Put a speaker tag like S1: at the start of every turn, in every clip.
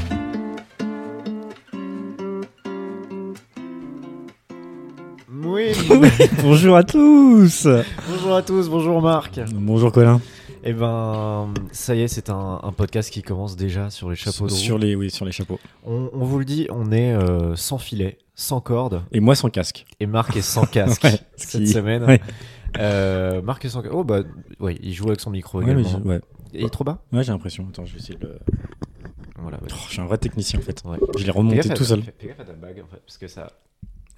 S1: Oui.
S2: Bonjour à tous
S1: bonjour à tous, bonjour Marc.
S2: Bonjour Colin.
S1: Eh ben, ça y est, c'est un, un podcast qui commence déjà sur les chapeaux de roue.
S2: Sur les, oui, sur les chapeaux.
S1: On, on vous le dit, on est euh, sans filet, sans corde,
S2: Et moi sans casque.
S1: et Marc est sans casque
S2: Ouais, ce
S1: cette
S2: qui-
S1: semaine.
S2: ouais.
S1: Euh, Marc est sans casque. Oh bah, ouais, il joue avec son micro
S2: Ouais, mais
S1: également.
S2: j'ai ouais.
S1: Et Il est trop bas
S2: Ouais, j'ai l'impression. Attends, je vais essayer de le.
S1: Voilà, ouais.
S2: Oh, je suis un vrai technicien en fait.
S1: Ouais.
S2: Je l'ai
S1: Fais
S2: remonté
S1: gaffe à-
S2: tout seul.
S1: fais- Fais gaffe à ta bague en fait, parce que ça,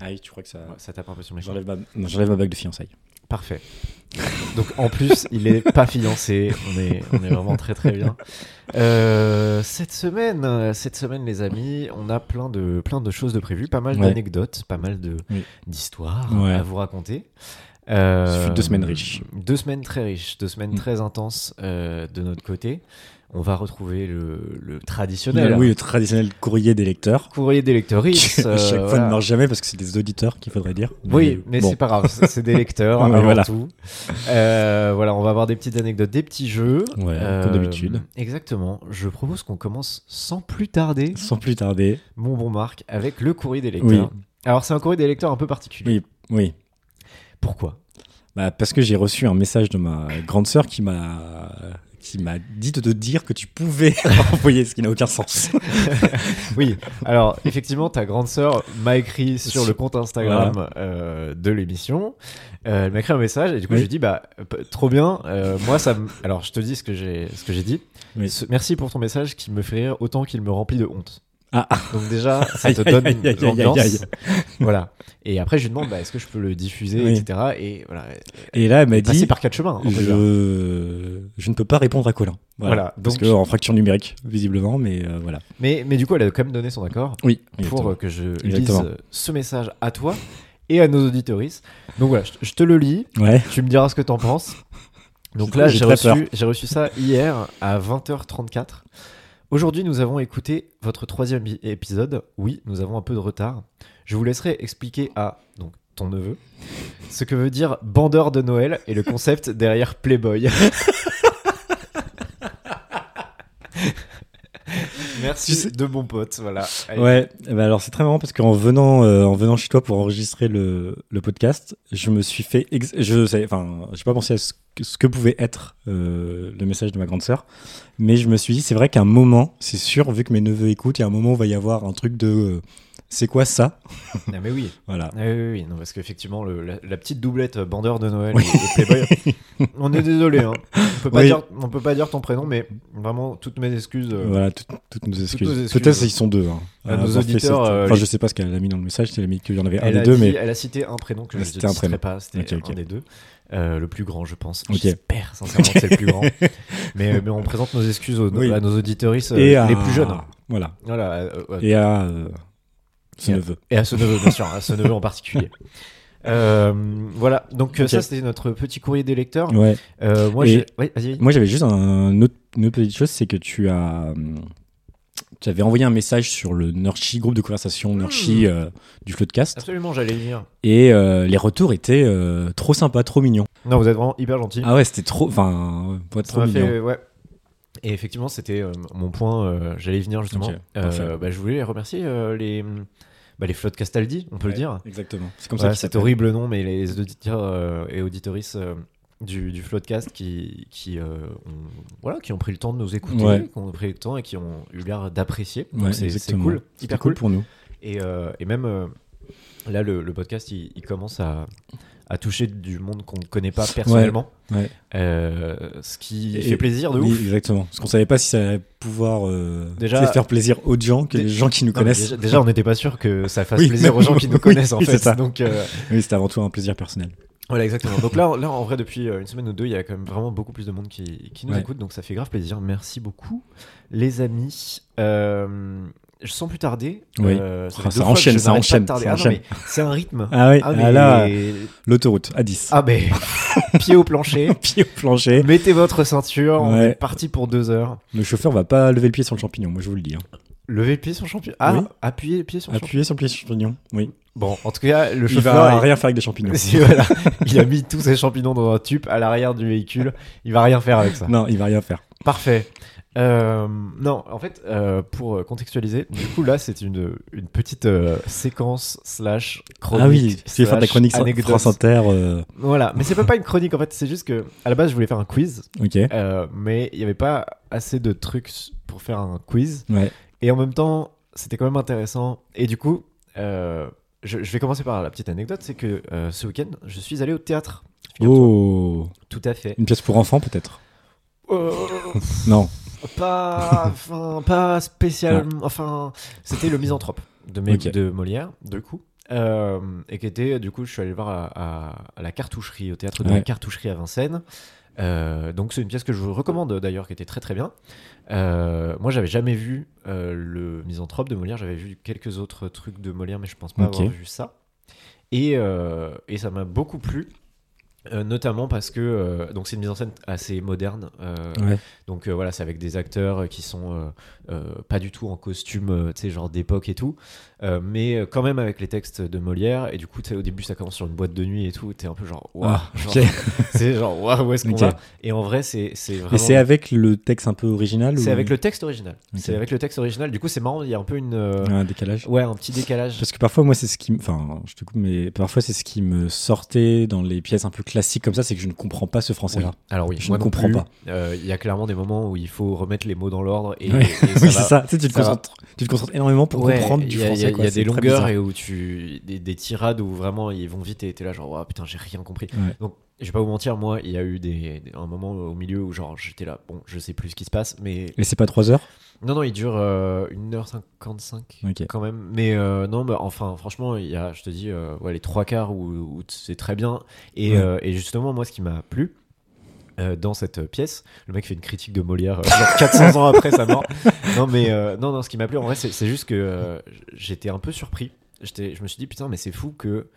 S2: Ah oui, tu crois que ça.
S1: ouais, ça tape un peu sur mes jambes.
S2: J'enlève ma... non, j'enlève ma bague de fiançailles.
S1: Parfait. Donc en plus, il est pas fiancé. On est, on est vraiment très très bien. Euh, cette semaine, euh, cette semaine, les amis, on a plein de plein de choses de prévues, pas mal
S2: Ouais.
S1: d'anecdotes, pas mal de
S2: Oui.
S1: d'histoires
S2: Ouais.
S1: à vous raconter. Euh,
S2: Ce fut deux semaines riches.
S1: Deux semaines très riches, deux semaines
S2: Mm.
S1: très intenses euh, de notre côté. On va retrouver le, le traditionnel.
S2: Euh, Oui, le traditionnel courrier des lecteurs.
S1: Courrier des lectrices.
S2: Qui, à chaque
S1: euh,
S2: fois ne
S1: voilà.
S2: marche jamais parce que c'est des auditeurs qu'il faudrait dire.
S1: Oui, mais
S2: bon.
S1: c'est pas grave, c'est c'est des lecteurs
S2: Ouais,
S1: avant
S2: voilà.
S1: tout. Euh, voilà, on va avoir des petites anecdotes, des petits jeux.
S2: Ouais,
S1: Euh,
S2: comme d'habitude.
S1: Exactement. Je propose qu'on commence sans plus tarder,
S2: Sans plus tarder.
S1: mon bon Marc, avec le courrier des lecteurs. Alors, c'est un courrier des lecteurs un peu particulier.
S2: Oui. Oui.
S1: Pourquoi
S2: Bah, parce que j'ai reçu un message de ma grande sœur qui m'a qui m'a dit de te dire que tu pouvais envoyer ce qui n'a aucun sens.
S1: Oui, alors effectivement, ta grande sœur m'a écrit sur le compte Instagram euh, de l'émission. Euh, elle m'a écrit un message et du coup,
S2: Oui.
S1: j'ai dit bah p- trop bien. euh, moi, ça. me- Alors, je te dis ce que j'ai ce que j'ai dit.
S2: Oui.
S1: Ce- Merci pour ton message qui me fait rire autant qu'il me remplit de honte.
S2: Ah, ah.
S1: Donc déjà, ça te
S2: Aïe, aïe,
S1: donne
S2: aïe, aïe, aïe, aïe.
S1: l'ambiance. voilà. Et après, je lui demande bah, est-ce que je peux le diffuser,
S2: Oui.
S1: etc. Et voilà,
S2: Et là, elle m'a
S1: passer
S2: dit
S1: par quatre chemins. hein, on peut dire.
S2: je... je ne peux pas répondre à Colin.
S1: Voilà,
S2: Voilà.
S1: donc-
S2: parce que en fracture numérique, visiblement, mais euh, voilà.
S1: Mais mais du coup, elle a quand même donné son accord.
S2: Oui.
S1: pour euh, que je
S2: Exactement.
S1: lise euh, ce message à toi et à nos auditoristes. Donc voilà, je, je te le lis,
S2: Ouais.
S1: tu me diras ce que t'en penses. Donc
S2: J'ai-
S1: là,
S2: j'ai
S1: j'ai
S2: très peur.
S1: reçu, j'ai reçu ça hier à 20h34. Aujourd'hui, nous avons écouté votre troisième bi- épisode. Oui, nous avons un peu de retard. Je vous laisserai expliquer à donc, ton neveu ce que veut dire bandeur de Noël et le concept derrière Playboy. Merci
S2: Tu sais-
S1: de mon pote, voilà. Allez,
S2: Ouais. Eh ben alors c'est très marrant parce qu'en venant euh, en venant chez toi pour enregistrer le, le podcast, je me suis fait ex- je savais- enfin j'ai pas pensé à ce que, ce que pouvait être euh, le message de ma grande sœur, mais je me suis dit c'est vrai qu'à un moment, c'est sûr vu que mes neveux écoutent, il y a un moment où il va y avoir un truc de euh, c'est quoi ça
S1: Ah, mais oui.
S2: Voilà.
S1: Ah oui, oui, oui, non, parce qu'effectivement, le- la, la petite doublette euh, bandeur de Noël et, et Playboy, on est désolé, hein. on, peut pas
S2: Oui.
S1: dire, on peut pas dire ton prénom, mais vraiment, toutes mes excuses. euh,
S2: Voilà, tout- toutes nos excuses.
S1: nos excuses.
S2: Peut-être ils sont deux. Hein.
S1: À nos
S2: avoir fait
S1: auditeurs,
S2: cette-
S1: euh,
S2: enfin,
S1: les-
S2: je sais pas ce qu'elle a mis dans le message. si Elle a mis qu'il y en avait un
S1: elle,
S2: des
S1: a
S2: deux,
S1: dit-
S2: mais
S1: elle a cité un prénom que
S2: Ah,
S1: je
S2: c'était un
S1: ne citerai
S2: prénom.
S1: pas, c'était
S2: Ok, ok.
S1: un des deux. Euh, le plus grand, je pense.
S2: Ok.
S1: J'espère sincèrement que c'est le plus grand. Mais, mais on présente nos excuses aux-
S2: Oui.
S1: à nos auditoristes
S2: et
S1: euh, les
S2: à-
S1: plus jeunes.
S2: Voilà.
S1: Voilà, euh, ouais.
S2: Et à euh, ce
S1: Et à-
S2: neveu.
S1: Et à ce neveu, bien sûr, à ce neveu en particulier. Euh, voilà, donc euh,
S2: Ok.
S1: ça c'était notre petit courrier des lecteurs.
S2: Ouais.
S1: Euh, moi,
S2: Et-
S1: j'ai... ouais, vas-y.
S2: Moi, j'avais juste un autre, une autre petite chose, c'est que tu as, hum, tu avais envoyé un message sur le Nurchi groupe de conversation
S1: Hmm.
S2: Nurchi euh, du Floodcast,
S1: Absolument, j'allais le lire.
S2: et euh, les retours étaient euh, trop sympas, trop mignons.
S1: Non, vous êtes vraiment hyper gentil.
S2: Ah ouais, c'était trop, enfin, ouais,
S1: Ça
S2: ouais, trop
S1: m'a
S2: mignon.
S1: fait- ouais. Et effectivement, c'était euh, mon point. euh, J'allais y venir justement.
S2: Ok,
S1: Euh,
S2: parfait.
S1: bah, je voulais remercier euh, les, bah, les flottes Castaldi, on peut le
S2: Ouais,
S1: dire.
S2: Exactement. C'est comme
S1: Ouais,
S2: ça.
S1: c'est horrible nom, mais les auditeurs euh, et auditorices euh, du, du Floodcast qui, qui, euh, ont, voilà, qui ont pris le temps de nous écouter,
S2: Ouais.
S1: qui ont pris le temps et qui ont eu l'air d'apprécier. Donc,
S2: Ouais,
S1: c'est c'est
S2: exactement.
S1: cool,
S2: C'était
S1: hyper
S2: cool
S1: cool.
S2: pour nous.
S1: Et, euh, et même euh, là, le, le podcast, il, il commence à, à toucher du monde qu'on ne connaît pas personnellement.
S2: Ouais.
S1: Euh, ce qui
S2: Et-
S1: fait plaisir de
S2: Oui,
S1: ouf.
S2: exactement. Parce qu'on savait pas si ça allait pouvoir euh,
S1: Déjà-
S2: tu sais, faire plaisir aux gens, que
S1: Dé-
S2: les gens qui nous
S1: Non, mais
S2: connaissent.
S1: déjà, déjà, on n'était pas sûr que ça fasse
S2: Oui,
S1: plaisir
S2: mais-
S1: aux gens qui nous
S2: oui,
S1: connaissent en
S2: oui,
S1: fait.
S2: c'est ça.
S1: Donc euh,
S2: Oui, c'était avant tout un plaisir personnel.
S1: voilà, exactement. Donc là, en- là, en vrai, depuis euh, une semaine ou deux, il y a quand même vraiment beaucoup plus de monde qui, qui nous
S2: Ouais.
S1: écoute. Donc ça fait grave plaisir. Merci beaucoup, les amis. Euh, sans plus tarder,
S2: Oui.
S1: euh, fait
S2: Ah,
S1: deux
S2: ça
S1: fois que
S2: enchaîne,
S1: je
S2: ça
S1: n'arrête pas de
S2: enchaîne,
S1: tarder.
S2: ça
S1: Ah non,
S2: enchaîne.
S1: mais C'est un rythme.
S2: Ah ouais,
S1: Ah,
S2: ah
S1: mais-
S2: là, l'autoroute à 10.
S1: Ah, mais pied au plancher.
S2: Pied au plancher.
S1: Mettez votre ceinture, on
S2: Ouais.
S1: est parti pour deux heures.
S2: Le chauffeur va pas lever le pied sur le champignon, moi je vous le dis. hein.
S1: Levez le pied sur le champignon. Ah,
S2: Oui.
S1: appuyez le pied sur le champignon.
S2: Appuyez sur le pied sur le champignon. Oui.
S1: Bon, en tout cas, le
S2: Il
S1: chauffeur.
S2: va
S1: est-
S2: rien faire avec des champignons.
S1: Si, voilà. il a mis tous ses champignons dans un tube à l'arrière du véhicule. Il va rien faire avec ça.
S2: Non, il va rien faire.
S1: Parfait. Euh, non, en fait, euh, pour contextualiser, du coup, là, c'est une, une petite euh, séquence slash chronique.
S2: ah oui, tu veux faire de la
S1: slash
S2: chronique sur
S1: anecdote.
S2: France Inter. euh,
S1: Voilà, mais c'est pas, pas une chronique en fait, c'est juste que à la base, je voulais faire un quiz,
S2: ok.
S1: euh, mais il n'y avait pas assez de trucs pour faire un quiz.
S2: Ouais.
S1: Et en même temps, c'était quand même intéressant. Et du coup, euh, je, je vais commencer par la petite anecdote c'est que euh, ce week-end, je suis allé au théâtre. figure-toi.
S2: Oh,
S1: Tout à fait.
S2: une pièce pour enfants peut-être.
S1: Euh,
S2: Non.
S1: pas, enfin, pas spécialement. Enfin, c'était le Misanthrope de, mes-
S2: Ok.
S1: de Molière, du coup. Euh, et qui était, du coup, je suis allé le voir à, à- à la cartoucherie, au théâtre de la
S2: Ouais.
S1: cartoucherie à Vincennes. Euh, donc, c'est une pièce que je vous recommande d'ailleurs, qui était très très bien. Euh, moi, j'avais jamais vu euh, le Misanthrope de Molière, j'avais vu quelques autres trucs de Molière, mais je pense pas
S2: Ok.
S1: avoir vu ça. Et, euh, et ça m'a beaucoup plu. euh, notamment parce que euh, donc c'est une mise en scène assez moderne euh,
S2: Ouais.
S1: donc euh, voilà, c'est avec des acteurs euh, qui sont euh, euh, pas du tout en costume, euh, tu sais, genre d'époque et tout, euh, mais euh, quand même avec les textes de Molière. Et du coup, tu sais, au début, ça commence sur une boîte de nuit et tout, t'es un peu genre, waouh,
S2: Ah,
S1: genre,
S2: ok.
S1: c'est genre, waouh, où est-ce qu'on
S2: Ok.
S1: va Et en vrai, c'est c'est
S2: Et
S1: vraiment.
S2: c'est avec le texte un peu original
S1: c'est
S2: ou-
S1: avec le texte original.
S2: Ok.
S1: C'est avec le texte original. Du coup, c'est marrant, il y a un peu une. euh,
S2: un décalage.
S1: ouais, un petit décalage.
S2: Parce que parfois, moi, c'est ce qui, me- enfin, je te coupe, mais parfois, c'est ce qui me sortait dans les pièces un peu classiques comme ça, c'est que je ne comprends pas ce
S1: Oui.
S2: français-là.
S1: Alors oui,
S2: Je
S1: moi
S2: ne
S1: non
S2: comprends
S1: plus.
S2: pas.
S1: Euh, Il y a clairement des moments où il faut remettre les mots dans l'ordre et,
S2: Ouais.
S1: et ça va
S2: Oui, c'est ça. Tu, sais, tu te
S1: ça va.
S2: concentres, tu te concentres énormément pour
S1: Ouais,
S2: comprendre du
S1: il y a-
S2: français.
S1: Il y a, il
S2: quoi.
S1: y a
S2: C'est
S1: des
S2: très
S1: longueurs
S2: bizarre.
S1: et où tu. Des, des tirades où vraiment ils vont vite et t'es là genre, Ouah, putain, j'ai rien compris.
S2: Ouais.
S1: Donc, je vais pas vous mentir, moi, il y a eu des, des- un moment au milieu où genre j'étais là, bon, je sais plus ce qui se passe, mais.
S2: Et c'est pas 3 heures
S1: Non, non, il dure euh, 1h55
S2: Ok.
S1: quand même. Mais euh, non, bah, enfin, franchement, il y a, je te dis, euh, ouais, les trois quarts où, où c'est très bien. Et,
S2: Ouais.
S1: euh, et justement, moi, ce qui m'a plu. euh, dans cette euh, pièce, le mec fait une critique de Molière euh, genre 400 ans après sa mort. Non mais euh, non non, ce qui m'a plu en vrai, c'est c'est juste que euh, j'étais un peu surpris. J'étais, je me suis dit putain mais c'est fou que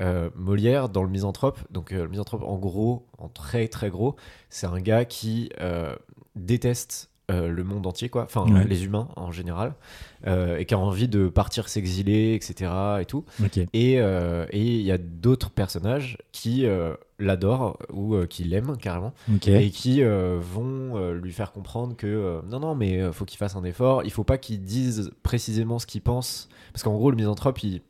S1: euh, Molière dans le Misanthrope, donc euh, le Misanthrope en gros, en très très gros, c'est un gars qui euh, déteste euh, le monde entier, quoi, enfin
S2: Ouais.
S1: les humains en général, euh, et qui a envie de partir s'exiler, etc. et tout.
S2: Ok.
S1: Et euh, et il y a d'autres personnages qui euh, l'adorent ou euh, qui l'aiment carrément
S2: Ok.
S1: et qui euh, vont euh, lui faire comprendre que euh, non, non, mais euh, faut qu'il fasse un effort. Il faut pas qu'il dise précisément ce qu'il pense, parce qu'en gros, le misanthrope, il,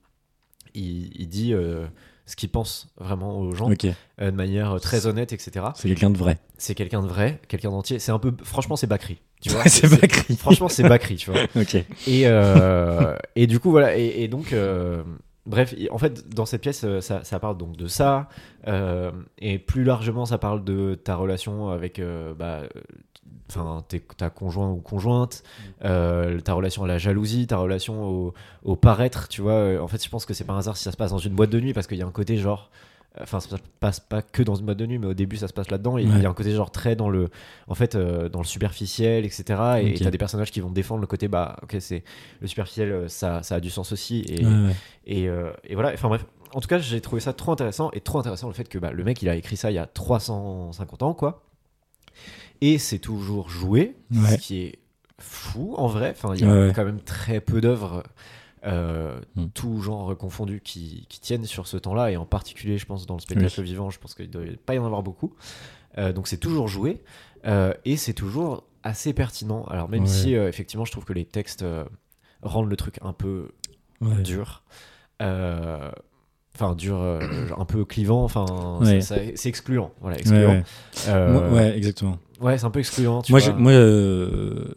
S1: il, il dit euh, ce qu'il pense vraiment aux gens
S2: Ok.
S1: euh, de manière euh, très honnête, etc.
S2: C'est quelqu'un de vrai.
S1: C'est quelqu'un de vrai, quelqu'un d'entier. C'est un peu, franchement, c'est Bakri. Tu vois,
S2: c'est pas écrit.
S1: Franchement, c'est Bakri, tu vois.
S2: Ok.
S1: Et, euh, et du coup, voilà. Et, et donc, euh, bref, et en fait, dans cette pièce, euh, ça, ça parle donc de ça. euh, et plus largement, ça parle de ta relation avec euh, bah, euh, enfin, tes- ta conjoint ou conjointe, euh, ta relation à la jalousie, ta relation au, au paraître, tu vois. Euh, En fait, je pense que c'est pas un hasard si ça se passe dans une boîte de nuit parce qu'il y a un côté genre. euh, Enfin, ça se passe pas que dans une boîte de nuit, mais au début, ça se passe là-dedans. Et il y
S2: Ouais.
S1: a un côté genre très dans le, en fait, euh, dans le superficiel, etc. Et
S2: Ok.
S1: t'as des personnages qui vont défendre le côté, bah, ok, c'est le superficiel, euh, ça, ça a du sens aussi. Et,
S2: Ouais, ouais.
S1: et, euh, et voilà. Enfin bref, en tout cas, j'ai trouvé ça trop intéressant et trop intéressant le fait que bah, le mec, il a écrit ça il y a 350 ans, quoi. Et c'est toujours joué,
S2: Ouais.
S1: ce qui est fou en vrai. Enfin, il y a
S2: Ouais, ouais.
S1: quand même très peu d'œuvres. euh,
S2: Mm.
S1: tout genre confondu qui, qui tiennent sur ce temps-là et en particulier je pense dans le spectacle vivant je pense qu'il ne doit pas y en avoir beaucoup Euh, donc c'est toujours joué euh, et c'est toujours assez pertinent alors même
S2: Ouais.
S1: si euh, effectivement je trouve que les textes euh, rendent le truc un peu
S2: Ouais.
S1: dur. Euh, Enfin, dur, euh, genre un peu clivant, enfin,
S2: Ouais.
S1: ça- ça- c'est excluant. Voilà,
S2: Ouais,
S1: excluant.
S2: ouais.
S1: Euh,
S2: Moi- ouais, exactement.
S1: ouais, c'est un peu excluant. Tu
S2: Moi, je,
S1: vois.
S2: moi, euh,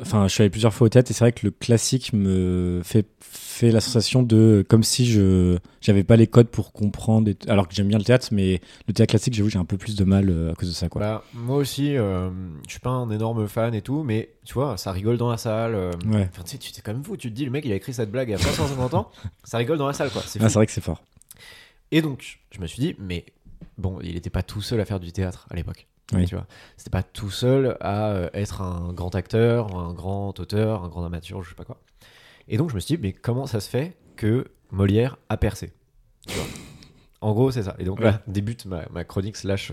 S2: enfin, je suis allé plusieurs fois au théâtre et c'est vrai que le classique me fait fait la sensation de comme si je j'avais pas les codes pour comprendre. et t- alors que j'aime bien le théâtre, mais le théâtre classique, j'avoue, j'ai un peu plus de mal euh, à cause de ça, quoi.
S1: Bah, moi aussi, euh, je suis pas un énorme fan et tout, mais tu vois, ça rigole dans la salle. euh,
S2: Ouais.
S1: Enfin, tu sais, tu- c'est quand même fou. Tu te dis, le mec, il a écrit cette blague il y a 350 ans, ça rigole dans la salle, quoi. C'est
S2: Ah,
S1: fou.
S2: c'est vrai que c'est fort.
S1: Et donc, je me suis dit, mais bon, il n'était pas tout seul à faire du théâtre à l'époque.
S2: Oui.
S1: Tu vois, c'était pas tout seul à euh, être un grand acteur, un grand auteur, un grand amateur, je sais pas quoi. Et donc, je me suis dit, mais comment ça se fait que Molière a percé Tu vois. En gros, c'est ça. Et donc là, débute ma, ma chronique slash,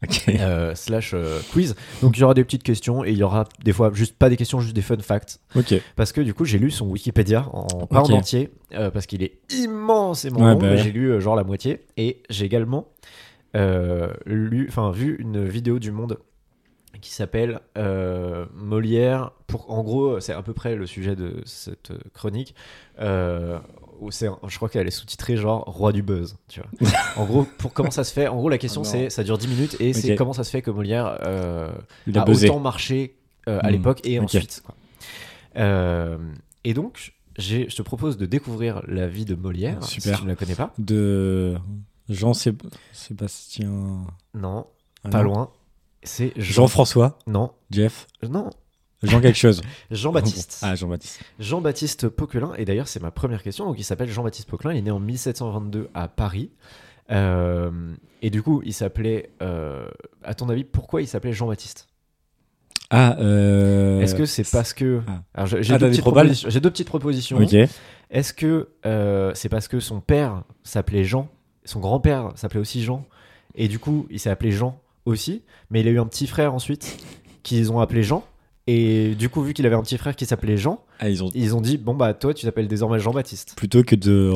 S2: Ok.
S1: euh, slash euh, quiz. Donc, il y aura des petites questions et il y aura des fois juste pas des questions, juste des fun facts.
S2: Ok.
S1: Parce que du coup, j'ai lu son Wikipédia, en, pas
S2: Ok.
S1: en entier, euh, parce qu'il est immensément
S2: Ouais,
S1: long,
S2: bah
S1: mais
S2: ouais.
S1: j'ai lu euh, genre la moitié. Et j'ai également euh, lu, enfin, vu une vidéo du Monde qui s'appelle euh, Molière. Pour, en gros, c'est à peu près le sujet de cette chronique. Euh, où c'est- je crois qu'elle est sous-titrée genre Roi du buzz. Tu vois. en gros, pour comment ça se fait En gros, la question
S2: Oh non.
S1: c'est, ça dure 10 minutes et c'est
S2: Ok.
S1: comment ça se fait que Molière euh,
S2: Il a
S1: a
S2: buzzé.
S1: autant marché euh, à
S2: Hmm.
S1: l'époque et
S2: Ok.
S1: ensuite. quoi. Euh, et donc, j'ai- je te propose de découvrir la vie de Molière,
S2: Super.
S1: si tu ne la connais pas.
S2: De Jean-Sébastien.
S1: Non,
S2: Ah
S1: pas
S2: non.
S1: loin. C'est Jean.
S2: Jean-François,
S1: Non,
S2: Jeff,
S1: non,
S2: Jean quelque chose.
S1: Jean-Baptiste.
S2: Ah, Jean-Baptiste.
S1: Jean-Baptiste Poquelin, et d'ailleurs c'est ma première question, donc il s'appelle Jean-Baptiste Poquelin, il est né en 1722 à Paris. Euh, et du coup, il s'appelait. euh, à ton avis, pourquoi il s'appelait Jean-Baptiste
S2: Ah, euh...
S1: Est-ce que c'est parce que.
S2: ah.
S1: Alors, je- j'ai
S2: Ah,
S1: deux,
S2: t'as des
S1: petites
S2: propales
S1: propositions- j'ai deux petites propositions.
S2: Ok.
S1: Est-ce que euh, c'est parce que son père s'appelait Jean, son grand-père s'appelait aussi Jean, et du coup il s'est appelé Jean aussi, mais il a eu un petit frère ensuite qu'ils ont appelé Jean, et du coup vu qu'il avait un petit frère qui s'appelait Jean,
S2: Ah, ils ont
S1: ils ont dit bon bah toi tu t'appelles désormais Jean-Baptiste.
S2: plutôt que de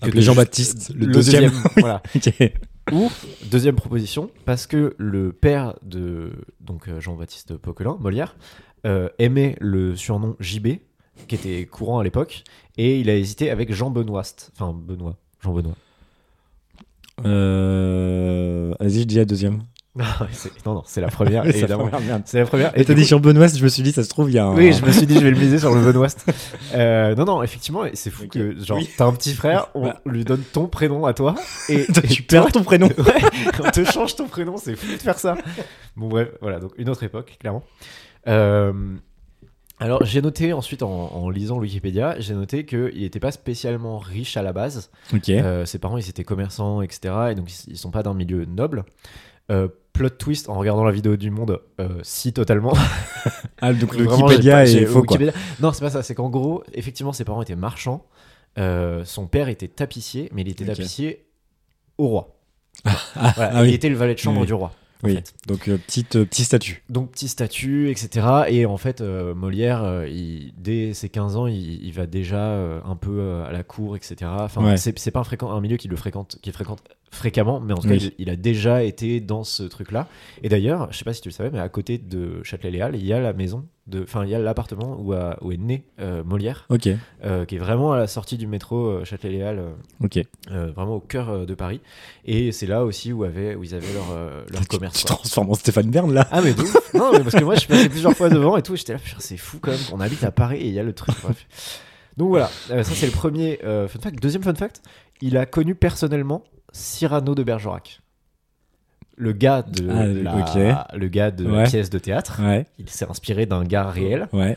S1: Que
S2: appeler
S1: de
S2: Jean-Baptiste
S1: juste-
S2: Ah, le, deuxième.
S1: voilà.
S2: Ok.
S1: Ou deuxième proposition parce que le père de donc euh, Jean-Baptiste Poquelin, Molière, euh, aimait le surnom JB qui était courant à l'époque et il a hésité avec Jean Benoist, enfin Benoît, Jean Benoît.
S2: Euh... Vas-y, je dis la deuxième.
S1: Non, c'est- non, non, c'est la première,
S2: Ça fait
S1: évidemment.
S2: mal, merde.
S1: C'est la première.
S2: Et t'as
S1: du
S2: dit
S1: coup-
S2: sur Benoît, je me suis dit, ça se trouve, il y a un.
S1: Oui, je me suis dit, je vais le miser sur le Benoît. Euh, non, non, effectivement, et c'est fou
S2: Ok.
S1: que, genre,
S2: Oui.
S1: t'as un petit frère, on
S2: Voilà.
S1: lui donne ton prénom à toi, et, et
S2: tu perds ton prénom.
S1: Ouais, on te change ton prénom, c'est fou de faire ça. Bon, bref, voilà, donc une autre époque, clairement. Euh, alors, j'ai noté ensuite, en, en lisant le Wikipédia, j'ai noté qu'il n'était pas spécialement riche à la base.
S2: Ok.
S1: Euh, ses parents, ils étaient commerçants, etc. Et donc, ils, ils sont pas d'un milieu noble. Euh, plot twist, en regardant la vidéo du monde, euh, si totalement.
S2: Ah, donc le
S1: Vraiment,
S2: Wikipédia
S1: j'ai pas-
S2: est
S1: j'ai-
S2: faux, quoi.
S1: Wikipédia- Non, c'est pas ça. C'est qu'en gros, effectivement, ses parents étaient marchands. Euh, son père était tapissier, mais il était
S2: Ok.
S1: tapissier au roi. Voilà,
S2: ah
S1: il
S2: oui.
S1: était le valet de chambre
S2: Oui.
S1: du roi. en
S2: Oui.
S1: fait.
S2: Donc, euh, petite, euh, petit statut.
S1: Donc petit statut, etc. Et en fait, euh, Molière, euh, il- dès ses 15 ans, il, il va déjà euh, un peu euh, à la cour, etc. Enfin,
S2: Ouais.
S1: c'est c'est pas un, fréquent, un milieu qu'il le fréquente, qu'il fréquente fréquemment, mais en tout cas,
S2: Oui.
S1: il, il a déjà été dans ce truc-là. Et d'ailleurs, je sais pas si tu le savais, mais à côté de Châtelet-Léal, il y a la maison, de- enfin, il y a l'appartement où, a- où est né euh, Molière,
S2: Ok.
S1: euh, qui est vraiment à la sortie du métro euh, Châtelet-Léal. euh,
S2: Ok.
S1: euh, vraiment au cœur euh, de Paris et c'est là aussi où, avait, où ils avaient leur, euh, leur
S2: Ah, Tu-
S1: commerce
S2: Tu te
S1: quoi.
S2: transformes en Stéphane Bern, là.
S1: Ah mais de ouf. Non mais parce que moi je suis passé plusieurs fois devant et tout, et j'étais là, putain c'est fou quand même, on habite à Paris et il y a le truc. bref. Donc voilà, euh, ça c'est le premier euh, fun fact. Deuxième fun fact, il a connu personnellement Cyrano de Bergerac. Le gars de,
S2: Ah,
S1: la, le gars de la
S2: Ouais.
S1: pièce de théâtre,
S2: Ouais.
S1: il s'est inspiré d'un gars réel.
S2: Ouais.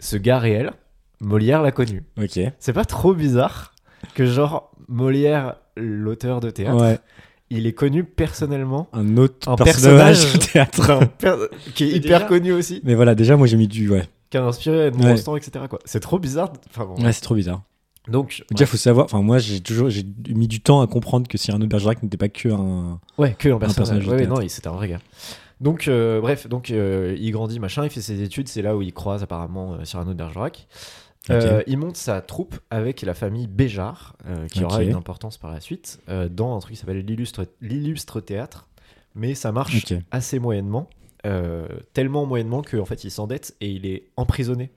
S1: Ce gars réel, Molière l'a connu.
S2: Ok.
S1: C'est pas trop bizarre que genre Molière, l'auteur de théâtre,
S2: Ouais.
S1: il est connu personnellement,
S2: Un autre
S1: Un
S2: personnage,
S1: personnage.
S2: au théâtre.
S1: per- qui est
S2: Et
S1: hyper
S2: déjà-
S1: connu aussi.
S2: Mais voilà, déjà, moi, j'ai mis du. Ouais.
S1: qui a inspiré Edmond
S2: Ouais.
S1: Rostand, etc. quoi. C'est trop bizarre. Enfin, bon.
S2: Ouais, c'est trop bizarre.
S1: Donc,
S2: Déjà, faut savoir. Enfin, moi, j'ai toujours j'ai mis du temps à comprendre que Cyrano de Bergerac n'était pas que un.
S1: ouais, que en personnage.
S2: personnage de
S1: Ouais, ouais,
S2: théâtre.
S1: non, il- c'était un vrai gars. Donc, euh, bref, donc euh, il grandit, machin, il fait ses études, c'est là où il croise apparemment euh, Cyrano de Bergerac. Euh, il monte sa troupe avec la famille Béjart, euh, qui aura
S2: Ok.
S1: une importance par la suite, euh, dans un truc qui s'appelle l'illustre l'illustre théâtre. Mais ça marche
S2: Ok.
S1: assez moyennement, euh, tellement moyennement qu'en fait il s'endette et il est emprisonné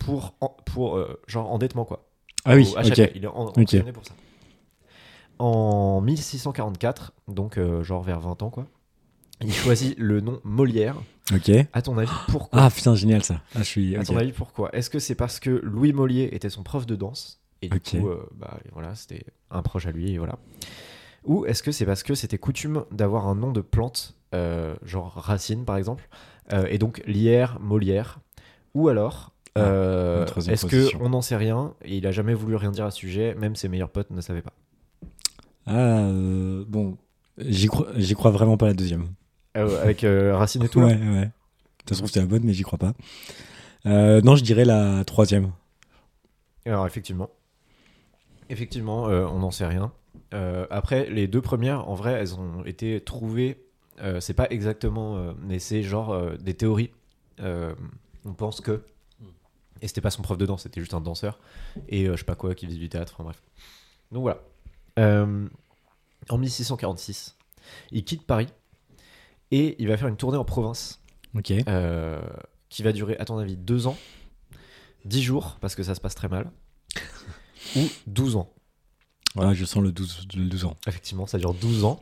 S1: pour, en- pour euh, genre endettement quoi.
S2: Ah oui,
S1: Au HL,
S2: ok.
S1: Il est en- emprisonné pour ça. En 1644, donc euh, genre vers 20 ans, quoi, il choisit le nom Molière.
S2: Ok.
S1: À ton avis, pourquoi
S2: Ah putain, génial ça. Ah, je suis.
S1: À
S2: ok.
S1: ton avis, pourquoi Est-ce que c'est parce que Louis Mollier était son prof de danse et du
S2: Ok.
S1: coup, euh, bah, voilà, c'était un proche à lui et voilà. Ou est-ce que c'est parce que c'était coutume d'avoir un nom de plante, euh, genre racine par exemple, euh, et donc lierre, Molière Ou alors,
S2: Ah,
S1: euh,
S2: une troisième
S1: est-ce que
S2: position.
S1: on n'en sait rien et il a jamais voulu rien dire à ce sujet, même ses meilleurs potes ne savaient pas
S2: Ah, euh, bon. J'y crois, j'y crois vraiment pas la deuxième. Ah
S1: Euh, Avec euh, racine et tout là.
S2: ouais, ouais. Ça se trouve, c'est la bonne, mais j'y crois pas. Euh, non, je dirais la troisième.
S1: Alors effectivement, effectivement, euh, on n'en sait rien. Euh, après, les deux premières, en vrai, elles ont été trouvées. euh, c'est pas exactement, euh, mais c'est genre euh, des théories. Euh, on pense que. Et c'était pas son prof de danse, c'était juste un danseur. Et euh, je sais pas quoi, qui faisait du théâtre, enfin bref. Donc voilà. Euh, en 1646, il quitte Paris et il va faire une tournée en province.
S2: Ok.
S1: euh, qui va durer, à ton avis, 2 ans, 10 jours, parce que ça se passe très mal, ou 12 ans.
S2: Voilà, je sens le 12, le 12 ans.
S1: Effectivement, ça dure 12 ans.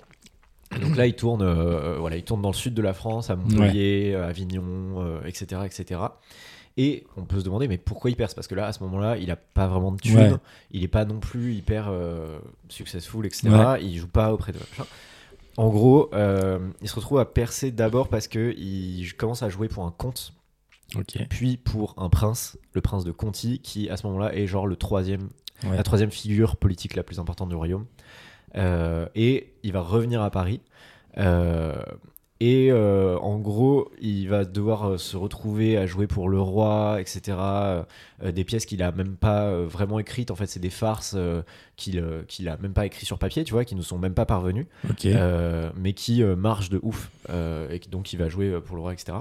S1: Et donc là, il tourne, euh, voilà, il tourne dans le sud de la France, à Montpellier, à Avignon, euh, etc., etc. Et on peut se demander, mais pourquoi il perce Parce que là, à ce moment-là, il a pas vraiment de thunes,
S2: Ouais.
S1: il est pas non plus hyper euh, successful, etc.
S2: Ouais.
S1: Il joue pas auprès de machin. En gros, euh, il se retrouve à percer d'abord parce que il commence à jouer pour un comte,
S2: Ok.
S1: puis pour un prince, le prince de Conti, qui à ce moment-là est genre le troisième
S2: Ouais.
S1: la troisième figure politique la plus importante du royaume. Euh, et il va revenir à Paris. Euh, et euh, en gros, il va devoir euh, se retrouver à jouer pour le roi, etc. Euh, des pièces qu'il a même pas euh, vraiment écrites. En fait, c'est des farces euh, qu'il euh, qu'il a même pas écrites sur papier, tu vois, qui ne sont même pas parvenues.
S2: Ok.
S1: Euh, mais qui euh, marche de ouf. euh, et qui- donc, il va jouer euh, pour le roi, etc.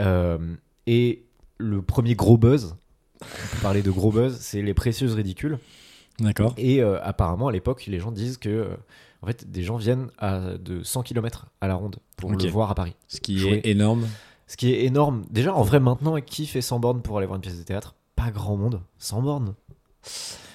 S1: Euh, et le premier gros buzz, on peut parler de gros buzz, c'est les précieuses ridicules.
S2: D'accord.
S1: Et euh, apparemment, à l'époque, les gens disent que euh, en fait, des gens viennent à, de 100 km à la ronde pour
S2: Ok.
S1: le voir à Paris.
S2: Ce qui
S1: Jouer.
S2: est énorme.
S1: Ce qui est énorme. Déjà, en vrai, maintenant, qui fait 100 bornes pour aller voir une pièce de théâtre Pas grand monde. 100 bornes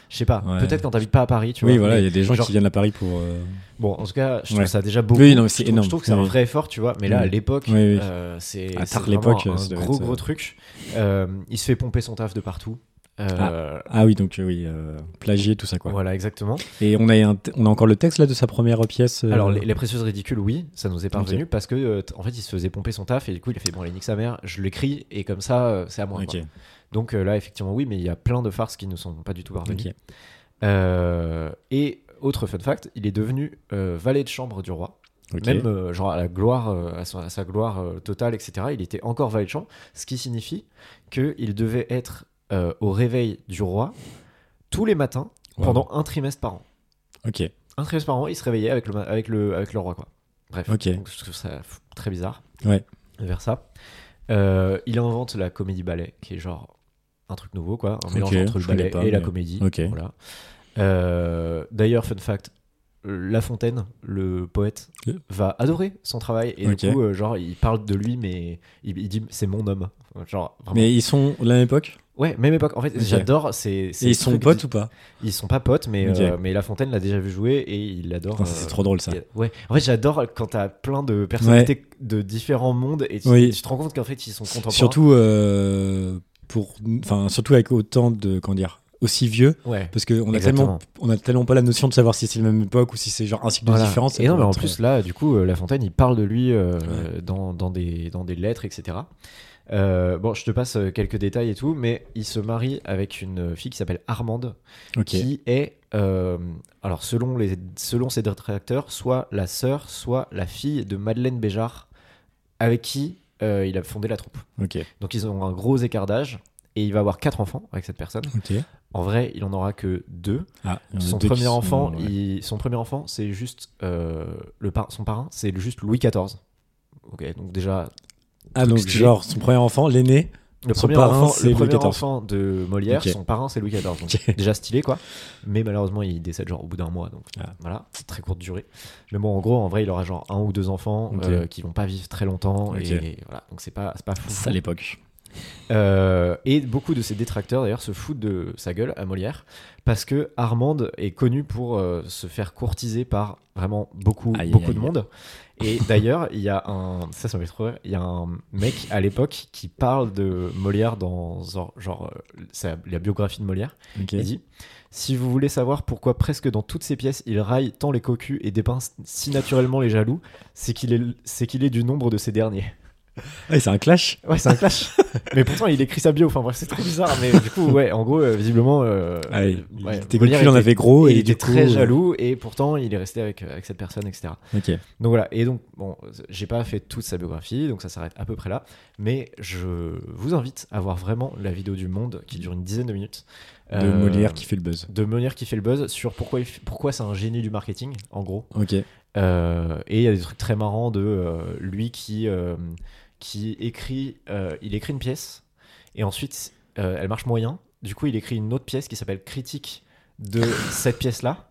S1: Je sais pas.
S2: Ouais.
S1: Peut-être quand t'habites pas à Paris, tu
S2: oui,
S1: vois.
S2: voilà,
S1: mais-
S2: il y a des gens
S1: genre-
S2: qui viennent à Paris pour. euh,
S1: Bon, en tout cas, je trouve
S2: Ouais.
S1: ça déjà beaucoup.
S2: Oui, non, mais c'est
S1: je trouve,
S2: énorme.
S1: je trouve que c'est un
S2: Oui.
S1: vrai effort, tu vois. Mais là, à
S2: Oui.
S1: l'époque,
S2: Oui, oui.
S1: euh, c'est
S2: À
S1: c'est
S2: tard
S1: vraiment
S2: l'époque,
S1: un
S2: ça doit
S1: gros,
S2: être,
S1: gros
S2: euh,
S1: truc. Euh, il se fait pomper son taf de partout. Euh,
S2: Ah oui, donc euh, oui, euh, plagier tout ça quoi. Ah,
S1: Voilà, exactement.
S2: Et on a, un t- on a encore le texte là de sa première pièce. euh,
S1: Alors, les, les précieuses ridicules, oui, ça nous est parvenu parce que euh, t- en fait, il se faisait pomper son taf et du coup, il a fait bon, allez, nique sa mère, je l'écris et comme ça, euh, c'est à moi.
S2: Ok.
S1: quoi. Donc euh, là, effectivement, oui, mais il y a plein de farces qui ne sont pas du tout parvenues.
S2: Ok.
S1: Euh, et autre fun fact, il est devenu euh, valet de chambre du roi,
S2: Ok.
S1: même euh, genre à la gloire, euh, à, son- à sa gloire euh, totale, etc. Il était encore valet de chambre, ce qui signifie qu'il devait être euh, au réveil du roi tous les matins
S2: Wow.
S1: pendant un trimestre par an
S2: Ok.
S1: un trimestre par an, il se réveillait avec le, ma- avec le, avec le roi, quoi. Bref,
S2: Ok.
S1: donc je trouve ça f- très bizarre.
S2: Ouais.
S1: Vers ça. Euh, il invente la comédie ballet, qui est genre un truc nouveau, quoi. Un mélange
S2: Ok,
S1: entre le
S2: je connais
S1: ballet
S2: pas,
S1: et la
S2: mais-
S1: comédie.
S2: ok.
S1: Voilà. Euh, D'ailleurs, fun fact, euh, La Fontaine, le poète,
S2: Ok.
S1: va adorer son travail. Et
S2: Ok.
S1: du coup, euh, genre, il parle de lui, mais il, il dit c'est mon homme. Genre, vraiment.
S2: Mais ils sont la même époque
S1: Ouais, même époque. En fait,
S2: Ok.
S1: j'adore ces. ces
S2: Et ils sont
S1: trucs
S2: potes
S1: di-
S2: ou pas
S1: Ils sont pas potes, mais,
S2: Ok.
S1: euh, mais La Fontaine l'a déjà vu jouer et il adore.
S2: Putain, ça, C'est
S1: euh,
S2: trop drôle ça.
S1: et- Ouais. En fait, j'adore quand t'as plein de personnalités de différents mondes et tu,
S2: Oui.
S1: tu te rends compte qu'en fait, ils sont contemporains.
S2: Surtout euh, pour, enfin surtout avec autant de comment dire, aussi vieux,
S1: Ouais.
S2: parce qu'on a
S1: Exactement.
S2: tellement, on a tellement pas la notion de savoir si c'est la même époque ou si c'est genre un cycle
S1: Voilà.
S2: de différence. ça
S1: Et non,
S2: peut
S1: mais en
S2: être,
S1: plus, là, du coup, euh, La Fontaine, il parle de lui euh, dans, dans des, dans des lettres, etc. Euh, bon, je te passe euh, quelques détails et tout, mais il se marie avec une fille qui s'appelle Armande,
S2: euh, ok.
S1: qui est, euh, alors selon, les, selon ses détracteurs, soit la sœur, soit la fille de Madeleine Béjart, avec qui euh, il a fondé la troupe.
S2: Ok.
S1: Donc ils ont un gros écart d'âge et il va avoir quatre enfants avec cette personne.
S2: Ok.
S1: En vrai, il en aura que deux.
S2: Ah, il y en a
S1: Son
S2: deux qui
S1: premier
S2: sont-
S1: enfant,
S2: ouais.
S1: il- son premier enfant, c'est juste euh, le par- son parrain, c'est juste Louis XIV. Ok, donc déjà
S2: Ah donc
S1: stylé.
S2: genre son premier enfant, l'aîné.
S1: le
S2: Son
S1: premier
S2: parrain,
S1: enfant,
S2: c'est
S1: le
S2: Louis
S1: premier
S2: XIV.
S1: enfant de Molière,
S2: Ok.
S1: son parrain c'est Louis XIV. Donc
S2: Ok.
S1: déjà stylé quoi. Mais malheureusement, il décède genre au bout d'un mois, donc
S2: Ah.
S1: voilà, c'est très courte durée. Mais bon, en gros, en vrai, il aura genre un ou deux enfants
S2: Ok.
S1: euh, qui vont pas vivre très longtemps
S2: Ok.
S1: et voilà, donc c'est pas c'est pas fou.
S2: Ça à l'époque.
S1: Euh, et beaucoup de ses détracteurs d'ailleurs se foutent de sa gueule à Molière parce que Armande est connue pour euh, se faire courtiser par vraiment beaucoup
S2: Aïe,
S1: beaucoup
S2: aïe,
S1: de
S2: aïe.
S1: monde. Et d'ailleurs, il y a un ça ça m'a fait trop rire. Il y a un mec à l'époque qui parle de Molière dans genre, genre, euh, sa- la biographie de Molière.
S2: Ok.
S1: Il dit si vous voulez savoir pourquoi presque dans toutes ses pièces il raille tant les cocus et dépeint si naturellement les jaloux, c'est qu'il est c'est qu'il est du nombre de ces derniers.
S2: Ah, c'est un clash.
S1: Ouais, c'est un clash. mais pourtant, il écrit sa bio. Enfin bref, c'est trop bizarre. Mais du coup, ouais, en gros, euh, visiblement, euh,
S2: Ah, il-
S1: euh, ouais,
S2: Tes
S1: Molière
S2: copines en
S1: était-
S2: avaient gros et
S1: il était
S2: du coup,
S1: très
S2: euh,
S1: jaloux et pourtant il est resté avec, euh, avec cette personne, etc.
S2: Ok.
S1: Donc voilà. Et donc, bon, j'ai pas fait toute sa biographie, donc ça s'arrête à peu près là. Mais je vous invite à voir vraiment la vidéo du Monde qui dure une dizaine de minutes.
S2: De
S1: Euh,
S2: Molière qui fait le buzz.
S1: de Molière qui fait le buzz sur pourquoi, il f- pourquoi c'est un génie du marketing, en gros.
S2: Ok.
S1: Euh, et il y a des trucs très marrants de euh, lui qui, euh, qui écrit, euh, il écrit une pièce et ensuite euh, elle marche moyen. Du coup, il écrit une autre pièce qui s'appelle Critique de cette pièce-là.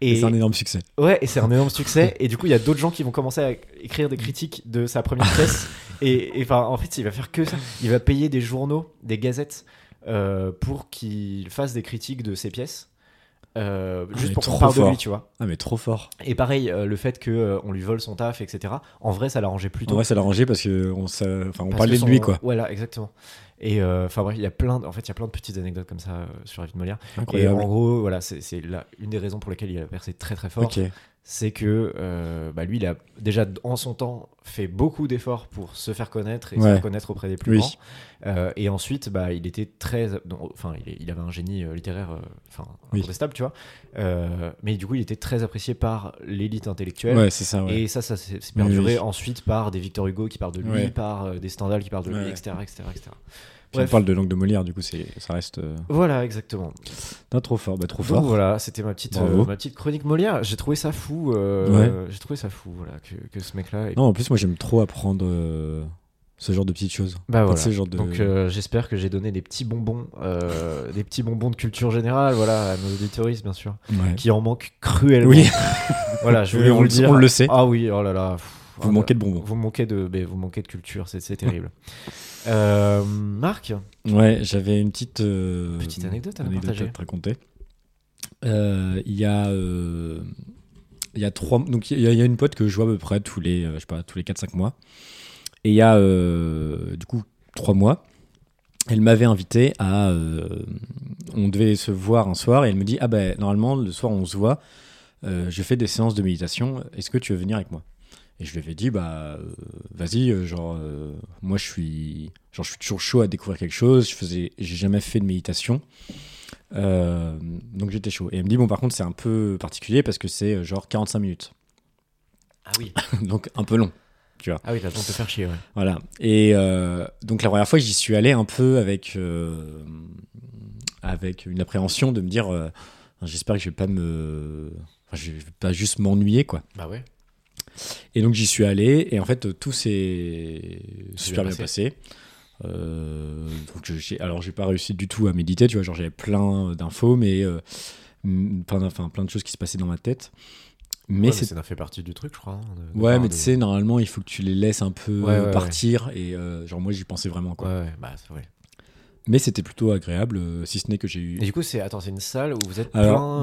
S2: Et
S1: Et,
S2: c'est un énorme succès.
S1: ouais, et c'est un énorme succès. Et du coup, il y a d'autres gens qui vont commencer à écrire des critiques de sa première pièce. Et et, enfin, en fait, il va faire que ça. Il va payer des journaux, des gazettes, euh, pour qu'il fasse des critiques de ses pièces. euh,
S2: Ah,
S1: juste
S2: mais
S1: pour qu'on
S2: trop
S1: parle de
S2: fort.
S1: lui, tu vois.
S2: Ah, mais trop fort.
S1: Et pareil, euh, le fait que euh, on lui vole son taf, etc. En vrai, ça l'arrangeait plutôt.
S2: En vrai, ça l'arrangeait parce que on, s'a- enfin, on
S1: Parce
S2: parlait
S1: que
S2: de lui,
S1: son-
S2: quoi.
S1: Voilà, exactement. Et euh, enfin bref, il y a plein, de- en fait, il y a plein de petites anecdotes comme ça euh, sur la vie de Molière. Et
S2: Incroyable.
S1: en gros, voilà, c'est c'est la- une des raisons pour lesquelles il a percé très très fort,
S2: euh, Ok.
S1: c'est que euh, bah, lui, il a déjà en son temps fait beaucoup d'efforts pour se faire connaître et se
S2: Ouais.
S1: faire connaître auprès des plus
S2: Oui.
S1: grands. Euh, et ensuite, bah, il était très, non, enfin, il, est- il avait un génie euh, littéraire, euh, enfin,
S2: Oui.
S1: incontestable, tu vois. Euh, mais du coup, il était très apprécié par l'élite intellectuelle.
S2: Ouais, c'est ça, ouais.
S1: Et ça, ça s'est s'est
S2: Oui,
S1: perduré
S2: oui.
S1: ensuite par des Victor Hugo qui parlent de lui,
S2: Ouais.
S1: par euh, des Stendhal qui parlent de lui,
S2: Ouais.
S1: etc. etc., etc.
S2: Puis on
S1: bref.
S2: parle de langue de Molière, du coup, c'est, ça reste. euh,
S1: Voilà, exactement.
S2: Non, trop fort, bah, trop
S1: Donc
S2: fort.
S1: voilà, c'était ma petite,
S2: Bravo.
S1: euh, ma petite chronique Molière. J'ai trouvé ça fou. euh, J'ai trouvé ça fou, voilà, que, que ce mec-là. ait-
S2: Non, en plus, moi, j'aime trop apprendre euh, ce genre de petites choses.
S1: Bah
S2: Enfin,
S1: voilà.
S2: ce genre de...
S1: Donc euh, j'espère que j'ai donné des petits bonbons, euh, des petits bonbons de culture générale, voilà, à nos auditoristes bien sûr,
S2: Ouais.
S1: qui en manquent cruellement.
S2: Oui,
S1: voilà, je
S2: Oui,
S1: voulais
S2: on
S1: vous le
S2: le-
S1: dire.
S2: on le sait.
S1: Ah oui, oh là là. pff,
S2: vous
S1: ah,
S2: manquez de bonbons.
S1: Vous manquez de, mais vous manquez de culture, c'est c'est terrible. Euh, Marc,
S2: Ouais, j'avais une petite, euh,
S1: Petite anecdote à nous partager.
S2: te raconter. Euh, Il y a, euh, il y a trois, donc il y, a- il y a une pote que je vois à peu près tous les, euh, je sais pas, tous les 4-5 mois. Et il y a euh, du coup trois mois, elle m'avait invité à, euh, on devait se voir un soir et elle me dit ah ben normalement le soir on se voit, euh, je fais des séances de méditation, est-ce que tu veux venir avec moi? Et je lui avais dit, bah, euh, vas-y, euh, genre, euh, moi, je suis, genre, je suis toujours chaud à découvrir quelque chose. Je faisais, j'ai jamais fait de méditation. Euh, donc, j'étais chaud. Et elle me dit, bon, par contre, c'est un peu particulier parce que c'est euh, genre 45 minutes.
S1: Ah oui.
S2: donc, un peu long.
S1: Ah oui, t'as le temps de te faire chier, ouais.
S2: Voilà. Et euh, donc la première fois, j'y suis allé un peu avec, euh, avec une appréhension de me dire, euh, j'espère que je vais pas me, enfin, je vais pas juste m'ennuyer quoi.
S1: Bah ouais.
S2: Et donc j'y suis allé et en fait euh, tout s'est super
S1: bien
S2: bien passé. Euh, donc je- j'ai- alors j'ai pas réussi du tout à méditer, tu vois, genre j'avais plein d'infos, mais euh, mm, plein, d'in- enfin, plein de choses qui se passaient dans ma tête. Mais c'est
S1: ça n'a fait partie du truc, je crois. hein, de- de
S2: ouais,
S1: part
S2: mais
S1: de-
S2: tu sais normalement il faut que tu les laisses un peu
S1: Ouais, ouais, ouais.
S2: partir et euh, genre moi j'y pensais vraiment
S1: Ouais,
S2: quoi.
S1: ouais, bah c'est vrai.
S2: Mais c'était plutôt agréable, euh, si ce n'est que j'ai eu.
S1: Et du coup, c'est attends, c'est une salle où vous êtes
S2: Alors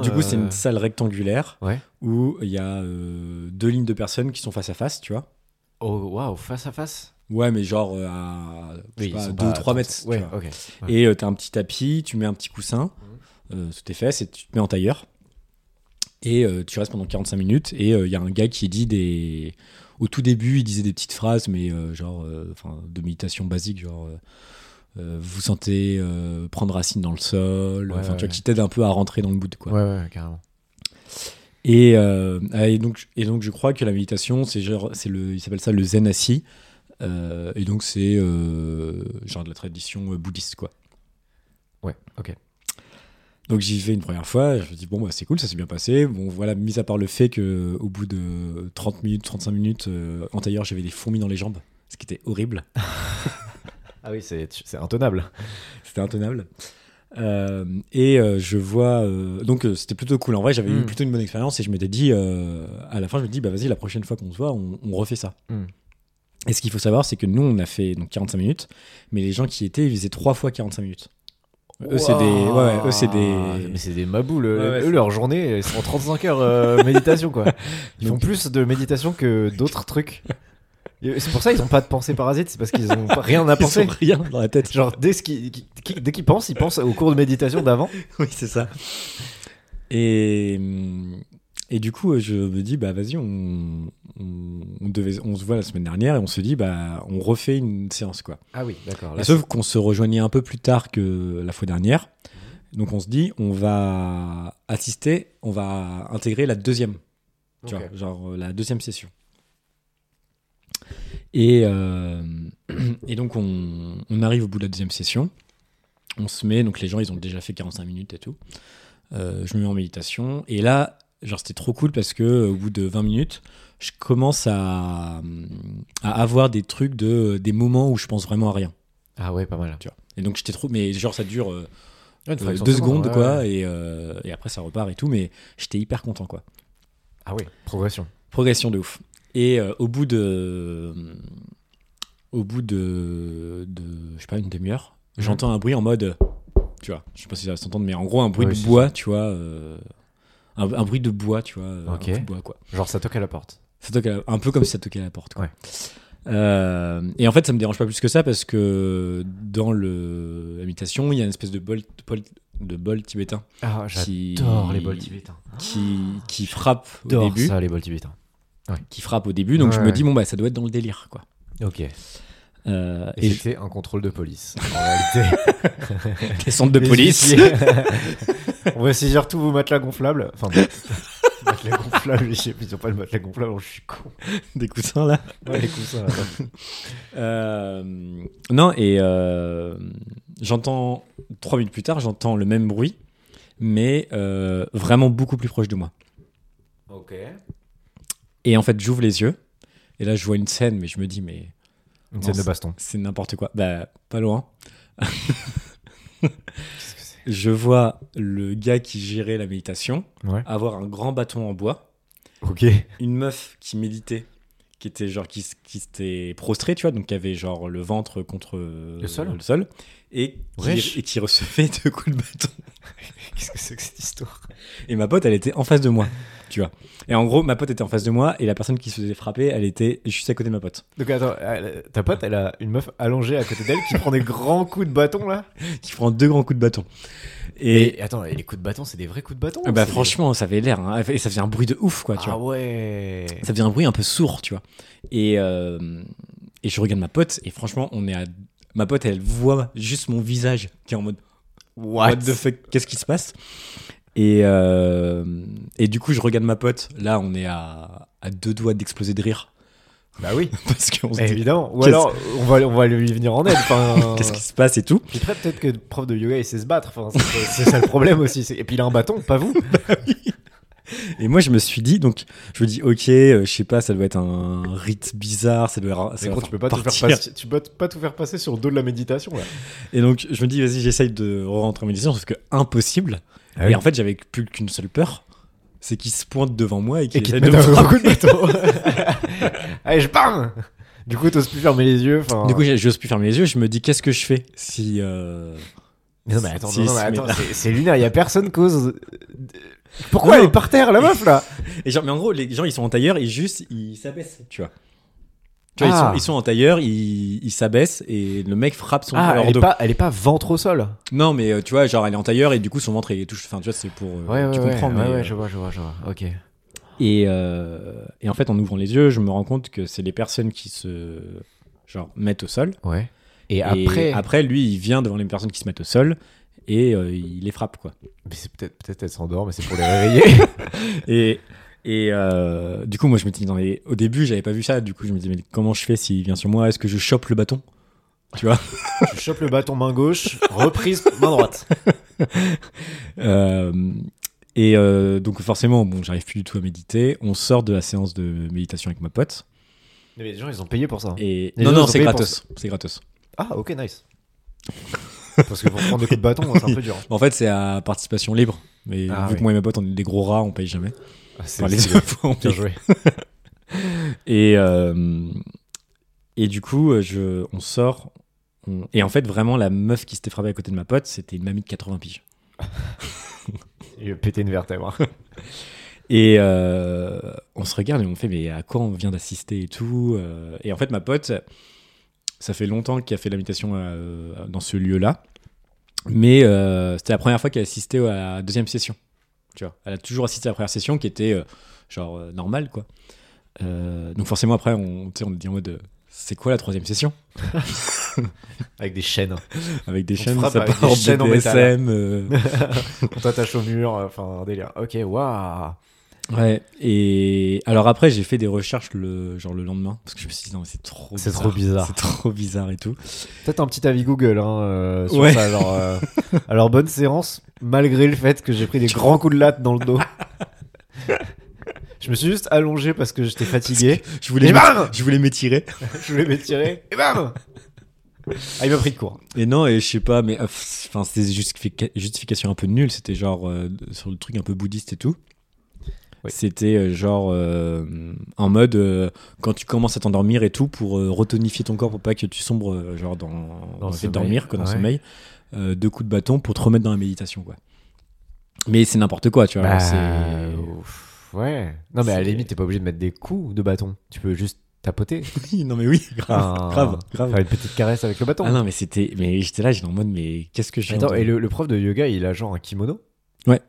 S1: plein.
S2: du coup
S1: euh,
S2: c'est une salle rectangulaire
S1: Ouais.
S2: où il y a euh, deux lignes de personnes qui sont face à face, tu vois.
S1: Oh waouh, face à face.
S2: Ouais, mais genre euh, à je sais
S1: ils
S2: pas,
S1: sont
S2: 2
S1: pas
S2: ou 3
S1: 30.
S2: mètres. tu
S1: Ouais,
S2: vois.
S1: ok. ouais. Mhm.
S2: Et euh, t'as un petit tapis, tu mets un petit coussin euh, sous tes fesses et tu te mets en tailleur. Et euh, tu restes pendant 45 minutes. Et il y a un gars qui dit des. Au tout début, il disait des petites phrases, mais euh, genre euh, enfin, de méditation basique, genre. euh, euh, vous sentez euh, prendre racine dans le sol,
S1: Ouais,
S2: enfin, tu
S1: ouais.
S2: vois, qui t'aide un peu à rentrer dans le bout. Quoi.
S1: Ouais, ouais, carrément.
S2: Et, euh, ah, et donc, et donc, je crois que la méditation, c'est genre, c'est le, il s'appelle ça le zen assis. Euh, et donc, c'est euh, genre de la tradition euh, bouddhiste, quoi.
S1: Ouais, ok.
S2: Donc, j'y vais une première fois. Je me dis, bon, bah, c'est cool, ça s'est bien passé. Bon, voilà, mis à part le fait que au bout de 30 minutes, 35 minutes, euh, en tailleur, j'avais des fourmis dans les jambes, ce qui était horrible.
S1: Ah oui, c'est c'est intenable.
S2: C'était intenable. Euh, et euh, je vois. euh, donc, euh, c'était plutôt cool. En vrai, j'avais eu
S1: Mm.
S2: plutôt une bonne expérience et je m'étais dit, euh, à la fin, je me dis, bah vas-y, la prochaine fois qu'on se voit, on, on refait ça.
S1: Mm.
S2: Et ce qu'il faut savoir, c'est que nous, on a fait donc 45 minutes, mais les gens qui y étaient, ils faisaient trois fois 45 minutes. Eux, c'est des. Ouais, ouais, eux, c'est des.
S1: Mais c'est des maboules.
S2: Ouais, ouais,
S1: eux,
S2: c'est-
S1: leur journée, ils sont en 35 heures euh, méditation, quoi. Ils font
S2: Donc-
S1: plus de méditation que d'autres trucs. Et C'est pour ça qu'ils ont pas de pensée parasite, c'est parce qu'ils ont pas- rien à
S2: Ils ont
S1: penser.
S2: rien dans la tête.
S1: Genre, dès ce qu'ils qui- qui- dès qu'ils pensent, ils pensent au cours de méditation d'avant.
S2: oui, c'est ça. Et, euh, et du coup, je me dis, bah vas-y, on, on, on devait, on se voit la semaine dernière et on se dit, bah on refait une séance, quoi.
S1: Ah oui, d'accord.
S2: Et Sauf qu'on se rejoignait un peu plus tard que la fois dernière. Donc on se dit, on va assister, on va intégrer la deuxième, tu vois, genre euh, la deuxième session. Et, euh, et donc on, on arrive au bout de la deuxième session, on se met, donc les gens ils ont déjà fait 45 minutes et tout. Euh, je me mets en méditation et là, genre c'était trop cool parce que euh, au bout de 20 minutes, je commence à, à avoir des trucs de des moments où je pense vraiment à rien.
S1: Ah ouais, pas mal.
S2: Tu vois. Et donc j'étais trop. Mais genre ça dure euh,
S1: une
S2: euh,
S1: fraction de
S2: deux
S1: seconde,
S2: secondes,
S1: ouais,
S2: quoi,
S1: ouais.
S2: et, euh, et après ça repart et tout, mais j'étais hyper content, quoi.
S1: Ah oui, progression.
S2: Progression de ouf. Et euh, au bout de. euh, Au bout de. de je sais pas, une demi-heure,
S1: Mhm.
S2: j'entends un bruit en mode. Tu vois, je sais pas si ça va s'entendre, mais en gros, un bruit
S1: Ouais,
S2: de
S1: si,
S2: bois, tu vois. euh, un, un bruit de bois, tu vois. euh,
S1: Ok.
S2: Un coup de bois, quoi.
S1: Genre, ça toque à la porte.
S2: Ça toque à la- un peu comme si ça toquait à la porte. Quoi.
S1: Ouais.
S2: Euh, et en fait, ça me dérange pas plus que ça parce que dans le- la méditation, il y a une espèce de bol, bol- de bol tibétain
S1: Ah,
S2: qui,
S1: j'adore les bols tibétains.
S2: qui, qui frappe au
S1: J'adore
S2: début.
S1: ça, les bols tibétains.
S2: Qui frappe au début, donc je
S1: Ouais,
S2: me
S1: ouais.
S2: dis bon bah ça doit être dans le délire quoi.
S1: Ok. Et,
S2: Euh, et
S1: c'était un contrôle de police. En réalité.
S2: les centres de
S1: Les
S2: police.
S1: huissiers. On va saisir tous vos matelas gonflables. Enfin, bon, matelas gonflables, je sais plus, ils ont pas le matelas gonflable, je suis con.
S2: Des coussins là.
S1: Ouais, les coussins. là.
S2: Euh, non, et euh, j'entends, trois minutes plus tard, j'entends le même bruit, mais euh, vraiment beaucoup plus proche de moi.
S1: Ok.
S2: Et en fait, j'ouvre les yeux, et là, je vois une scène, mais je me dis, mais
S1: Une scène de baston.
S2: c'est n'importe quoi. Bah, pas loin.
S1: Qu'est-ce que c'est
S2: Je vois le gars qui gérait la méditation
S1: Ouais.
S2: avoir un grand bâton en bois,
S1: Ok.
S2: une meuf qui méditait, qui était genre qui, s- qui s'était prostrée, tu vois, donc qui avait genre le ventre contre le
S1: sol
S2: le sol et,
S1: Wesh.
S2: qui, et qui recevait deux coups de bâton.
S1: Qu'est-ce que c'est que cette histoire
S2: Et ma pote, elle était en face de moi, tu vois. Et en gros, ma pote était en face de moi et la personne qui se faisait frapper, elle était juste à côté de ma pote.
S1: Donc attends, elle- ta pote, elle a une meuf allongée à côté d'elle qui prend des grands coups de bâton là
S2: Qui prend deux grands coups de bâton. Et,
S1: Et attends, et les coups de bâton, c'est des vrais coups de bâton
S2: bah
S1: c'est-
S2: franchement, ça avait l'air, hein, et ça faisait un bruit de ouf, quoi, tu
S1: Ah
S2: vois.
S1: ouais
S2: Ça faisait un bruit un peu sourd, tu vois. Et, euh, et je regarde ma pote et franchement, on est à... Ma pote, elle voit juste mon visage qui est en mode What, the fuck Qu'est-ce qui se passe et, euh, et du coup, je regarde ma pote. Là, on est à, à deux doigts d'exploser de rire.
S1: Bah oui,
S2: Parce qu'on se dit
S1: évidemment. Ou
S2: Qu'est-ce-
S1: alors, on va, on va lui venir en aide. Enfin,
S2: qu'est-ce qui se passe et tout.
S1: Puis après, peut-être que le prof de yoga, il sait se battre. Enfin, c'est c'est ça le problème aussi. c'est- Et puis il a un bâton, pas vous.
S2: Et moi, je me suis dit, donc, je me dis, ok, euh, je sais pas, ça doit être un rite bizarre. Ça doit, ça
S1: Mais gros,
S2: doit faire
S1: tu peux, pas tout faire
S2: partir.
S1: passer, tu peux pas tout faire passer sur le dos de la méditation là.
S2: Et donc, je me dis, vas-y, j'essaye de rentrer en méditation, sauf que impossible.
S1: Ah
S2: Et en fait, j'avais plus qu'une seule peur. C'est qu'il se pointe devant moi et qu'il
S1: Et qui te
S2: essaie de
S1: met
S2: me
S1: un
S2: frapper.
S1: coup de bâton. Allez, je bam Du coup, t'oses plus fermer les yeux. enfin.
S2: Du coup, j'ai- j'ose plus fermer les yeux. Je me dis, qu'est-ce que je fais si. euh,
S1: Mais non, mais attends,
S2: si-
S1: non, non,
S2: si-
S1: mais
S2: mais-
S1: attends, c'est- c'est lunaire, il a personne cause. Pourquoi
S2: Non,
S1: elle
S2: non.
S1: est par terre, la meuf, là
S2: Et genre, mais en gros, les gens, ils sont en tailleur, ils juste, ils s'abaissent, tu vois. Tu vois,
S1: Ah.
S2: ils, sont, ils sont en tailleur, ils ils s'abaissent et le mec frappe son
S1: Ah,
S2: leur
S1: elle est,
S2: dos.
S1: pas, elle est pas ventre au sol.
S2: Non, mais euh, tu vois, genre, elle est en tailleur et du coup, son ventre, il touche. Enfin, tu vois, c'est pour. euh, tu comprends, mais, euh,
S1: vois, je vois, je vois. Ok.
S2: et, euh, et en fait, en ouvrant les yeux, je me rends compte que c'est les personnes qui se. Genre, mettent au sol.
S1: Ouais. Et,
S2: Et
S1: après.
S2: après, lui, il vient devant les personnes qui se mettent au sol et euh, il les frappe, quoi.
S1: Mais c'est peut-être, peut-être elle s'endort, mais c'est pour les réveiller.
S2: Et, et euh, du coup, moi, je me dis, non, mais au début, j'avais pas vu ça. Du coup, je me dis, mais comment je fais s'il vient sur moi Est-ce que je chope le bâton
S1: tu chopes le bâton main gauche, reprise main droite.
S2: Euh, Et euh, donc, forcément, bon, j'arrive plus du tout à méditer. On sort de la séance de méditation avec ma pote.
S1: Mais les gens, ils ont payé pour ça.
S2: Et
S1: Les
S2: non,
S1: gens
S2: non,
S1: sont
S2: c'est
S1: payés
S2: gratos. C'est gratos.
S1: Ah, ok, nice. Parce que pour prendre des coups de bâton, c'est un peu dur.
S2: En fait, c'est à participation libre. Mais
S1: Ah,
S2: vu
S1: oui.
S2: que moi et ma pote, on est des gros rats, on paye jamais.
S1: Ah, c'est,
S2: Enfin, les
S1: c'est
S2: deux fois, on
S1: bien
S2: paye.
S1: joué.
S2: Et, euh, et du coup, euh, je, on sort. on- Et en fait, vraiment, la meuf qui s'était frappée à côté de ma pote, c'était une mamie de 80 piges.
S1: Il a pété une vertèbre. hein,
S2: Et euh, on se regarde et on fait, mais à quoi on vient d'assister et tout euh, Et en fait, ma pote, ça fait longtemps qu'elle a fait l'invitation euh, dans ce lieu-là. Mais euh, c'était la première fois qu'elle assistait à la deuxième session. Tu vois, elle a toujours assisté à la première session qui était euh, genre euh, normale, quoi. Euh, donc forcément, après, on, tu sais, on dit en mode, euh, c'est quoi la troisième session
S1: Avec des chaînes.
S2: Avec des
S1: On te
S2: chaînes,
S1: frappe
S2: ça
S1: avec des
S2: part
S1: chaînes en
S2: BDSM, euh,
S1: On t'attache au mur, euh, enfin, un délire. Ok, waouh.
S2: ouais. Et alors après, j'ai fait des recherches le genre le lendemain parce que je me suis dit non mais c'est trop
S1: C'est trop bizarre.
S2: c'est trop bizarre et tout.
S1: Peut-être un petit avis Google hein, euh, sur
S2: Ouais.
S1: ça. Alors, euh, alors, bonne séance, malgré le fait que j'ai pris des grands coups de latte dans le dos. Je me suis juste allongé parce que j'étais fatigué.
S2: Je voulais
S1: Et
S2: m'é-
S1: bam
S2: je voulais m'étirer.
S1: Je voulais m'étirer. Et bam Ah, il m'a pris de court.
S2: Et non, et je sais pas, mais euh, pff, enfin, c'était des justifica- justifications un peu nulles. C'était genre euh, sur le truc un peu bouddhiste et tout.
S1: Oui.
S2: C'était euh, genre euh, en mode euh, quand tu commences à t'endormir et tout pour euh, retonifier ton corps pour pas que tu sombres euh, genre dans, dans
S1: le
S2: le fait de
S1: sommeil,
S2: dormir quoi, dans le
S1: ouais.
S2: sommeil, euh, deux coups de bâton pour te remettre dans la méditation quoi. Mais c'est n'importe quoi, tu vois.
S1: Bah,
S2: alors c'est-
S1: ouf, ouais. Non, mais à la
S2: c'est-
S1: limite, t'es pas obligé de mettre des coups de bâton. Tu peux juste tapoter.
S2: Oui, non mais oui, grave,
S1: Ah.
S2: grave, grave.
S1: Faire une petite caresse avec le bâton.
S2: Ah non mais c'était, mais j'étais là, j'étais en mode mais qu'est-ce que je fais
S1: Attends, et le, le prof de yoga, il a genre un kimono
S2: Ouais.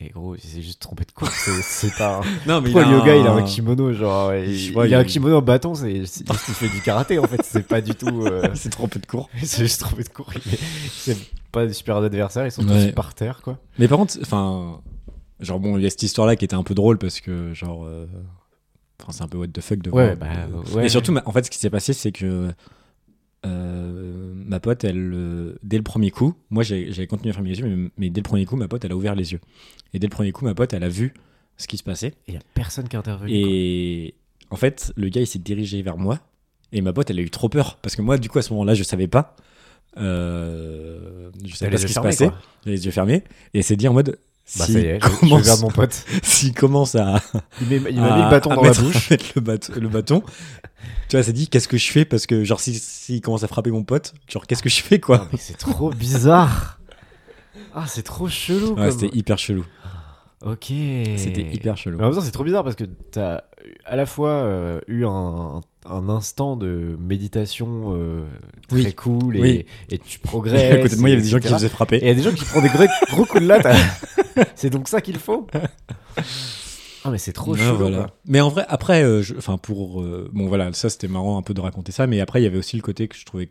S1: Mais gros, il s'est juste trompé de cours. C'est c'est pas. un-
S2: Non mais
S1: Pourquoi le yoga, il a un
S2: kimono
S1: kimono Genre, il,
S2: Je sais pas,
S1: il
S2: il-
S1: a un kimono en bâton, c'est c'est juste qu'il fait du karaté en fait. C'est pas du tout. euh,
S2: C'est trop peu de cours.
S1: c'est juste trompé de cours. il est- C'est pas des super adversaires, ils sont
S2: Ouais.
S1: tous par terre quoi.
S2: Mais par contre, enfin, genre bon, il y a cette histoire-là qui était un peu drôle parce que genre, euh, enfin, c'est un peu what the fuck de
S1: Ouais,
S2: voir.
S1: bah,
S2: euh,
S1: ouais.
S2: Et surtout, ma- en fait, ce qui s'est passé, c'est que euh, ma pote, elle, euh, dès le premier coup, moi, j'ai- j'avais continué à fermer les yeux, mais, mais dès le premier coup, ma pote, elle a ouvert les yeux. Et dès le premier coup, ma pote, elle a vu ce qui se passait.
S1: Et y a personne qui intervient.
S2: Et en fait, le gars, il s'est dirigé vers moi. Et ma pote, elle a eu trop peur. Parce que moi, du coup, à ce moment-là, je savais pas. Euh, je savais pas ce qui se passait. J'avais les yeux fermés. Et elle s'est dit en mode.
S1: Bah,
S2: si
S1: ça y est, je- je,
S2: commence-
S1: regarde mon pote. Ah,
S2: S'il commence à.
S1: Il m'a il m'a
S2: à-
S1: mis le bâton
S2: à
S1: dans
S2: mettre-
S1: la bouche.
S2: à mettre le, bât- le bâton. tu vois, elle s'est dit, qu'est-ce que je fais Parce que, genre, s'il si, s'il commence à frapper mon pote, genre, qu'est-ce que je fais,
S1: Ah,
S2: quoi
S1: mais c'est trop bizarre. Ah, c'est trop chelou.
S2: Ouais,
S1: comme-
S2: c'était hyper chelou.
S1: Ok.
S2: C'était hyper chelou.
S1: Mais en même temps, c'est trop bizarre parce que t'as eu- à la fois euh, eu un, un instant de méditation euh, très
S2: Oui.
S1: cool et,
S2: Oui.
S1: et tu
S2: Et
S1: progresses.
S2: à côté de moi, il y avait des gens qui se
S1: etc.
S2: faisaient frapper.
S1: Et il y a des gens qui prennent des gros, gros coups de latte. c'est donc ça qu'il faut. Ah, mais c'est trop
S2: Ouais,
S1: chelou.
S2: voilà.
S1: quoi.
S2: Mais en vrai, après, euh, je- enfin pour euh, bon voilà, ça c'était marrant un peu de raconter ça, mais après il y avait aussi le côté que je trouvais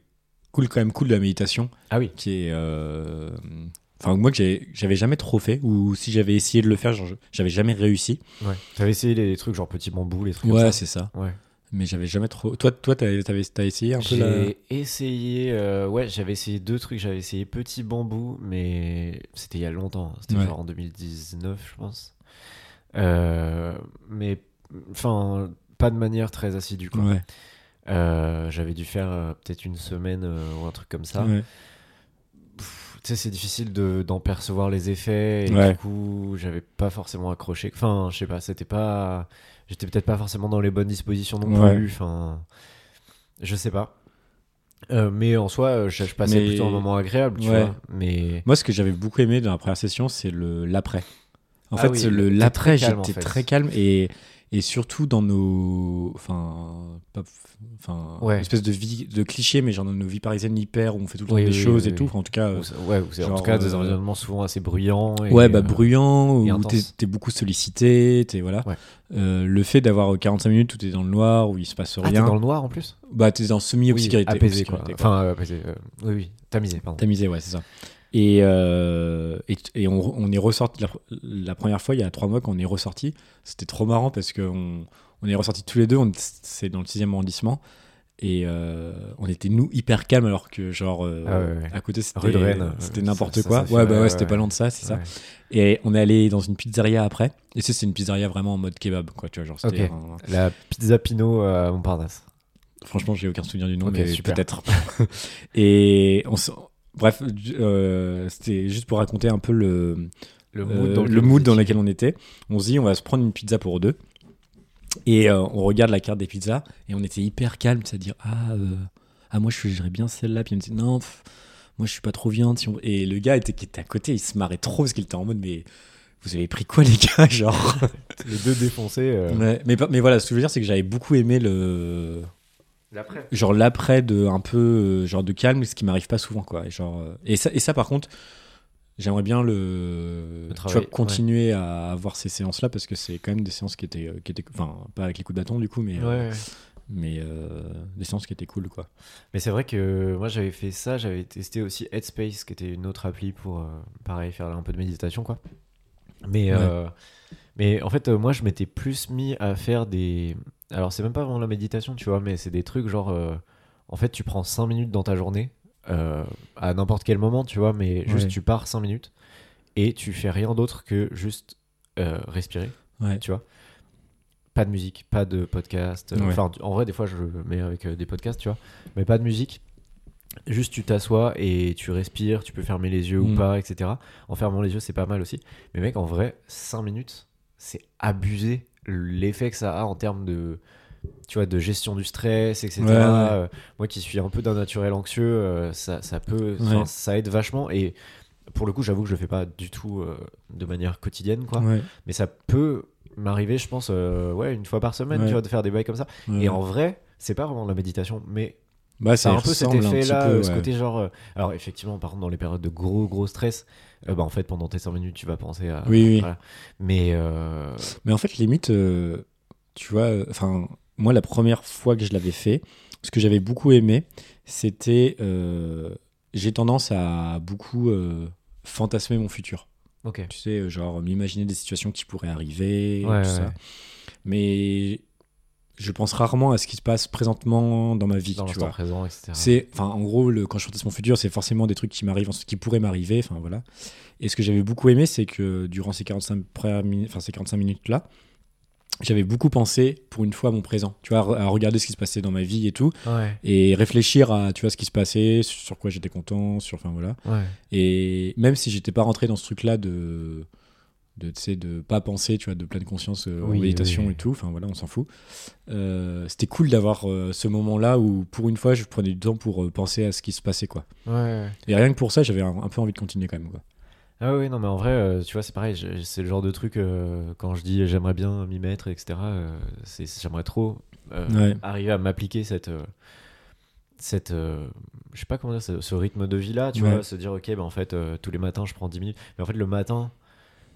S2: cool quand même cool de la méditation,
S1: Ah oui.
S2: qui est euh, enfin moi que j'ai- j'avais jamais trop fait ou si j'avais essayé de le faire, genre, je- j'avais jamais réussi.
S1: Ouais. T'avais essayé les trucs genre petit bambou, les trucs comme
S2: Ouais,
S1: ça.
S2: c'est ça.
S1: Ouais.
S2: Mais j'avais jamais trop. Toi, toi, t'as t'avais- t'as essayé un peu la.
S1: J'ai essayé, euh, ouais, j'avais essayé deux trucs. J'avais essayé Petit Bambou, mais c'était il y a longtemps. C'était
S2: Ouais.
S1: genre en 2019, je pense. Euh, mais, enfin, pas de manière très assidue. quoi.
S2: Ouais.
S1: Euh, j'avais dû faire euh, peut-être une semaine euh, ou un truc comme ça.
S2: ouais.
S1: Pff, Tu sais, c'est difficile de- d'en percevoir les effets. Et
S2: Ouais.
S1: du coup, j'avais pas forcément accroché. Enfin, je sais pas, c'était pas. J'étais peut-être pas forcément dans les bonnes dispositions non
S2: Ouais.
S1: plus. Enfin, je sais pas. Euh, mais en soi, euh, je, je passais
S2: Mais-
S1: plutôt un moment agréable, tu
S2: Ouais.
S1: vois. Mais.
S2: Moi, ce que j'avais beaucoup aimé dans la première session, c'est le l'après. En
S1: Ah
S2: fait,
S1: oui,
S2: c'est le
S1: t'es
S2: l'après,
S1: très calme, en
S2: j'étais
S1: fait.
S2: très calme et et surtout dans nos, enfin, pas- enfin,
S1: Ouais.
S2: une espèce de vie de cliché, mais genre dans nos vies parisiennes hyper où on fait tout le temps
S1: Oui,
S2: des
S1: oui,
S2: choses
S1: oui,
S2: et tout.
S1: oui.
S2: Enfin, en tout cas, euh,
S1: ou ça- Ouais, ou c'est en
S2: genre,
S1: tout cas des
S2: euh,
S1: environnements souvent assez bruyants. et,
S2: ouais, bah
S1: euh,
S2: bruyant
S1: et
S2: où
S1: intense.
S2: t'es t'es beaucoup sollicité, t'es voilà.
S1: Ouais.
S2: Euh, le fait d'avoir 45 minutes où t'es dans le noir, où il se passe
S1: Ah, t'es
S2: rien,
S1: dans le noir en plus
S2: bah t'es dans semi obscurité,
S1: Oui, apaisé, quoi. Enfin, euh, apaisé. euh, oui, oui, tamisé, pardon.
S2: Tamisé, ouais, c'est ça. Et, euh, et, et on, on est ressorti la, la première fois, il y a trois mois qu'on est ressorti. C'était trop marrant parce qu'on on est ressorti tous les deux, on- c'est dans le 6 arrondissement. Et euh, on était nous hyper calmes alors que genre euh,
S1: Ah ouais, ouais.
S2: à côté c'était
S1: Rue de Rennes,
S2: c'était
S1: euh,
S2: n'importe
S1: ça- ça,
S2: quoi.
S1: ça fait-
S2: ouais bah ouais,
S1: ouais,
S2: c'était
S1: ouais.
S2: pas loin de ça, c'est ça.
S1: Ouais.
S2: Et on est allé dans une pizzeria après. Et ça, c'est une pizzeria vraiment en mode kebab quoi, tu vois genre c'était
S1: Ok.
S2: un-
S1: La pizza Pinot à Montparnasse.
S2: Franchement, j'ai aucun souvenir du nom,
S1: Ok,
S2: mais
S1: super.
S2: peut-être. et on s- Bref, euh, c'était juste pour raconter un peu le,
S1: Le
S2: euh, le mood dans lequel on était. On se dit, on va se prendre une pizza pour deux. Et euh, on regarde la carte des pizzas et on était hyper calme, c'est-à-dire ah, euh, ah moi je choisirais bien celle-là. Puis on me dit non, pff, moi je suis pas trop viande. si on- Et le gars était, qui était à côté, il se marrait trop parce qu'il était en mode mais vous avez pris quoi les gars genre.
S1: Les deux défoncés. euh,
S2: Ouais, mais pas- mais voilà, ce que je veux dire c'est que j'avais beaucoup aimé le
S1: L'après.
S2: genre l'après de un peu euh, genre de calme ce qui m'arrive pas souvent quoi et genre euh, et ça et ça par contre j'aimerais bien le, tu
S1: travail,
S2: vois, continuer à avoir ces séances là parce que c'est quand même des séances qui étaient euh, qui étaient enfin pas avec les coups de bâton du coup mais euh,
S1: Ouais.
S2: mais euh, des séances qui étaient cool quoi
S1: Mais c'est vrai que euh, moi j'avais fait ça, j'avais testé aussi Headspace, qui était une autre appli pour, euh, pareil, faire un peu de méditation, quoi. Mais,
S2: Ouais.
S1: euh, mais en fait, euh, moi je m'étais plus mis à faire des. Alors, c'est même pas vraiment la méditation, tu vois, mais c'est des trucs genre. euh, en fait, tu prends 5 minutes dans ta journée, euh, à n'importe quel moment, tu vois, mais juste
S2: Ouais.
S1: tu pars 5 minutes et tu fais rien d'autre que juste euh, respirer.
S2: ouais
S1: tu vois pas de musique pas de podcast euh,
S2: Ouais.
S1: enfin en vrai des fois je mets avec euh, des podcasts tu vois mais pas de musique Juste tu t'assois et tu respires, tu peux fermer les yeux ou
S2: Mm.
S1: pas, etc. En fermant les yeux, c'est pas mal aussi. Mais mec, en vrai, 5 minutes, c'est abusé l'effet que ça a en termes de, tu vois, de gestion du stress, etc.
S2: Ouais, ouais.
S1: Euh, moi qui suis un peu d'un naturel anxieux, euh, ça, ça peut, enfin,
S2: Ouais.
S1: ça aide vachement. Et pour le coup, j'avoue que je le fais pas du tout euh, de manière quotidienne, quoi.
S2: Ouais.
S1: Mais ça peut m'arriver, je pense, euh, ouais, une fois par semaine,
S2: Ouais.
S1: tu vois, de faire des bails comme ça.
S2: Ouais.
S1: Et en vrai, c'est pas vraiment de la méditation, mais
S2: bah,
S1: c'est
S2: ça
S1: un peu cet
S2: ressemble un petit
S1: effet-là,
S2: peu,
S1: euh, ce
S2: ouais.
S1: côté genre. euh, alors effectivement, par contre, dans les périodes de gros gros stress, euh, bah, en fait, pendant tes 5 minutes, tu vas penser à.
S2: Oui, oui.
S1: voilà. Mais euh,
S2: Mais en fait, limite, euh, tu vois, enfin, moi, la première fois que je l'avais fait, ce que j'avais beaucoup aimé, c'était. euh, j'ai tendance à beaucoup euh, fantasmer mon futur.
S1: ok.
S2: Tu sais, euh, genre, m'imaginer des situations qui pourraient arriver,
S1: Ouais,
S2: tout
S1: ouais.
S2: ça. Mais je pense rarement à ce qui se passe présentement dans ma vie,
S1: Dans
S2: tu
S1: l'instant
S2: vois.
S1: présent, etc.
S2: C'est, enfin, en gros, le, quand je fantasme mon futur, c'est forcément des trucs qui m'arrivent, qui pourraient m'arriver, enfin voilà. Et ce que j'avais beaucoup aimé, c'est que durant ces 45, premières minu- enfin, ces 45 minutes-là, j'avais beaucoup pensé pour une fois à mon présent, tu vois, à re- à regarder ce qui se passait dans ma vie et tout,
S1: Ouais,
S2: et réfléchir à, tu vois, ce qui se passait, sur quoi j'étais content, sur, enfin voilà.
S1: ouais.
S2: Et même si j'étais pas rentré dans ce truc-là de de tu sais, de pas penser tu vois de pleine conscience euh,
S1: Oui,
S2: en méditation
S1: oui.
S2: et tout enfin voilà on s'en fout Euh, c'était cool d'avoir euh, ce moment là où pour une fois je prenais du temps pour euh, penser à ce qui se passait quoi
S1: ouais.
S2: et rien que pour ça j'avais un, un peu envie de continuer quand même quoi
S1: Ah oui, non, mais en vrai, euh, tu vois, c'est pareil. je- C'est le genre de truc, euh, quand je dis j'aimerais bien m'y mettre, etc., euh, c'est- c'est- j'aimerais trop euh,
S2: Ouais.
S1: arriver à m'appliquer cette. euh, cette euh, je sais pas comment dire, ce, ce rythme de vie-là, tu
S2: Ouais.
S1: vois, se dire, ok, bah, en fait, euh, tous les matins, je prends 10 minutes. Mais en fait, le matin,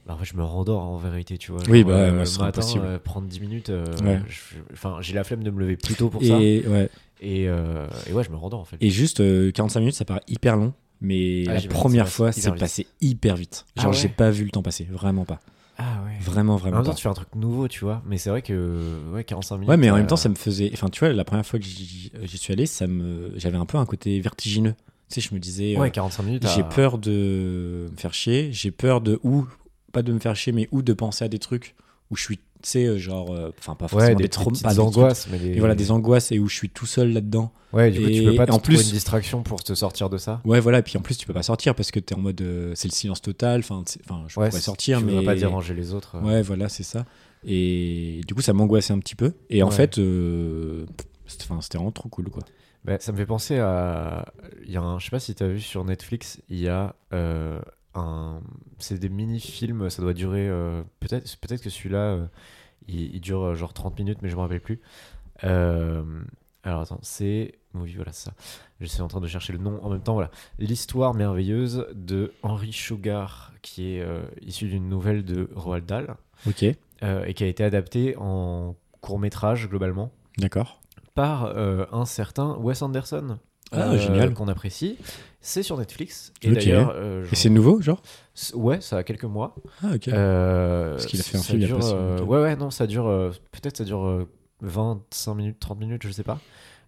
S1: bah, en fait, je me rendors en vérité, tu vois.
S2: Oui, bah, ouais,
S1: le
S2: moi, ce serait
S1: matin,
S2: impossible.
S1: euh, prendre 10 minutes, euh,
S2: Ouais.
S1: je- enfin, j'ai la flemme de me lever plus tôt pour ça.
S2: et ouais
S1: Et, euh, et ouais, je me rendors, en fait.
S2: et juste euh, 45 minutes ça paraît hyper long mais
S1: Ah,
S2: la
S1: j'imagine,
S2: première
S1: ça passe
S2: fois
S1: hyper
S2: c'est
S1: vite.
S2: passé hyper vite
S1: Ah
S2: genre
S1: ouais.
S2: j'ai pas vu le temps passer vraiment pas
S1: Ah ouais.
S2: vraiment
S1: En
S2: vraiment
S1: même
S2: pas
S1: temps, tu fais un truc nouveau, tu vois. Mais c'est vrai que ouais, 45 minutes.
S2: Ouais, mais en même
S1: euh,
S2: temps, ça me faisait. Enfin, tu vois, la première fois que j'y j'y suis allé, ça me. J'avais un peu un côté vertigineux. Tu sais, je me disais, euh,
S1: Ouais, 45 minutes.
S2: j'ai
S1: à-
S2: peur de me faire chier. J'ai peur de ou pas de me faire chier, mais ou de penser à des trucs où je suis, tu sais, euh, genre, euh, enfin, pas forcément
S1: Ouais, des,
S2: traumas,
S1: petites
S2: pas des trucs-
S1: angoisses, mais des...
S2: Et voilà, des angoisses et où je suis tout seul là-dedans.
S1: Ouais, du coup, tu
S2: Et
S1: peux pas te
S2: en
S1: trouver
S2: plus-
S1: une distraction pour te sortir de ça.
S2: Ouais, voilà. Et puis en plus, tu peux pas sortir parce que t'es en mode, euh, c'est le silence total. Enfin, tu sais- enfin, je
S1: ouais,
S2: pourrais sortir,
S1: tu
S2: mais
S1: veux pas déranger les autres. euh.
S2: Ouais, voilà, c'est ça. Et du coup, ça m'angoissait un petit peu. Et en
S1: Ouais.
S2: fait, euh, c'était enfin, c'était vraiment trop cool, quoi.
S1: Bah, ça me fait penser à. Il y a un... Je sais pas si t'as vu sur Netflix, il y a euh, un. C'est des mini-films, ça doit durer. euh, Peut-être peut que celui-là, euh, il, il dure euh, genre 30 minutes, mais je me rappelle plus. Euh, Alors attends, c'est. Movie, voilà c'est ça. Je suis en train de chercher le nom en même temps. Voilà. L'histoire merveilleuse de Henry Sugar, qui est euh, issu d'une nouvelle de Roald Dahl.
S2: Ok,
S1: euh, et qui a été adapté en court métrage globalement
S2: d'accord.
S1: par euh, un certain Wes Anderson.
S2: Ah, génial.
S1: Euh, Qu'on apprécie. C'est sur Netflix. Et
S2: Ok.
S1: d'ailleurs, euh, genre-
S2: Et c'est nouveau, genre
S1: s- ouais, ça a quelques mois.
S2: Ah, ok.
S1: Euh,
S2: Parce qu'il a fait un
S1: ça
S2: film il y a
S1: dure,
S2: pas si
S1: euh,
S2: longtemps.
S1: Ouais, ouais, non, ça dure. euh, Peut-être ça dure euh, 25 minutes, 30 minutes, je sais pas.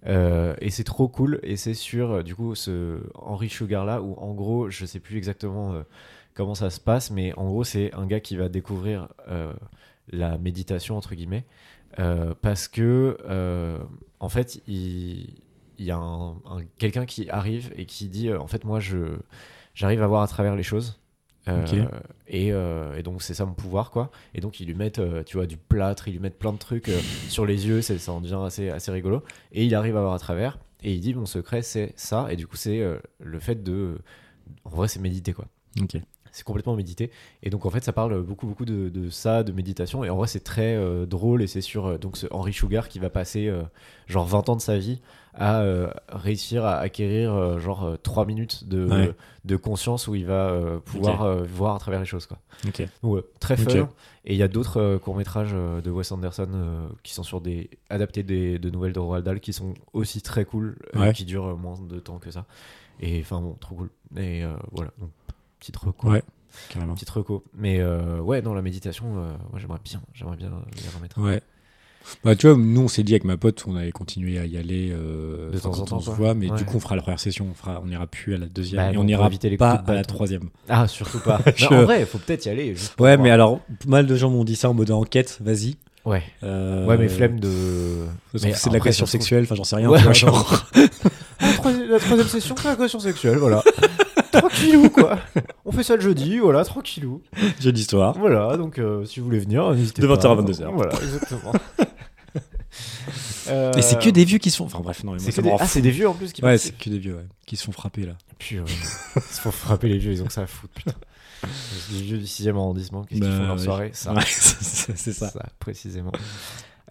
S1: Euh, et c'est trop cool. Et c'est sur, euh, du coup, ce Henry Sugar là, où en gros, je sais plus exactement euh, comment ça se passe, mais en gros, c'est un gars qui va découvrir euh, la méditation, entre guillemets, euh, parce que, euh, en fait, il. il y a un, un- quelqu'un qui arrive et qui dit euh, en fait moi je j'arrive à voir à travers les choses Euh,
S2: Ok.
S1: et, euh, et donc c'est ça mon pouvoir quoi et donc ils lui mettent euh, tu vois du plâtre ils lui mettent plein de trucs euh, sur les yeux c'est- ça en devient assez, assez rigolo et il arrive à voir à travers et il dit mon secret c'est ça et du coup c'est euh, le fait de en vrai c'est méditer quoi
S2: Ok.
S1: c'est complètement médité et donc en fait ça parle beaucoup beaucoup de, de ça de méditation et en vrai c'est très euh, drôle et c'est sur euh, donc ce Henry Sugar qui va passer euh, genre 20 ans de sa vie à euh, réussir à acquérir euh, genre euh, 3 minutes de,
S2: Ouais.
S1: de conscience où il va euh, pouvoir euh, voir à travers les choses quoi
S2: Ok.
S1: Ouais, très
S2: Ok.
S1: fun. Et il y a d'autres euh, courts-métrages euh, de Wes Anderson euh, qui sont sur des adaptés des, de nouvelles de Roald Dahl qui sont aussi très cool, euh,
S2: Ouais.
S1: qui durent euh, moins de temps que ça. Et enfin bon, trop cool. Et euh, voilà, donc petite reco.
S2: Ouais, carrément.
S1: Petite reco. Mais euh, ouais, non, la méditation, euh, moi j'aimerais bien, j'aimerais bien les remettre.
S2: Ouais. Bah, tu vois, nous, on s'est dit avec ma pote, on allait continuer à y aller euh,
S1: De temps
S2: enfin,
S1: en
S2: quand
S1: temps,
S2: on se
S1: quoi.
S2: voit, mais
S1: Ouais.
S2: du coup, on fera la première session, on fera, on n'ira plus à la deuxième,
S1: Bah,
S2: et
S1: non,
S2: on
S1: pour
S2: n'ira
S1: éviter les
S2: pas
S1: coups de
S2: à la
S1: bâton.
S2: troisième.
S1: Ah, surtout pas.
S2: Je-
S1: Non, En vrai, faut peut-être y aller. juste pour
S2: Ouais,
S1: voir.
S2: mais alors, pas mal de gens m'ont dit ça en mode enquête, vas-y.
S1: Ouais,
S2: Euh,
S1: ouais mais flemme de.
S2: parce que
S1: mais
S2: C'est de
S1: après, ça
S2: l'agression
S1: se trouve-
S2: sexuelle, enfin, j'en sais rien.
S1: Ouais,
S2: tu vois,
S1: non.
S2: genre.
S1: troisi- la troisième session, c'est agression sexuelle, voilà. tranquillou, quoi. On fait ça le jeudi, voilà, tranquillou.
S2: J'ai l'histoire.
S1: Voilà, donc euh, si vous voulez venir, n'hésitez
S2: De
S1: pas.
S2: 20h à 22h.
S1: Voilà, exactement. Euh,
S2: Et c'est que des vieux qui sont. Enfin bref, non, mais moi,
S1: C'est
S2: ça
S1: que
S2: me
S1: des...
S2: rend
S1: Ah,
S2: fou.
S1: c'est des vieux en plus qui
S2: Ouais, c'est que des vieux, ouais, qui se font frapper là.
S1: Puis, ils se font frapper les vieux, ils ont que ça à foutre, putain. Les vieux du 6ème arrondissement, qu'est-ce qu'ils
S2: Bah,
S1: font leur
S2: ouais.
S1: soirée Ça,
S2: Ouais, c'est c'est ça.
S1: précisément.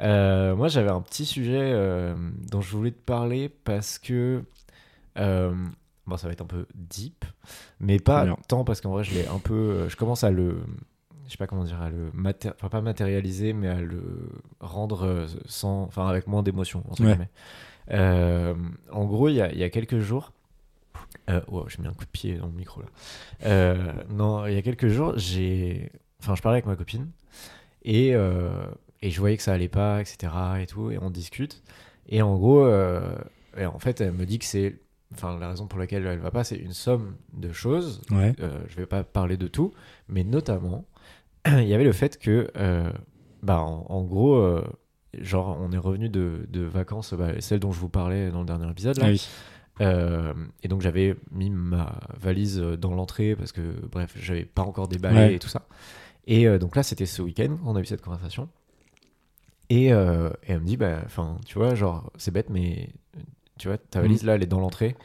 S1: Euh, moi, j'avais un petit sujet euh, dont je voulais te parler parce que. euh, bon, ça va être un peu deep, mais pas
S2: Bien.
S1: tant parce qu'en vrai, je l'ai un peu. euh, Je commence à le. Je sais pas comment dire, à le. maté- Enfin, pas matérialiser, mais à le rendre euh, sans. Enfin, avec moins d'émotion, entre
S2: Ouais.
S1: guillemets. Euh, en gros, il y a, il y a quelques jours. Euh, wow, j'ai mis un coup de pied dans le micro là. Euh, non, il y a quelques jours, j'ai. Enfin, je parlais avec ma copine et, euh, et je voyais que ça allait pas, etc. Et tout, et on discute. Et en gros, euh, et en fait, elle me dit que c'est. Enfin, la raison pour laquelle elle va pas, c'est une somme de choses.
S2: Ouais.
S1: Euh, je vais pas parler de tout, mais notamment, il y avait le fait que, euh, bah, en, en gros, euh, genre, on est revenu de, de vacances, bah, celle dont je vous parlais dans le dernier épisode, là.
S2: Ah oui.
S1: Euh, et donc j'avais mis ma valise euh, dans l'entrée parce que bref, j'avais pas encore déballé
S2: Ouais.
S1: et tout ça. Et euh, donc là, c'était ce week-end qu'on a eu cette conversation. Et, euh, et elle me dit, bah, enfin, tu vois, genre, c'est bête, mais euh, tu vois,
S2: Mm.
S1: ta valise là, elle est dans l'entrée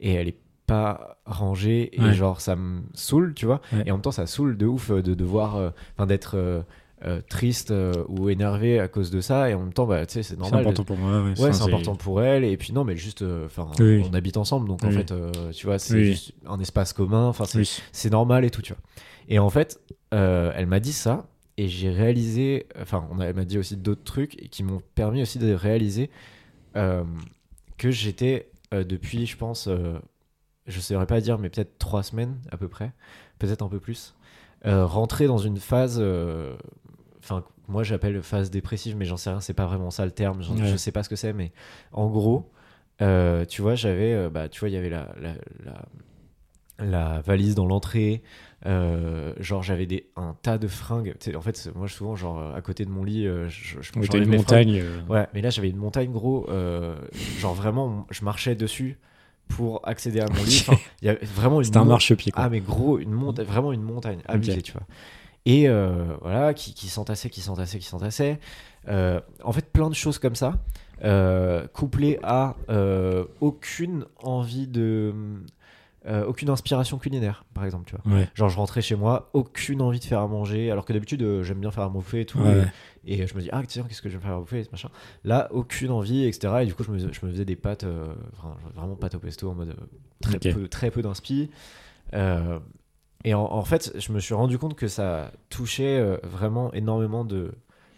S1: et elle est pas rangée et
S2: Ouais.
S1: genre ça me saoule, tu vois.
S2: Ouais.
S1: Et en même temps, ça saoule de ouf euh, de devoir, euh, enfin, d'être euh, euh, triste euh, ou énervé à cause de ça. Et en même temps, bah, tu sais, c'est
S2: C'est
S1: normal.
S2: important pour moi. Ouais,
S1: Ouais, c'est important pour elle. Et puis non, mais juste, euh, enfin,
S2: Oui.
S1: on habite ensemble, donc en
S2: Oui.
S1: fait, euh, tu vois, c'est
S2: Oui.
S1: juste un espace commun. Enfin, c'est
S2: Oui.
S1: c'est normal et tout, tu vois. Et en fait, euh, elle m'a dit ça, et j'ai réalisé, enfin, on a- elle m'a dit aussi d'autres trucs et qui m'ont permis aussi de réaliser euh, que j'étais euh, depuis, je pense, euh, je saurais pas dire, mais peut-être trois semaines à peu près, peut-être un peu plus, euh, rentré dans une phase. euh, Enfin, moi j'appelle phase dépressive, mais j'en sais rien, c'est pas vraiment ça le terme, j'en-
S2: Ouais.
S1: je sais pas ce que c'est, mais en gros, euh, tu vois, j'avais, euh, bah, tu vois, il y avait la, la, la, la valise dans l'entrée. euh, genre j'avais des un tas de fringues Tu sais, en fait c'est- moi souvent genre à côté de mon lit euh, je, je,
S2: Ouais,
S1: j'enlève
S2: T'as une
S1: mes fringues.
S2: montagne. euh,
S1: ouais mais là j'avais une montagne gros euh, genre vraiment je marchais dessus pour accéder à mon lit Enfin, il y avait vraiment une
S2: C'était un
S1: mon-
S2: marchepied quoi. Mmh.
S1: ah mais gros, une montagne, vraiment une montagne abusée,
S2: Ok.
S1: tu vois. Et euh, voilà, qui, qui s'entassait, qui s'entassait, qui s'entassait. Euh, en fait, plein de choses comme ça, euh, couplées à euh, aucune envie de, euh, aucune inspiration culinaire, par exemple, tu vois.
S2: Ouais.
S1: Genre, je rentrais chez moi, aucune envie de faire à manger, alors que d'habitude, euh, j'aime bien faire à bouffer et tout.
S2: Ouais.
S1: Et je me dis, ah, tiens, qu'est-ce que je vais me faire à bouffer, ce machin. Là, aucune envie, etc. Et du coup, je me, je me faisais des pâtes, euh, vra- vraiment pâtes au pesto, en mode euh, très
S2: Ok.
S1: peu, très peu d'inspi. Euh, et en, en fait, je me suis rendu compte que ça touchait euh, vraiment énormément de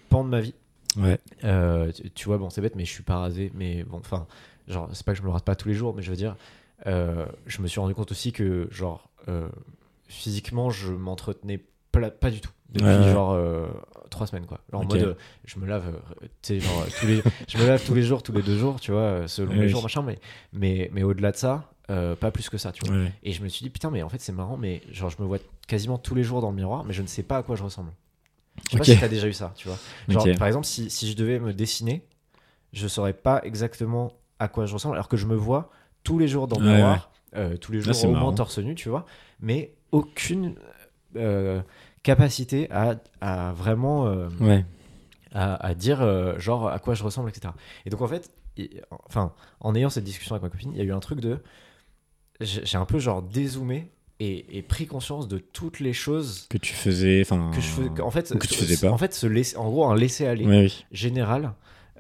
S1: pans de ma vie.
S2: Ouais.
S1: Euh, tu, tu vois, bon, c'est bête, mais je suis pas rasé. Mais bon, enfin, genre, c'est pas que je me le rase pas tous les jours, mais je veux dire, euh, je me suis rendu compte aussi que, genre, euh, physiquement, je m'entretenais pla- pas du tout depuis
S2: Ouais, ouais.
S1: genre euh, trois semaines, quoi. Genre,
S2: Ok.
S1: en mode, euh, je me lave, euh, tu sais, genre, tous les, je me lave tous les jours, tous les deux jours, tu vois, euh, selon
S2: Oui.
S1: les jours, machin, mais, mais, mais au-delà de ça, euh, pas plus que ça, tu vois.
S2: Ouais.
S1: Et je me suis dit, putain, mais en fait, c'est marrant, mais genre, je me vois quasiment tous les jours dans le miroir, mais je ne sais pas à quoi je ressemble. Je sais
S2: Ok.
S1: pas si t'as déjà eu ça, tu vois. Genre,
S2: Ok.
S1: par exemple, si, si je devais me dessiner, je saurais pas exactement à quoi je ressemble, alors que je me vois tous les jours dans le
S2: Ouais,
S1: miroir, euh, tous les jours
S2: c'est
S1: au
S2: marrant.
S1: moins torse nu, tu vois, mais aucune euh, capacité à, à vraiment euh,
S2: Ouais.
S1: à, à dire euh, genre à quoi je ressemble, etc. Et donc en fait, il- enfin, en ayant cette discussion avec ma copine, il y a eu un truc de, j'ai j'ai un peu genre dézoomé et, et pris conscience de toutes les choses
S2: Que tu faisais. Enfin.
S1: que je faisais, en fait,
S2: Ou que tu
S1: ce-
S2: faisais
S1: ce-
S2: pas.
S1: en fait, se laisser, en gros, un laisser aller
S2: Ouais, oui.
S1: général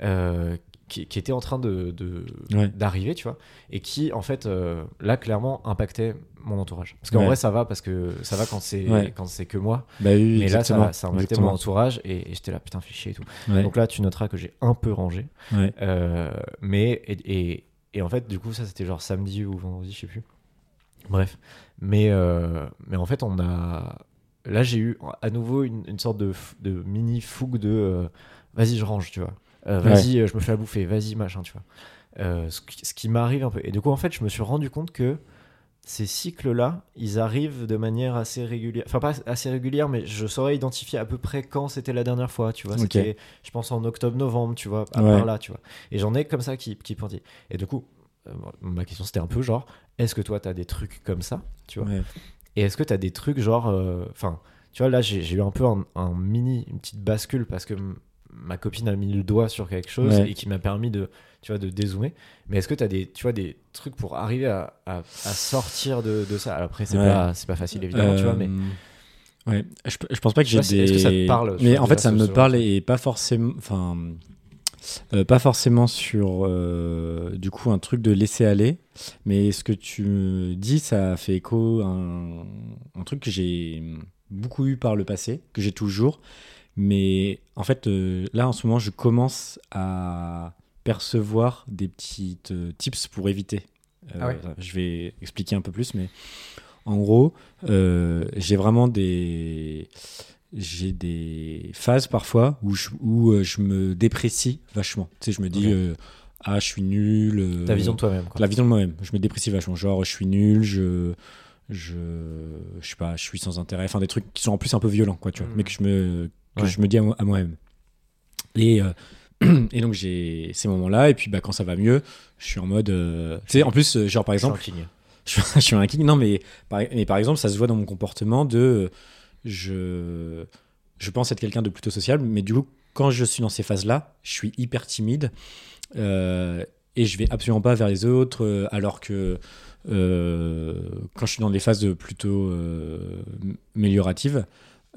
S1: euh, qui, qui était en train de de-
S2: Ouais.
S1: d'arriver, tu vois, et qui en fait euh, là clairement impactait mon entourage. Parce qu'en
S2: Ouais.
S1: vrai, ça va parce que ça va quand c'est
S2: Ouais.
S1: quand c'est que moi,
S2: Bah oui,
S1: mais là
S2: exactement,
S1: ça, ça impactait
S2: exactement.
S1: mon entourage et, et j'étais là putain fiché et tout.
S2: Ouais,
S1: Donc là, tu noteras que j'ai un peu rangé.
S2: ouais.
S1: Euh, mais, et, et- et en fait, du coup, ça c'était genre samedi ou vendredi, je sais plus. Bref. Mais, euh, mais en fait, on a. Là, j'ai eu à nouveau une, une sorte de, f- de mini fougue de euh, vas-y, je range, tu vois. Euh, vas-y, euh, je me fais à bouffer, vas-y, machin, tu vois. Euh, ce, qui- ce qui m'arrive un peu. Et du coup, en fait, je me suis rendu compte que ces cycles-là, ils arrivent de manière assez régulière. Enfin, pas assez régulière, mais je saurais identifier à peu près quand c'était la dernière fois, tu vois.
S2: Ok.
S1: C'était, je pense, en octobre-novembre, tu vois, à
S2: Ouais.
S1: part là, tu vois. Et j'en ai comme ça qui, qui pointillent. Et du coup, euh, ma question c'était un peu genre, est-ce que toi t'as des trucs comme ça, tu vois
S2: Ouais.
S1: Et est-ce que t'as des trucs genre, euh, enfin, tu vois, là j'ai j'ai eu un peu un, un mini, une petite bascule parce que m- ma copine a mis le doigt sur quelque chose
S2: Ouais.
S1: et qui m'a permis de, tu vois, de dézoomer. Mais est-ce que t'as des, tu vois, des trucs pour arriver à, à- à sortir de, de ça Alors Après c'est
S2: Ouais.
S1: pas, c'est pas facile évidemment, tu vois, mais
S2: Euh, ouais. je, je pense pas que
S1: Je sais
S2: j'ai
S1: pas si-
S2: des.
S1: est-ce que ça te parle,
S2: Mais
S1: sur-
S2: en
S1: déjà,
S2: fait, ça
S1: ce-
S2: me
S1: ce
S2: parle
S1: genre
S2: et pas forcément. Enfin, euh, pas forcément sur euh, du coup un truc de laisser aller. Mais ce que tu me dis, ça fait écho à un, un truc que j'ai beaucoup eu par le passé, que j'ai toujours. Mais en fait, euh, là en ce moment, je commence à percevoir des petites euh, tips pour éviter. Euh,
S1: Ah ouais.
S2: Je vais expliquer un peu plus, mais en gros, euh, j'ai vraiment des j'ai des phases parfois où je, où euh, je me déprécie vachement. Tu sais, je me dis
S1: Ok.
S2: euh, ah je suis nul. euh,
S1: ta vision de toi-même. quoi.
S2: la vision de moi-même. Je me déprécie vachement. Genre, je suis nul, je, je, je sais pas, je suis sans intérêt. Enfin, des trucs qui sont en plus un peu violents, quoi, tu vois.
S1: Mm.
S2: Mais que je me, que
S1: Ouais.
S2: je me dis à, moi- à moi-même. Et, euh, et donc, j'ai ces moments-là. Et puis, bah, quand ça va mieux, je suis en mode. euh, tu sais, en plus, euh, genre, par
S1: Je suis un
S2: exemple,
S1: king.
S2: je, suis- je suis un kick. Non, mais par, mais par exemple, ça se voit dans mon comportement de. euh, Je, je pense être quelqu'un de plutôt sociable, mais du coup, quand je suis dans ces phases-là, je suis hyper timide euh, et je vais absolument pas vers les autres, euh, alors que euh, quand je suis dans des phases de plutôt euh, m- amélioratives,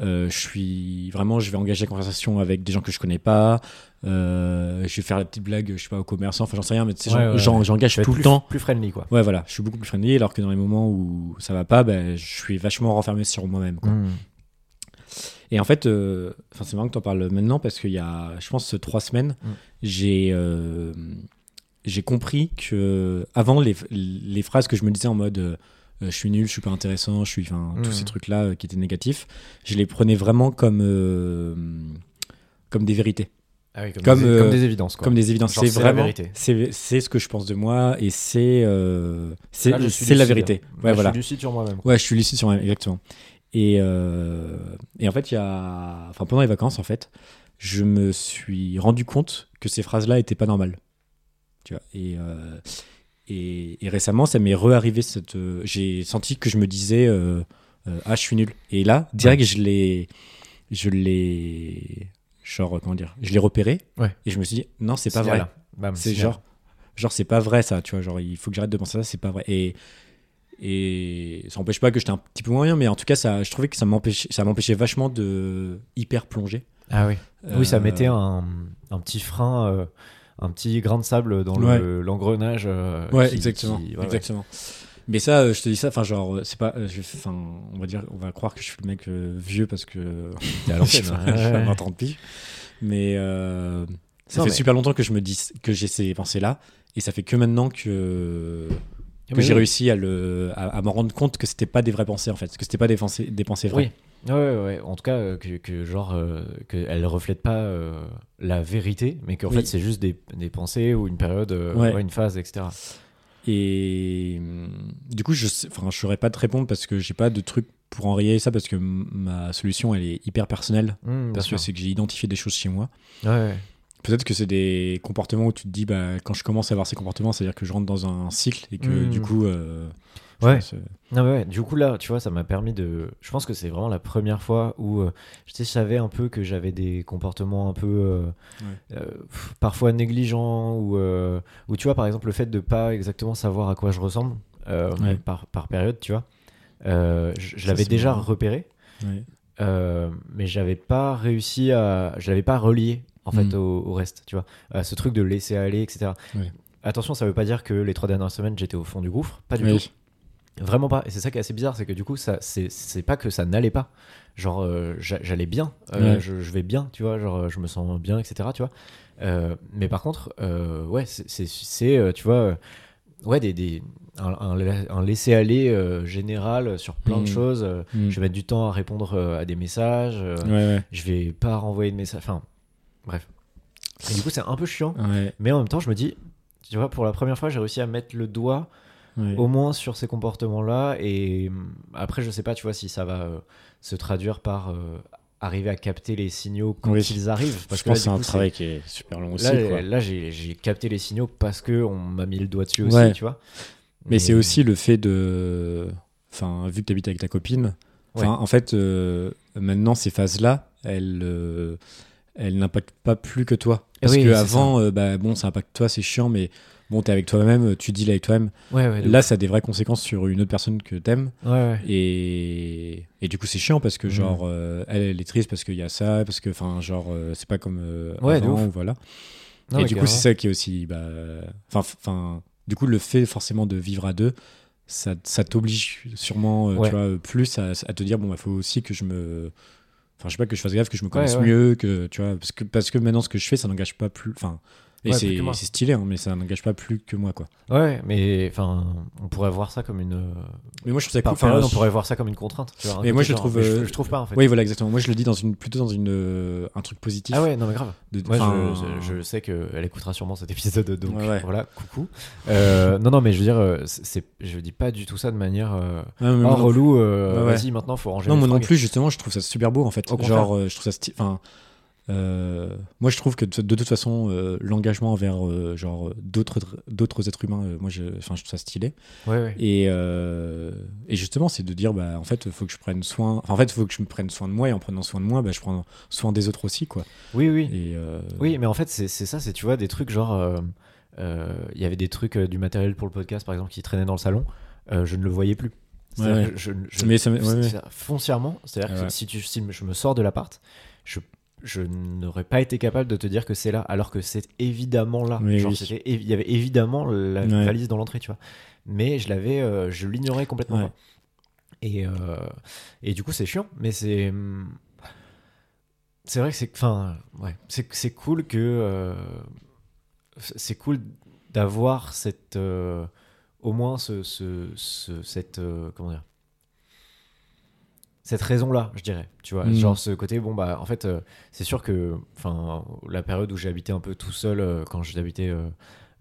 S2: euh, je suis vraiment, je vais engager la conversation avec des gens que je connais pas. euh, je vais faire la petite blague, je sais pas, aux commerçants, enfin j'en sais rien, mais tu sais,
S1: Ouais,
S2: j'en-
S1: ouais,
S2: j'en-
S1: ouais.
S2: j'engage
S1: Tu vas être
S2: tout le
S1: plus-
S2: temps
S1: plus friendly quoi.
S2: Ouais, voilà, je suis beaucoup plus friendly, alors que dans les moments où ça va pas, ben, je suis vachement renfermé sur moi-même. quoi. Et en fait, euh, enfin, c'est marrant que tu en parles maintenant, parce qu'il y a, je pense, trois semaines,
S1: Mm.
S2: j'ai euh, j'ai compris que, avant, les, les phrases que je me disais en mode euh, je suis nul, je suis pas intéressant, je suis, enfin, tous
S1: Mm.
S2: ces trucs-là euh, qui étaient négatifs, je les prenais vraiment comme, euh, comme des vérités,
S1: Ah oui, comme,
S2: Comme,
S1: des,
S2: euh,
S1: comme des évidences quoi.
S2: comme des évidences.
S1: Genre,
S2: C'est
S1: c'est la
S2: vraiment,
S1: vérité.
S2: c'est c'est ce que je pense de moi, et c'est euh, c'est
S1: Là, je suis
S2: c'est la
S1: lucide.
S2: vérité.
S1: Là,
S2: Ouais, voilà.
S1: Je suis lucide sur moi-même. quoi.
S2: Ouais, je suis lucide sur moi exactement. Et, euh, et en fait, il y a, enfin, pendant les vacances, en fait, je me suis rendu compte que ces phrases-là étaient pas normales. Tu vois. Et, euh, et, et récemment, ça m'est re-arrivé. Cette, euh, j'ai senti que je me disais, euh, euh, ah, je suis nul. Et là, direct, je l'ai, je l'ai, genre, comment dire, je l'ai repéré.
S1: Ouais.
S2: Et je me suis dit, non, c'est pas
S1: Signal.
S2: vrai.
S1: Bam,
S2: C'est
S1: signal.
S2: genre, genre c'est pas vrai ça, tu vois. Genre, il faut que j'arrête de penser à ça, c'est pas vrai. Et, et ça n'empêche pas que j'étais un petit peu moyen, mais en tout cas, ça, je trouvais que ça m'empêchait, ça m'empêchait vachement de hyper plonger.
S1: Ah oui. Oui, ça
S2: Euh,
S1: mettait un, un petit frein, euh, un petit grain de sable dans le- l'engrenage. euh,
S2: Ouais,
S1: qui-
S2: exactement.
S1: qui- ouais, ouais.
S2: exactement. Mais ça, euh, je te dis ça, enfin, genre, euh, c'est pas, euh, je- enfin, on va dire, on va croire que je suis le mec euh, vieux parce que
S1: T'es à
S2: je suis
S1: l'ancienne,
S2: pas-
S1: hein.
S2: je suis pas
S1: Ouais.
S2: 20, 30 piges. Mais euh, ça
S1: Non,
S2: fait
S1: mais-
S2: super longtemps que je me dis que j'ai ces pensées-là, et ça fait que maintenant que
S1: Ah,
S2: que
S1: mais
S2: j'ai
S1: oui.
S2: réussi à le à, à m'en rendre compte que c'était pas des vraies pensées en fait que c'était pas des pensées des pensées vraies
S1: Oui. Ouais, ouais, ouais. En tout cas, euh, que, que genre, euh, que elle reflète pas euh, la vérité, mais qu'en
S2: Oui.
S1: fait, c'est juste des, des pensées ou une période, euh,
S2: Ouais.
S1: ouais, une phase, etc.
S2: et hum, du coup je sais- enfin je saurais pas te répondre parce que j'ai pas de truc pour enrayer ça parce que m- ma solution elle est hyper personnelle
S1: Hum, bien
S2: parce que
S1: sûr.
S2: c'est que j'ai identifié des choses chez moi
S1: Ouais, ouais.
S2: peut-être que c'est des comportements où tu te dis bah quand je commence à avoir ces comportements c'est à dire que je rentre dans un cycle et que
S1: Mm.
S2: du coup euh, je
S1: Ouais.
S2: pense, euh,
S1: Non, mais ouais, du coup, là, tu vois, ça m'a permis de. Je pense que c'est vraiment la première fois où euh, je sais, je savais un peu que j'avais des comportements un peu. euh,
S2: Ouais.
S1: euh, pff, parfois négligents, ou, euh, ou tu vois, par exemple, le fait de pas exactement savoir à quoi je ressemble euh,
S2: Ouais.
S1: par, par période, tu vois. Euh, je je
S2: Ça,
S1: l'avais
S2: c'est
S1: déjà
S2: marrant.
S1: repéré,
S2: ouais.
S1: euh, mais j'avais pas réussi à. Je l'avais pas relié, en fait,
S2: Mm.
S1: au, au reste, tu vois. À ce truc de laisser aller, etc.
S2: Ouais.
S1: Attention, ça veut pas dire que les trois dernières semaines, j'étais au fond du gouffre, pas du
S2: Oui.
S1: tout. Vraiment pas. Et c'est ça qui est assez bizarre, c'est que du coup, ça, c'est, c'est pas que ça n'allait pas. Genre, euh, j'a- j'allais bien, euh,
S2: Ouais.
S1: je, je vais bien, tu vois, genre, euh, je me sens bien, etc., tu vois. Euh, mais par contre, euh, ouais, c'est, c'est, c'est, euh, tu vois, euh, ouais, des, des, un, un la- un laisser-aller euh, général sur plein
S2: Mm.
S1: de choses. euh,
S2: Mm.
S1: Je vais mettre du temps à répondre euh, à des messages, euh,
S2: ouais ouais
S1: je vais pas renvoyer de messages, enfin, bref. Et du coup, c'est un peu chiant,
S2: ouais,
S1: mais en même temps, je me dis, tu vois, pour la première fois, j'ai réussi à mettre le doigt
S2: ouais.
S1: au moins sur ces mm, comportements-là. Et hum, après, je sais pas, tu vois, si ça va euh, se traduire par euh, arriver à capter les signaux quand
S2: Oui.
S1: ils arrivent. Parce
S2: je pense
S1: là,
S2: que c'est
S1: du
S2: un
S1: coup,
S2: travail qui est super long aussi.
S1: Là,
S2: quoi.
S1: là, j'ai j'ai capté les signaux parce que on m'a mis le doigt dessus aussi,
S2: Ouais.
S1: tu vois.
S2: Mais c'est aussi le fait de. Enfin, vu que tu habites avec ta copine, enfin,
S1: Ouais.
S2: en fait, euh, maintenant, ces phases-là, elles, euh, elles n'impactent pas plus que toi. Parce
S1: Eh Oui,
S2: que
S1: c'est
S2: avant, euh, bah, bon, ça impacte toi, c'est chiant, mais bon, t'es avec toi-même, tu deals avec toi-même.
S1: Ouais, ouais, de
S2: Là, ça a des vraies conséquences sur une autre personne que t'aimes.
S1: ouf. Ouais, ouais.
S2: Et, et du coup, c'est chiant parce que,
S1: Mhm.
S2: genre, euh, elle, elle est triste parce qu'il y a ça, parce que, enfin, genre, euh, c'est pas comme. euh,
S1: Ouais, de
S2: avant,
S1: ouf.
S2: ou voilà.
S1: Non,
S2: et
S1: mais
S2: du coup,
S1: carrément.
S2: c'est ça qui est aussi. bah, Enfin, enfin, du coup, le fait forcément de vivre à deux, ça, ça t'oblige sûrement, euh,
S1: Ouais.
S2: tu vois, plus à, à te dire, bon, il faut aussi que je me. Enfin, je sais pas, que je fasse gaffe, que je me connaisse
S1: ouais.
S2: mieux, que, tu vois, parce que, parce que maintenant, ce que je fais, ça n'engage pas plus. Enfin, et
S1: Ouais, plus
S2: c'est
S1: que moi.
S2: c'est stylé, hein, mais ça n'engage pas plus que moi, quoi.
S1: Ouais, mais enfin, on pourrait voir ça comme une. euh,
S2: Mais moi, je trouve ça
S1: par
S2: cool. Enfin,
S1: période, on
S2: je-
S1: pourrait voir ça comme une contrainte. tu vois, un
S2: Mais moi,
S1: côté
S2: je
S1: genre,
S2: trouve,
S1: mais
S2: euh,
S1: je, je trouve pas en fait.
S2: Oui, voilà, exactement. Moi, je le dis dans une, plutôt dans une, euh, un truc positif.
S1: Ah ouais, non mais grave.
S2: de-
S1: Moi, je-
S2: enfin,
S1: je, je sais qu'elle écoutera sûrement cet épisode, donc
S2: Ouais, ouais.
S1: voilà, coucou. Euh, non, non, mais je veux dire, euh, c'est, c'est- je dis pas du tout ça de manière. euh,
S2: Ah, mais
S1: oh,
S2: moi non plus.
S1: relou, euh,
S2: Ouais, ouais.
S1: vas-y, maintenant, faut ranger
S2: Non,
S1: les
S2: moi non
S1: fringues.
S2: plus, justement, je trouve ça super beau en fait.
S1: Au contraire.
S2: Genre, euh, je trouve ça. sti- Enfin, euh, moi, je trouve que de, de toute façon, euh, l'engagement envers euh, genre euh, d'autres d'autres êtres humains, euh, moi, je, enfin, je trouve ça stylé.
S1: Ouais, ouais.
S2: Et, euh, et justement, c'est de dire, bah, en fait, faut que je prenne soin. enfin, en fait, faut que je me prenne soin de moi, et en prenant soin de moi, bah, je prends soin des autres aussi, quoi.
S1: Oui, oui.
S2: Et euh,
S1: Oui, mais en fait, c'est c'est ça, c'est tu vois, des trucs genre. euh, euh, Il y avait des trucs, euh, du matériel pour le podcast, par exemple, qui traînait dans le salon, euh, je ne le voyais plus. C'est-à-dire
S2: Ouais,
S1: que je- je-
S2: mais ça, me- ouais, ouais.
S1: c'est- Foncièrement, c'est-à-dire
S2: Ouais.
S1: que si, tu, si je me sors de l'appart, je, je n'aurais pas été capable de te dire que c'est là, alors que c'est évidemment là.
S2: Oui,
S1: Genre,
S2: oui.
S1: c'était évi- Il y avait évidemment la
S2: Ouais.
S1: valise dans l'entrée, tu vois. Mais je l'avais, euh, je l'ignorais complètement.
S2: Ouais.
S1: quoi. Et, euh, et du coup, c'est chiant, mais c'est. hum, C'est vrai que c'est. Enfin, ouais. C'est c'est cool que. euh, c'est c'est cool d'avoir cette. euh, au moins ce, ce- ce- cette euh, comment dire cette raison là je dirais tu vois
S2: Mm.
S1: genre ce côté bon bah en fait euh, c'est sûr que enfin la période où j'ai habité un peu tout seul euh, quand j'habitais euh,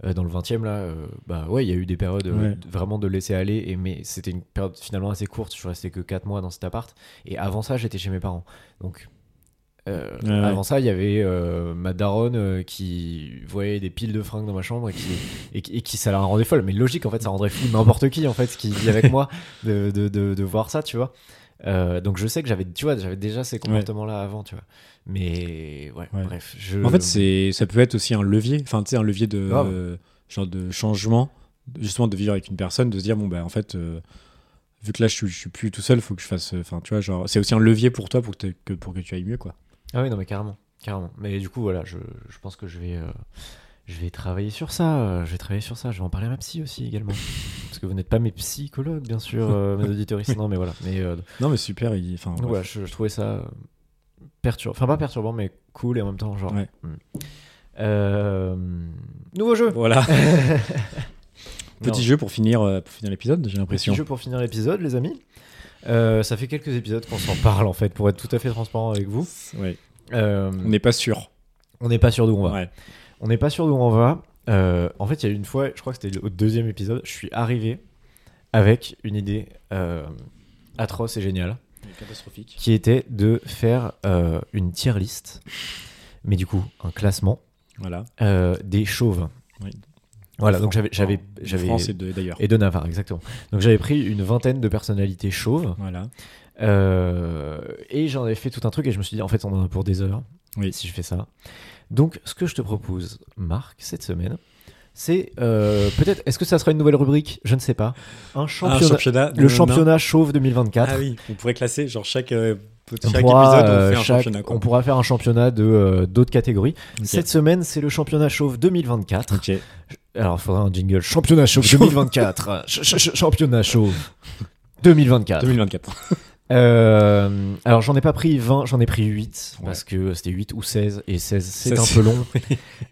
S1: euh, dans le 20e là euh, bah ouais il y a eu des périodes euh,
S2: Ouais.
S1: de- vraiment de laisser aller et mais c'était une période finalement assez courte je suis resté que 4 mois dans cet appart et avant ça j'étais chez mes parents donc euh,
S2: Ouais, ouais.
S1: avant ça, il y avait euh, ma daronne euh, qui voyait des piles de fringues dans ma chambre et qui, et, qui- et qui ça la rendait folle. Mais logique, en fait, ça rendrait fou n'importe qui, en fait, qui vit avec moi, de, de, de, de voir ça, tu vois. Euh, donc je sais que j'avais, tu vois, j'avais déjà ces comportements-là avant, tu vois. Mais ouais,
S2: Ouais.
S1: bref. Je...
S2: En fait, c'est ça peut être aussi un levier, enfin tu sais un levier de
S1: Euh, Grave.
S2: euh, genre de changement, de- justement de vivre avec une personne, de se dire bon bah en fait euh, vu que là je suis, je suis plus tout seul, faut que je fasse, euh, enfin tu vois genre c'est aussi un levier pour toi pour que, t'aies- que- pour que tu ailles mieux quoi.
S1: Ah oui, non, mais carrément, carrément. Mais du coup, voilà, je, je pense que je vais, euh, je vais travailler sur ça. euh, je vais travailler sur ça. Je vais en parler à ma psy aussi également, parce que vous n'êtes pas mes psychologues, bien sûr, euh, mes auditoristes. Non, mais voilà. Mais euh,
S2: Non mais super, il- enfin
S1: Donc
S2: bref.
S1: voilà, je, je trouvais ça euh, perturbant. Enfin, pas perturbant, mais cool et en même temps, genre.
S2: Ouais.
S1: hmm. Euh, Nouveau jeu
S2: voilà.
S1: Non,
S2: Petit jeu pour finir euh, pour finir l'épisode, j'ai
S1: petit
S2: l'impression.
S1: jeu pour finir l'épisode, les amis. Euh, ça fait quelques épisodes qu'on s'en parle, en fait, pour être tout à fait transparent avec vous.
S2: Ouais.
S1: Euh,
S2: On n'est pas sûr.
S1: on n'est pas sûr d'où on va.
S2: Ouais.
S1: On n'est pas sûr d'où on va. Euh, en fait, il y a eu une fois, je crois que c'était au deuxième épisode, je suis arrivé avec une idée euh, atroce et géniale.
S2: Catastrophique.
S1: qui était de faire euh, une tier list, mais du coup un classement
S2: Voilà.
S1: euh, des chauves.
S2: Oui.
S1: Voilà,
S2: De
S1: donc
S2: France.
S1: j'avais j'avais
S2: Enfin, de
S1: j'avais
S2: France et de- d'ailleurs.
S1: et de Navarre exactement. Donc j'avais pris une vingtaine de personnalités chauves
S2: Voilà.
S1: euh, et j'en avais fait tout un truc et je me suis dit en fait on en a pour des heures
S2: Oui.
S1: si je fais ça. Donc ce que je te propose Marc cette semaine. C'est euh, peut-être, est-ce que ça sera une nouvelle rubrique Je ne sais pas. Un
S2: Un
S1: championnat, le
S2: de-
S1: championnat chauve 2024.
S2: Ah oui, on pourrait classer genre chaque euh,
S1: On
S2: chaque
S1: pourra,
S2: épisode on
S1: euh,
S2: fait un
S1: chaque-
S2: championnat quoi.
S1: on pourra faire un championnat de euh, d'autres catégories.
S2: Ok.
S1: Cette semaine, c'est le championnat chauve 2024.
S2: Ok.
S1: Alors, il faudra un jingle championnat chauve
S2: Chauve.
S1: 2024. Ch- ch- ch- championnat chauve 2024.
S2: 2024.
S1: Euh, alors, j'en ai pas pris 20, j'en ai pris 8
S2: Ouais.
S1: parce que c'était 8 ou 16 et 16 c'est
S2: Ça,
S1: un
S2: c'est-
S1: peu long.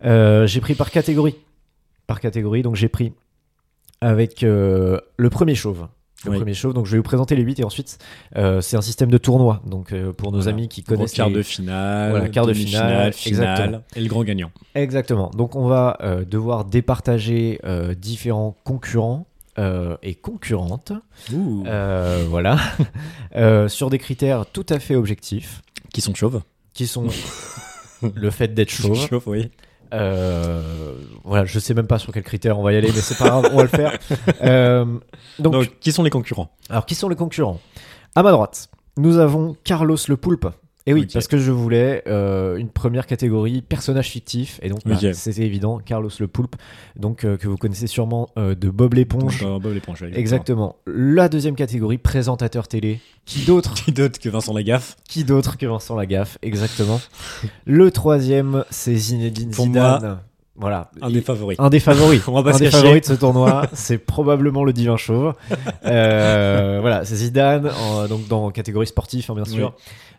S1: Euh, j'ai pris par catégorie. Par catégorie, donc j'ai pris avec euh, le premier chauve. Le
S2: Oui.
S1: premier chauve, donc je vais vous présenter les 8 et ensuite euh, c'est un système de tournoi. Donc euh, pour nos
S2: Voilà.
S1: amis qui
S2: Gros
S1: connaissent
S2: quart
S1: les-
S2: de finale,
S1: Voilà, quart de finale,
S2: demi-finale, finale,
S1: exactement.
S2: et le grand gagnant.
S1: Exactement. Donc on va euh, devoir départager euh, différents concurrents euh, et concurrente,
S2: Ouh.
S1: euh, voilà, euh, sur des critères tout à fait objectifs,
S2: Qui sont chauves.
S1: qui sont le fait d'être chauve.
S2: Chauves, oui.
S1: euh, voilà, je sais même pas sur quel critère on va y aller, mais c'est pas grave, on va le faire. Euh, donc,
S2: Donc, qui sont les concurrents
S1: alors qui sont les concurrents À ma droite, nous avons Carlos le Poulpe. Et oui,
S2: Ok.
S1: parce que je voulais euh, une première catégorie personnage fictif, et donc bah,
S2: Ok.
S1: c'était évident, Carlos le Poulpe, donc euh, que vous connaissez sûrement euh, de Bob l'éponge.
S2: Euh, Bob l'éponge. oui,
S1: Exactement. La deuxième catégorie, présentateur télé. Qui d'autre
S2: Qui d'autre que Vincent Lagaffe
S1: Qui d'autre que Vincent Lagaffe Exactement. Le troisième, c'est Zinedine
S2: Pour
S1: Zidane. voilà.
S2: Un des favoris.
S1: Un des favoris.
S2: On va pas
S1: un
S2: se
S1: des
S2: cacher.
S1: favoris de ce tournoi, c'est probablement le divin chauve. Euh, voilà, c'est Zidane, en- donc dans catégorie sportif, hein, bien sûr.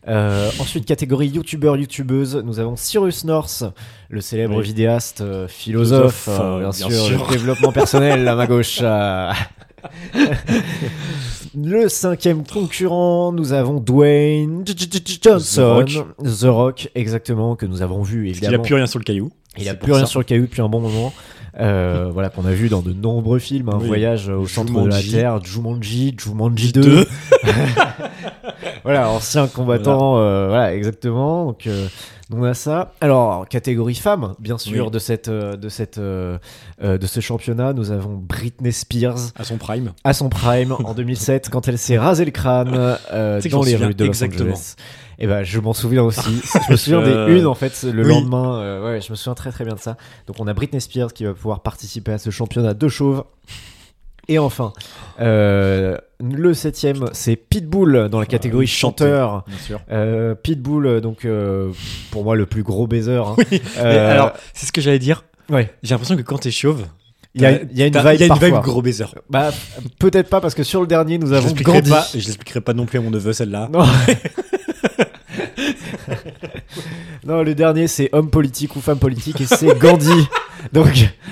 S1: Euh, ensuite, catégorie youtubeur, youtubeuse, nous avons Cyrus North, le célèbre
S2: Oui.
S1: vidéaste, euh, philosophe,
S2: Philosophe,
S1: euh,
S2: euh,
S1: bien,
S2: bien
S1: sûr,
S2: sûr.
S1: le développement personnel à ma gauche. euh. Le cinquième concurrent, nous avons Dwayne J- J- J- Johnson,
S2: The Rock.
S1: The Rock, exactement, que nous avons vu
S2: Il n'a
S1: évidemment
S2: plus rien sur le caillou.
S1: il a
S2: C'est
S1: plus
S2: pour
S1: rien
S2: ça.
S1: sur le caillou depuis un bon moment. Euh, voilà, qu'on a vu dans de nombreux films. Un
S2: Oui.
S1: voyage au centre de la
S2: Jumanji.
S1: Terre, Jumanji, Jumanji 2.
S2: Deux.
S1: Voilà, ancien combattant, euh, voilà, exactement. Donc, euh, on a ça. Alors, catégorie femme, bien sûr,
S2: Oui.
S1: de, cette, euh, de, cette, euh, euh, de ce championnat, nous avons Britney Spears
S2: À son prime.
S1: à son prime en 2007 quand elle s'est rasé le crâne euh,
S2: Tu sais que
S1: dans
S2: j'en
S1: les
S2: souviens
S1: rues de Los
S2: exactement.
S1: Angeles. Et ben je m'en souviens aussi. je me souviens des
S2: Euh,
S1: une en fait le
S2: oui.
S1: lendemain. euh, ouais, je me souviens très très bien de ça. Donc on a Britney Spears qui va pouvoir participer à ce championnat de chauves. Et enfin, euh, le septième, c'est Pitbull dans la catégorie
S2: oui,
S1: chanteur.
S2: chanteur. Bien sûr.
S1: Euh, Pitbull, euh, donc euh, pour moi le plus gros baiser. hein.
S2: Mais
S1: Euh,
S2: alors, c'est ce que j'allais dire.
S1: ouais,
S2: J'ai l'impression que quand t'es chauve,
S1: il y a,
S2: t'as-
S1: il y a une
S2: t'as-
S1: vibe
S2: il y a une
S1: parfois.
S2: vibe gros baiser.
S1: Bah, peut-être pas parce que sur le dernier nous
S2: Je
S1: avons
S2: l'expliquerai
S1: Gandhi.
S2: pas, je l'expliquerai pas non plus à mon neveu celle-là.
S1: Non. non, le dernier c'est homme politique ou femme politique et c'est Gandhi. Donc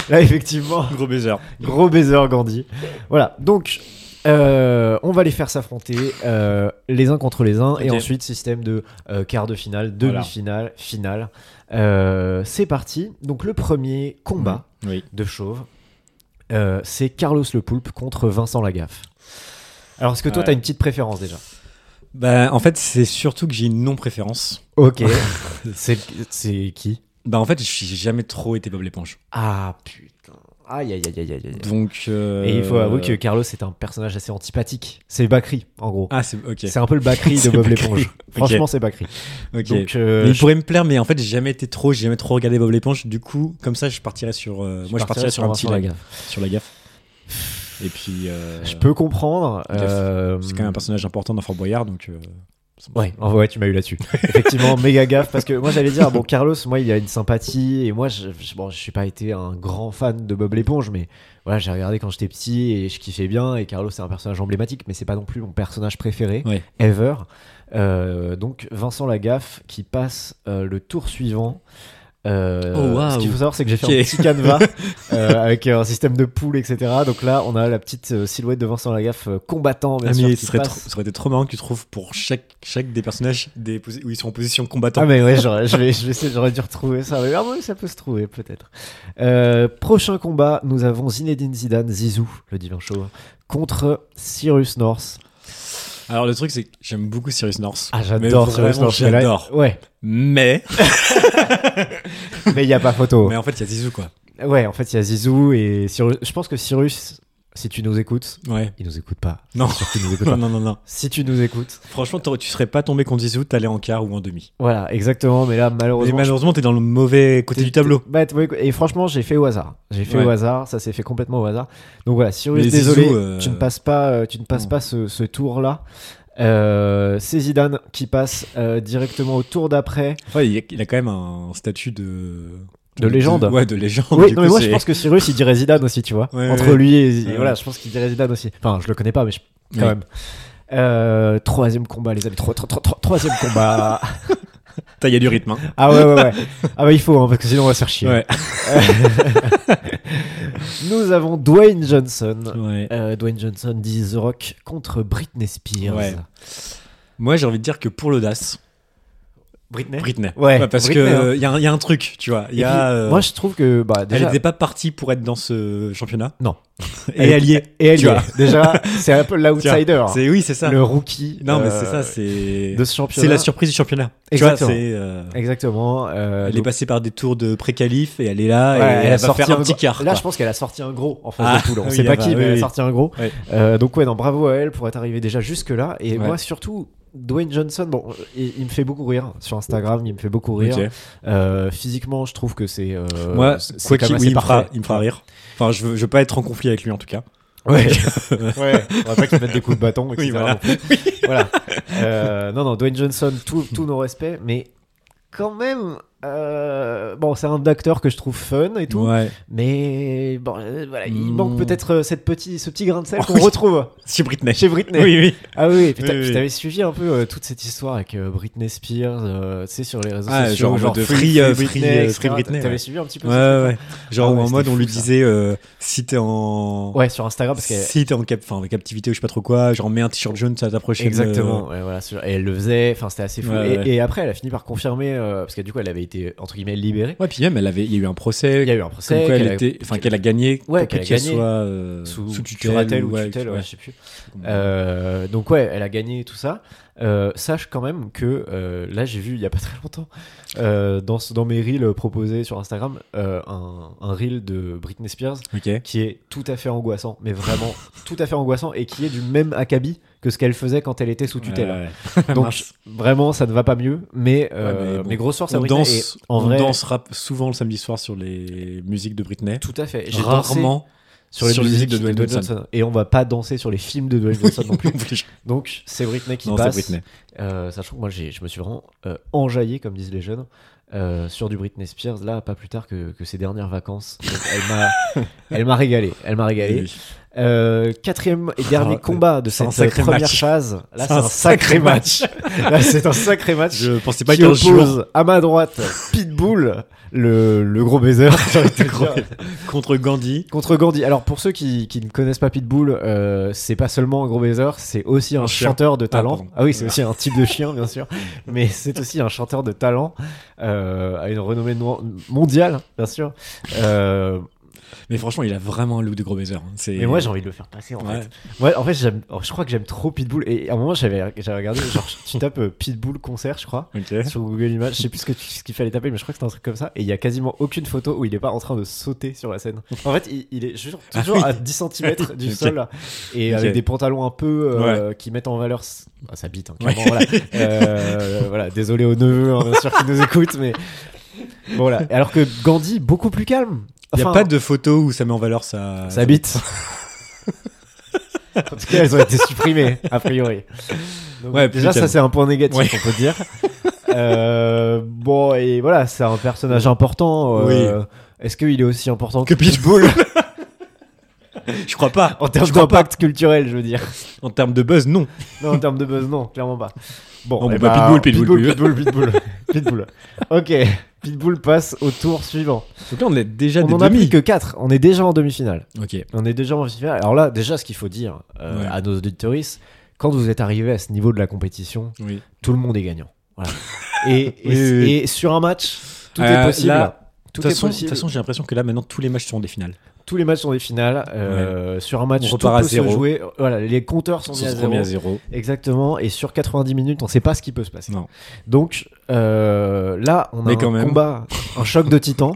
S1: là effectivement,
S2: Gros baiser.
S1: gros baiser Gandhi. Voilà, donc euh, on va les faire s'affronter euh, les uns contre les uns et
S2: Ok.
S1: ensuite système de euh, quart de finale,
S2: Voilà.
S1: demi-finale, finale. Euh, c'est parti. Donc le premier combat
S2: Oui.
S1: de chauve, euh, c'est Carlos le Poulpe contre Vincent Lagaffe. Alors est-ce que toi
S2: Ouais.
S1: t'as une petite préférence déjà
S2: Bah, en fait, c'est surtout que j'ai une non-préférence.
S1: Ok. c'est, c'est qui
S2: Bah, en fait, j'ai jamais trop été Bob l'éponge.
S1: Ah putain. Aïe aïe aïe aïe aïe. aïe.
S2: Donc. euh,
S1: Et il faut avouer que Carlos est un personnage assez antipathique. C'est Bakri, en gros.
S2: Ah, c'est. Ok.
S1: C'est un peu le Bakri de
S2: C'est
S1: Bob
S2: Bakri.
S1: l'éponge. Franchement, c'est Bakri.
S2: Ok.
S1: Donc, euh,
S2: Mais il
S1: je-
S2: pourrait me plaire, mais en fait, j'ai jamais été trop, j'ai jamais trop regardé Bob l'éponge. Du coup, comme ça, je partirais sur. euh, moi, je partirais sur un petit
S1: Vincent
S2: lag.
S1: Lagaffe.
S2: Sur la gaffe. Et puis. euh,
S1: Je peux comprendre.
S2: Lagaffe.
S1: euh,
S2: C'est quand même un personnage important dans Fort Boyard, donc. euh,
S1: Ouais, en vrai, tu m'as eu là-dessus. Effectivement, méga gaffe. Parce que moi, j'allais dire, bon, Carlos, moi, il a une sympathie. Et moi, je, je, bon, je suis pas été un grand fan de Bob l'éponge, mais voilà, j'ai regardé quand j'étais petit et je kiffais bien. Et Carlos, c'est un personnage emblématique, mais c'est pas non plus mon personnage préféré,
S2: Ouais.
S1: ever. Euh, donc, Vincent Lagaffe qui passe euh, le tour suivant. Euh,
S2: Oh, waouh.
S1: Ce qu'il faut savoir, c'est que j'ai fait
S2: Ok.
S1: un petit canevas euh, avec un système de poule, etc. Donc là, on a la petite euh, silhouette de Vincent Lagaffe euh, combattant, bien
S2: Ah,
S1: sûr,
S2: mais
S1: qui
S2: ce serait
S1: passe.
S2: trop- ça aurait été trop marrant que tu trouves pour chaque, chaque des personnages des posi- où ils sont en position combattant.
S1: Ah mais ouais, j'aurais, je vais, je vais essayer- j'aurais dû retrouver ça. Mais ah ouais, ça peut se trouver peut-être. Euh, prochain combat, nous avons Zinedine Zidane, Zizou, le divin chauve, contre Cyrus North.
S2: Alors le truc c'est que j'aime beaucoup Cyrus North.
S1: Ah
S2: Mais
S1: j'adore
S2: vraiment,
S1: Cyrus North. mais là-
S2: j'adore.
S1: ouais,
S2: Mais
S1: mais il y a pas photo.
S2: mais en fait il y a Zizou quoi.
S1: Ouais, en fait il y a Zizou et Cyrus. Je pense que Cyrus, si tu nous écoutes,
S2: Ouais.
S1: il nous écoute pas.
S2: Non.
S1: Je suis sûr qu'il nous écoute
S2: Non
S1: pas.
S2: non non non.
S1: Si tu nous écoutes,
S2: Franchement t'aurais- tu serais pas tombé contre Zizou, t'allais en quart ou en demi.
S1: voilà, exactement. Mais là
S2: Mais
S1: malheureusement,
S2: malheureusement t'es dans le mauvais côté du tableau.
S1: Bah, t- ouais, et franchement, j'ai fait au hasard. J'ai fait
S2: Ouais.
S1: au hasard, ça s'est fait complètement au hasard. Donc voilà, Cyrus,
S2: Mais Zizou,
S1: désolé,
S2: euh,
S1: tu ne passes pas, euh, tu ne passes
S2: non.
S1: pas ce, ce tour-là. Euh, c'est Zidane qui passe euh, directement au tour d'après.
S2: Enfin il y a, il a quand même un statut de
S1: De légende.
S2: ouais de légende.
S1: Oui,
S2: Du
S1: non,
S2: coup,
S1: mais moi
S2: c'est-
S1: je pense que Cyrus il dirait Zidane aussi, tu vois.
S2: Ouais,
S1: Entre
S2: ouais.
S1: lui et, et
S2: Ouais.
S1: voilà, je pense qu'il dirait Zidane aussi. Enfin, je le connais pas, mais je- quand
S2: Ouais.
S1: même. Euh, troisième combat, les amis. Tro- tro- tro- tro- troisième combat.
S2: Putain, il y a du rythme. hein.
S1: ah ouais, ouais, ouais. Ah bah il faut, hein, parce que sinon on va se faire chier.
S2: Ouais.
S1: Nous avons Dwayne Johnson.
S2: ouais.
S1: Euh, Dwayne Johnson dit The Rock contre Britney Spears.
S2: Ouais. Moi j'ai envie de dire que pour l'audace
S1: Britney.
S2: Britney.
S1: Ouais,
S2: parce
S1: Britney,
S2: que
S1: hein.
S2: euh, y, a un- y a un truc, tu vois. Il Y
S1: Et
S2: a,
S1: puis,
S2: euh,
S1: Moi, je trouve que bah,
S2: elle
S1: déjà,
S2: n'était pas partie pour être dans ce championnat.
S1: Non.
S2: Et elle y est.
S1: et elle
S2: tu
S1: y
S2: vois.
S1: est. déjà, c'est un peu l'outsider,
S2: C'est oui, c'est ça.
S1: le rookie.
S2: Non, mais
S1: euh,
S2: c'est ça, c'est
S1: de ce championnat.
S2: c'est la surprise du championnat. Tu
S1: Exactement.
S2: vois, c'est euh,
S1: Exactement. euh,
S2: elle est
S1: donc,
S2: passée par des tours de pré-qualif et elle est là
S1: ouais,
S2: Ah, et elle,
S1: a
S2: va
S1: sorti
S2: faire un
S1: gros-
S2: petit quart.
S1: Là,
S2: quoi.
S1: je pense qu'elle a sorti un gros en face
S2: Ah,
S1: de tout. là. On
S2: oui,
S1: sait pas
S2: elle va-
S1: qui, mais elle
S2: oui.
S1: a sorti un gros.
S2: Ouais.
S1: Euh, donc ouais, non, bravo à elle pour être arrivée déjà jusque là. Et
S2: Ouais.
S1: moi, surtout. Dwayne Johnson, bon, il, il me fait beaucoup rire sur Instagram, il me fait beaucoup rire.
S2: Ok.
S1: Euh, physiquement, je trouve que c'est. euh,
S2: Moi,
S1: c'est- c'est
S2: quoi
S1: quand
S2: qu'il
S1: même
S2: oui,
S1: assez
S2: il, me fera-
S1: parfait.
S2: il me fera rire. Enfin, je veux, je veux pas être en conflit avec lui en tout cas.
S1: Ouais. ouais. On va pas qu'il mette des coups de bâton, etc.
S2: Oui, voilà.
S1: non plus. Voilà. Euh, non, non, Dwayne Johnson, tout- tous nos respects, mais quand même. euh, bon, c'est un acteur que je trouve fun et tout,
S2: Ouais.
S1: mais bon, euh, voilà, il
S2: Mm.
S1: manque peut-être euh, cette petit, ce petit grain de sel
S2: Oh
S1: qu'on
S2: oui.
S1: retrouve
S2: C'est Britney.
S1: chez Britney.
S2: Oui, oui.
S1: Ah oui, putain,
S2: Oui, oui.
S1: puis t'avais suivi un peu euh, toute cette histoire avec euh, Britney Spears, euh, tu sais, sur les réseaux
S2: Ah,
S1: sociaux,
S2: genre en mode free, euh, free, euh,
S1: etc.
S2: free Britney,
S1: T'avais
S2: ouais.
S1: suivi un petit peu
S2: Ouais,
S1: ce
S2: ouais. Genre
S1: Ah ouais,
S2: en mode,
S1: c'était
S2: on lui
S1: fou, ça.
S2: disait euh, si t'es en.
S1: truc Ouais, sur Instagram, parce que
S2: Si t'es en cap, enfin, captivité ou je sais pas trop quoi, genre mets un t-shirt jaune, ça t'approche. euh,
S1: Exactement, ouais, voilà, ce genre- et elle le faisait, enfin c'était assez fou.
S2: Ouais,
S1: et,
S2: ouais.
S1: et après, elle a fini par confirmer, euh, parce que du coup, elle avait été entre guillemets libérée.
S2: Ouais, puis même, elle avait, il y a eu un procès.
S1: Il y a eu un
S2: comme
S1: procès,
S2: quoi elle,
S1: qu'elle a-
S2: était, enfin, qu'elle a gagné
S1: Ouais,
S2: pour que
S1: qu'elle a
S2: qu'elle
S1: gagné.
S2: soit euh,
S1: sous,
S2: sous tutelle
S1: curatelle ou
S2: ouais,
S1: tutelle,
S2: ouais.
S1: ouais, je sais plus. Euh, donc ouais, elle a gagné tout ça. Euh, sache quand même que euh, là, j'ai vu il y a pas très longtemps euh, dans ce- dans mes reels proposés sur Instagram euh, un, un reel de Britney Spears
S2: Ok.
S1: qui est tout à fait angoissant, mais vraiment tout à fait angoissant et qui est du même acabit que ce qu'elle faisait quand elle était sous tutelle.
S2: Ouais.
S1: Donc
S2: Mince.
S1: vraiment, ça ne va pas mieux, mais, euh,
S2: Ouais, mais bon.
S1: mais grosse force à
S2: on
S1: Britney.
S2: danse,
S1: et en
S2: on
S1: vrai,
S2: danse rap souvent le samedi soir sur les musiques de Britney.
S1: tout à fait. J'ai dansé
S2: Rarement
S1: sur les musiques de Dwayne Johnson. et on va pas danser sur les films de Dwayne Johnson non plus. Donc c'est Britney qui
S2: Non, c'est
S1: passe.
S2: Britney.
S1: Euh, sachant que moi, j'ai- je me suis vraiment euh, enjaillé, comme disent les jeunes, euh, sur du Britney Spears. Là, pas plus tard que, que ses dernières vacances. Donc, elle m'a, elle m'a régalé. Elle m'a régalé.
S2: Oui.
S1: Euh, quatrième et dernier
S2: Ah,
S1: combat de
S2: c'est un
S1: cette
S2: sacré
S1: première
S2: match.
S1: phase. Là, c'est un sacré match. Là, c'est un sacré match.
S2: Je pensais pas
S1: qui
S2: qu'il jour
S1: oppose à ma droite Pitbull, le, le gros baiser, j'ai envie de te
S2: Gros
S1: dire,
S2: contre Gandhi.
S1: contre Gandhi. Alors pour ceux qui, qui ne connaissent pas Pitbull, euh, c'est pas seulement un gros baiser, c'est aussi un,
S2: Un chien.
S1: chanteur de talent.
S2: pardon.
S1: Ah, oui, c'est aussi un type de chien bien sûr, mais c'est aussi un chanteur de talent euh, à une renommée no- mondiale bien sûr. Euh,
S2: Mais franchement, il a vraiment un look de gros baiser. hein. C'est-
S1: mais moi j'ai envie de le faire passer en
S2: Ouais.
S1: fait. Moi en fait j'aime, oh, je crois que j'aime trop Pitbull et à un moment j'avais, j'avais regardé genre tu tapes euh, Pitbull concert je crois
S2: Ok.
S1: sur Google Images, je sais plus ce que tu- ce qu'il fallait taper, mais je crois que c'était un truc comme ça. Et il y a quasiment aucune photo où il est pas en train de sauter sur la scène. En fait, il, il est toujours,
S2: Ah
S1: toujours
S2: oui.
S1: à 10 cm du
S2: Ok.
S1: sol là. et
S2: Ok.
S1: avec des pantalons un peu euh, qui mettent en valeur s- ah, sa bite. hein, clairement, voilà. Euh, voilà, désolé aux neveux, hein, bien sûr, qui nous écoutent, mais bon, voilà. Alors que Gandhi, beaucoup plus calme.
S2: Il n'y a
S1: Enfin,
S2: pas de photo où ça met en valeur sa,
S1: hein. ça bite. en tout cas, elles ont été supprimées, a priori. Donc, déjà,
S2: Ouais, plus
S1: ça,
S2: calme.
S1: c'est un point négatif,
S2: Ouais.
S1: on peut dire. Euh, bon, et voilà, c'est un personnage important. euh, Est-ce qu'il est aussi important que
S2: Que Pitbull Je crois pas.
S1: en termes
S2: Je crois
S1: d'impact culturel, je veux dire
S2: En termes de buzz, non.
S1: Non, en termes de buzz, non, clairement pas. Bon,
S2: Non,
S1: eh
S2: bon, bah,
S1: ben,
S2: Pitbull,
S1: Pitbull, Pitbull, Pitbull. Ok, Pitbull passe au tour suivant.
S2: Donc là, on est déjà
S1: On
S2: des
S1: en a pris
S2: demi.
S1: que 4, on est déjà en demi-finale.
S2: Ok.
S1: On est déjà en festival. Alors là, déjà, ce qu'il faut dire euh,
S2: Ouais.
S1: à nos auditeurs, quand vous êtes arrivé à ce niveau de la compétition,
S2: Oui.
S1: tout le monde est gagnant. Voilà. et, et,
S2: Oui, oui, oui.
S1: et sur un match, tout
S2: Euh,
S1: est possible.
S2: là,
S1: tout
S2: De toute
S1: est
S2: façon, de toute
S1: possible.
S2: façon, j'ai l'impression que là, maintenant, tous les matchs sont des finales.
S1: tous les matchs sont des finales. euh, Sur un match,
S2: On
S1: tout
S2: repart à
S1: peut se
S2: zéro.
S1: jouer. Voilà, les compteurs sont
S2: Ils
S1: mis
S2: sont
S1: à
S2: remis
S1: zéro.
S2: à zéro.
S1: Exactement. Et sur 90 minutes, on ne sait pas ce qui peut se passer.
S2: Non.
S1: Donc euh, là, on a
S2: Mais
S1: un
S2: quand même.
S1: combat, un choc de titans.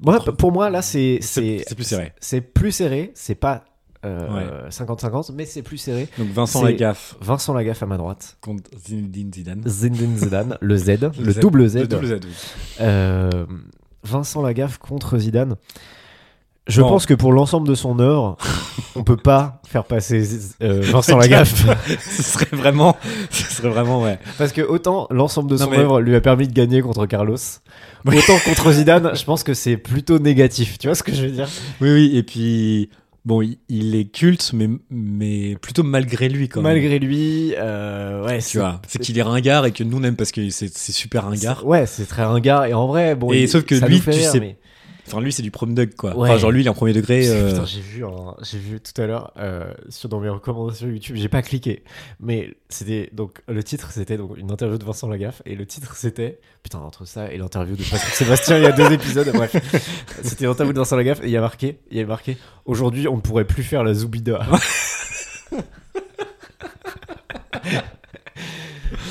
S1: Moi, pour moi, là, c'est
S2: C'est c'est plus serré.
S1: c'est plus serré, c'est pas euh, 50-50, mais c'est plus serré.
S2: Donc Vincent
S1: C'est-
S2: Lagaffe
S1: Vincent Lagaffe à ma droite,
S2: contre Zinedine Zidane.
S1: Zinedine Zidane, le Z, le,
S2: Z.
S1: double Z,
S2: Le double Z, oui.
S1: euh, Vincent Lagaffe contre Zidane. Je
S2: Bon.
S1: pense que pour l'ensemble de son œuvre, on peut pas faire passer Z- euh, Vincent
S2: Lagaffe.
S1: Lagaffe.
S2: ce serait vraiment, ce serait vraiment, ouais.
S1: Parce que autant l'ensemble de
S2: Non,
S1: son
S2: mais-
S1: œuvre lui a permis de gagner contre Carlos,
S2: Oui.
S1: autant contre Zidane, je pense que c'est plutôt négatif. Tu vois ce que je veux dire
S2: Oui, oui. Et puis, bon, il, il est culte, mais, mais plutôt malgré lui, quand même.
S1: Malgré lui, euh, ouais,
S2: Tu
S1: c'est-
S2: vois, c'est qu'il est ringard et que nous on aime parce que c'est c'est super ringard.
S1: Ouais, c'est très ringard. Et en vrai, bon.
S2: Et
S1: il-
S2: sauf que
S1: ça
S2: lui,
S1: nous fait
S2: tu
S1: rire,
S2: sais-
S1: mais-
S2: Enfin, lui, c'est du prom dog, quoi.
S1: Ouais.
S2: Enfin, genre, lui, il est en premier degré. euh,
S1: Putain, j'ai vu, un- j'ai vu tout à l'heure euh, sur dans mes recommandations YouTube, j'ai pas cliqué, mais c'était donc le titre c'était donc une interview de Vincent Lagaffe et le titre c'était putain entre ça et l'interview de Patrick Sébastien il y a deux épisodes bref c'était l'interview de Vincent Lagaffe et il y a marqué il y a marqué aujourd'hui on ne pourrait plus faire la Zoubida.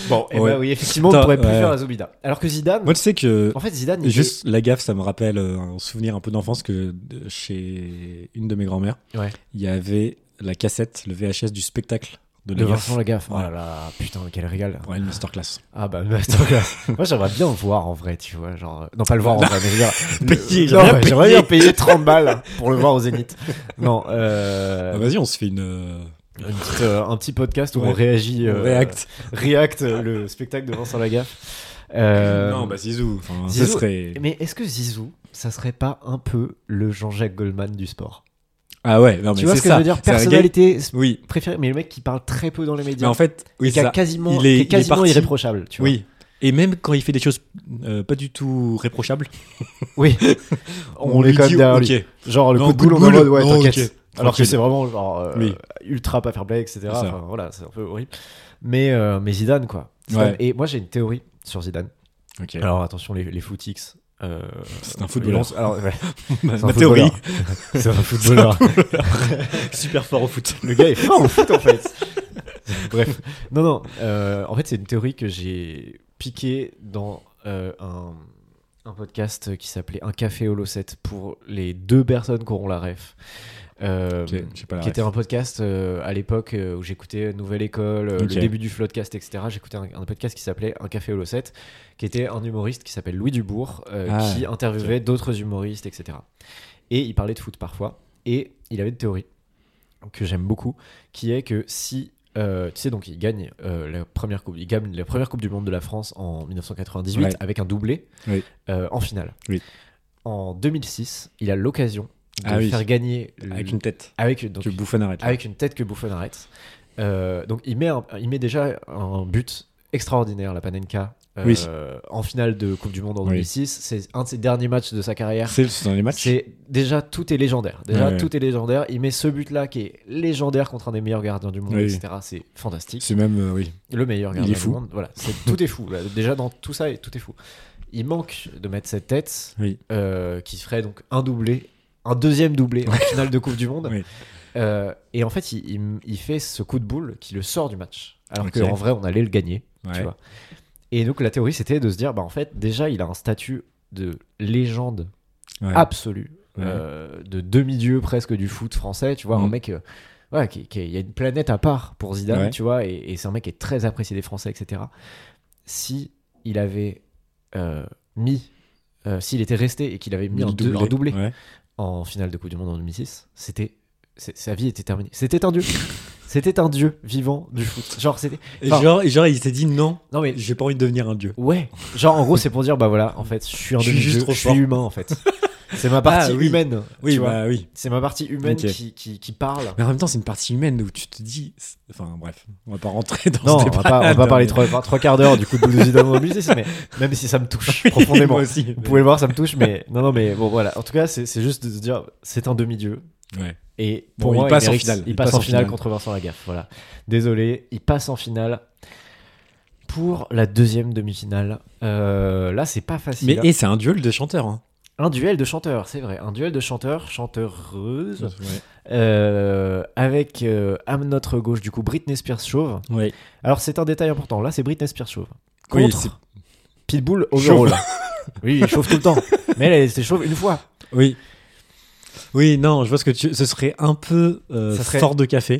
S1: bon et
S2: Ouais.
S1: bah oui effectivement on
S2: Putain,
S1: ne pourrait plus
S2: ouais.
S1: faire la Zoubida alors que Zidane
S2: Moi, tu sais que.
S1: en fait Zidane il est-
S2: Juste la gaffe, ça me rappelle euh, un souvenir un peu d'enfance que de- chez une de mes grand-mères,
S1: Ouais.
S2: il y avait la cassette, le VHS du spectacle de
S1: de
S2: la
S1: Vincent
S2: gaffe.
S1: Lagaffe oh
S2: Ouais.
S1: là là putain quel régal
S2: Ouais, une masterclass.
S1: Ah bah mais attends, quoi. moi j'aimerais bien le voir en vrai, tu vois, genre euh, non pas le voir en vrai, mais je veux dire
S2: Payer,
S1: le-
S2: j'aimerais
S1: non,
S2: bien
S1: ouais, j'aimerais bien payer 30 balles pour le voir au Zénith. Non, euh,
S2: Ah, Vas-y, on se fait une. euh,
S1: une petite, euh, un petit podcast où
S2: Ouais.
S1: on réagit, euh,
S2: on React.
S1: react, euh, le spectacle de Vincent Lagaffe. Euh,
S2: Non, bah, Zizou. Enfin,
S1: Zizou-
S2: Ce serait.
S1: Mais est-ce que Zizou, ça serait pas un peu le Jean-Jacques Goldman du sport
S2: Ah ouais, non, mais
S1: Tu vois
S2: c'est
S1: ce que
S2: ça.
S1: je veux dire
S2: C'est un gars-
S1: Personnalité
S2: Oui,
S1: préférée, mais le mec qui parle très peu dans les
S2: mais
S1: médias,
S2: en fait, oui,
S1: qui
S2: c'est
S1: a
S2: ça.
S1: quasiment,
S2: Il est-
S1: qui
S2: il
S1: est
S2: est
S1: quasiment
S2: parti.
S1: irréprochable, tu vois.
S2: Oui. Et même quand il fait des choses euh, pas du tout réprochables,
S1: Oui, on, est
S2: lui
S1: quand même
S2: dit,
S1: derrière lui.
S2: ok.
S1: Genre le
S2: Non,
S1: coup de boule, on est en mode, ouais,
S2: non,
S1: t'inquiète.
S2: ok,
S1: Alors que
S2: tranquille.
S1: c'est vraiment genre euh,
S2: Oui.
S1: ultra pas fair play, etc.
S2: C'est ça.
S1: Enfin, voilà, c'est un peu horrible. Mais, euh, mais Zidane, quoi. Zidane.
S2: Ouais.
S1: Et moi, j'ai une théorie sur Zidane.
S2: Ok.
S1: Alors attention, les, les footix. euh,
S2: Ah, C'est un footballeur.
S1: ils lancent- alors, ouais,
S2: ma
S1: c'est
S2: ma
S1: un
S2: théorie,
S1: footballeur. c'est un footballeur.
S2: super fort au foot.
S1: Le gars est fort au foot en fait. Bref, non, non. euh, en fait, c'est une théorie que j'ai piquée dans euh, un, un podcast qui s'appelait Un café au 7 pour les deux personnes qui auront la ref. Euh,
S2: Ok, j'ai pas la
S1: qui
S2: ref.
S1: était un podcast euh, à l'époque euh, où j'écoutais Nouvelle École, euh,
S2: Ok.
S1: le début du Floodcast, etc. J'écoutais un, un podcast qui s'appelait Un café au 7 qui était un humoriste qui s'appelle Louis Dubourg, euh,
S2: Ah,
S1: qui interviewait d'autres humoristes, etc. Et il parlait de foot parfois. Et il avait une théorie que j'aime beaucoup, qui est que si, euh, tu sais, donc il gagne, euh, la première coupe, il gagne la première Coupe du Monde de la France en 1998
S2: Ouais.
S1: avec un doublé
S2: Oui.
S1: euh, en finale.
S2: Oui.
S1: En 2006, il a l'occasion de
S2: Ah oui.
S1: faire gagner le-
S2: Avec une tête Ah,
S1: avec, donc,
S2: que Bouffon arrête. là.
S1: avec une tête que Buffon arrête. Euh, donc il met, un- il met déjà un but extraordinaire, la Panenka, euh,
S2: Oui.
S1: en finale de Coupe du Monde en
S2: Oui.
S1: 2006. C'est un de ses derniers matchs de sa carrière.
S2: C'est c'est dans les matchs
S1: C'est déjà tout est légendaire. Déjà
S2: Ouais, ouais.
S1: tout est légendaire. Il met ce but là qui est légendaire contre un des meilleurs gardiens du monde,
S2: Oui.
S1: etc. C'est fantastique.
S2: C'est même, euh, oui.
S1: Le meilleur
S2: Il
S1: gardien
S2: est fou.
S1: du monde. Voilà, C'est- tout est fou. là. Déjà dans tout ça, tout est fou. Il manque de mettre cette tête
S2: Oui.
S1: euh, qui ferait donc un doublé, un deuxième doublé en finale de Coupe du Monde.
S2: Oui.
S1: Euh, et en fait, il, il- il fait ce coup de boule qui le sort du match. Alors
S2: Ok.
S1: qu'en vrai, on allait le gagner.
S2: Ouais.
S1: Tu vois. Et donc la théorie, c'était de se dire, bah en fait, déjà, il a un statut de légende
S2: Ouais.
S1: absolue,
S2: Ouais.
S1: euh, de demi-dieu presque du foot français, tu vois, un
S2: Mm.
S1: mec, euh, ouais, qui, qui- il y a une planète à part pour Zidane,
S2: Ouais.
S1: tu vois, et, et c'est un mec qui est très apprécié des Français, etc. Si il avait euh, mis, euh, s'il était resté et qu'il avait mis un, deux- un doublé
S2: Ouais.
S1: en finale de Coupe du Monde en 2006, c'était c'est- sa vie était terminée. C'était un dieu. c'était un dieu vivant du foot. Genre c'était.
S2: Et,
S1: Enfin-
S2: genre, et genre, il s'est dit non,
S1: Non mais
S2: j'ai pas envie de devenir un dieu.
S1: Ouais, genre en gros c'est pour dire bah voilà, en fait je suis un
S2: Je suis
S1: demi-dieu,
S2: juste trop
S1: je suis
S2: fort. Ah
S1: humain en fait. C'est ma partie
S2: oui.
S1: humaine,
S2: Oui,
S1: tu vois.
S2: bah oui.
S1: C'est ma partie humaine
S2: Ok.
S1: qui, qui, qui parle.
S2: Mais en même temps, c'est une partie humaine où tu te dis. c'est- Enfin, bref, on va pas rentrer dans
S1: Non,
S2: ce
S1: on
S2: débat.
S1: va pas, on va pas
S2: Non,
S1: parler
S2: mais-
S1: trois, par- trois quarts d'heure du coup de Blue Zidane au Blue Zidane, mais même si ça me touche profondément.
S2: Moi aussi.
S1: Vous pouvez le voir, ça me touche, mais non, non, mais bon, voilà. En tout cas, c'est c'est juste de se dire, c'est un demi-dieu.
S2: Ouais.
S1: Et
S2: Bon,
S1: pour
S2: il
S1: moi,
S2: passe en
S1: mérite-
S2: finale.
S1: Il, passe, en finale contre Vincent Lagaffe. Voilà. Désolé, il passe en finale pour la deuxième demi-finale. Euh, là, c'est pas facile.
S2: Mais et c'est un duel de chanteurs. Hein.
S1: Un duel de chanteurs, c'est vrai. Un duel de chanteurs, chanteureuses,
S2: Ouais.
S1: euh, avec euh, à notre gauche, du coup, Britney Spears chauve. Alors, c'est un détail important. Là, c'est Britney Spears chauve.
S2: Oui,
S1: Contre
S2: c'est-
S1: Pitbull
S2: Chauve.
S1: overall. oui, il chauffe tout le temps. Mais elle, elle était chauve une fois.
S2: Oui. Oui, non, je vois ce que tu. Ce serait un peu euh,
S1: Ça serait-
S2: fort de café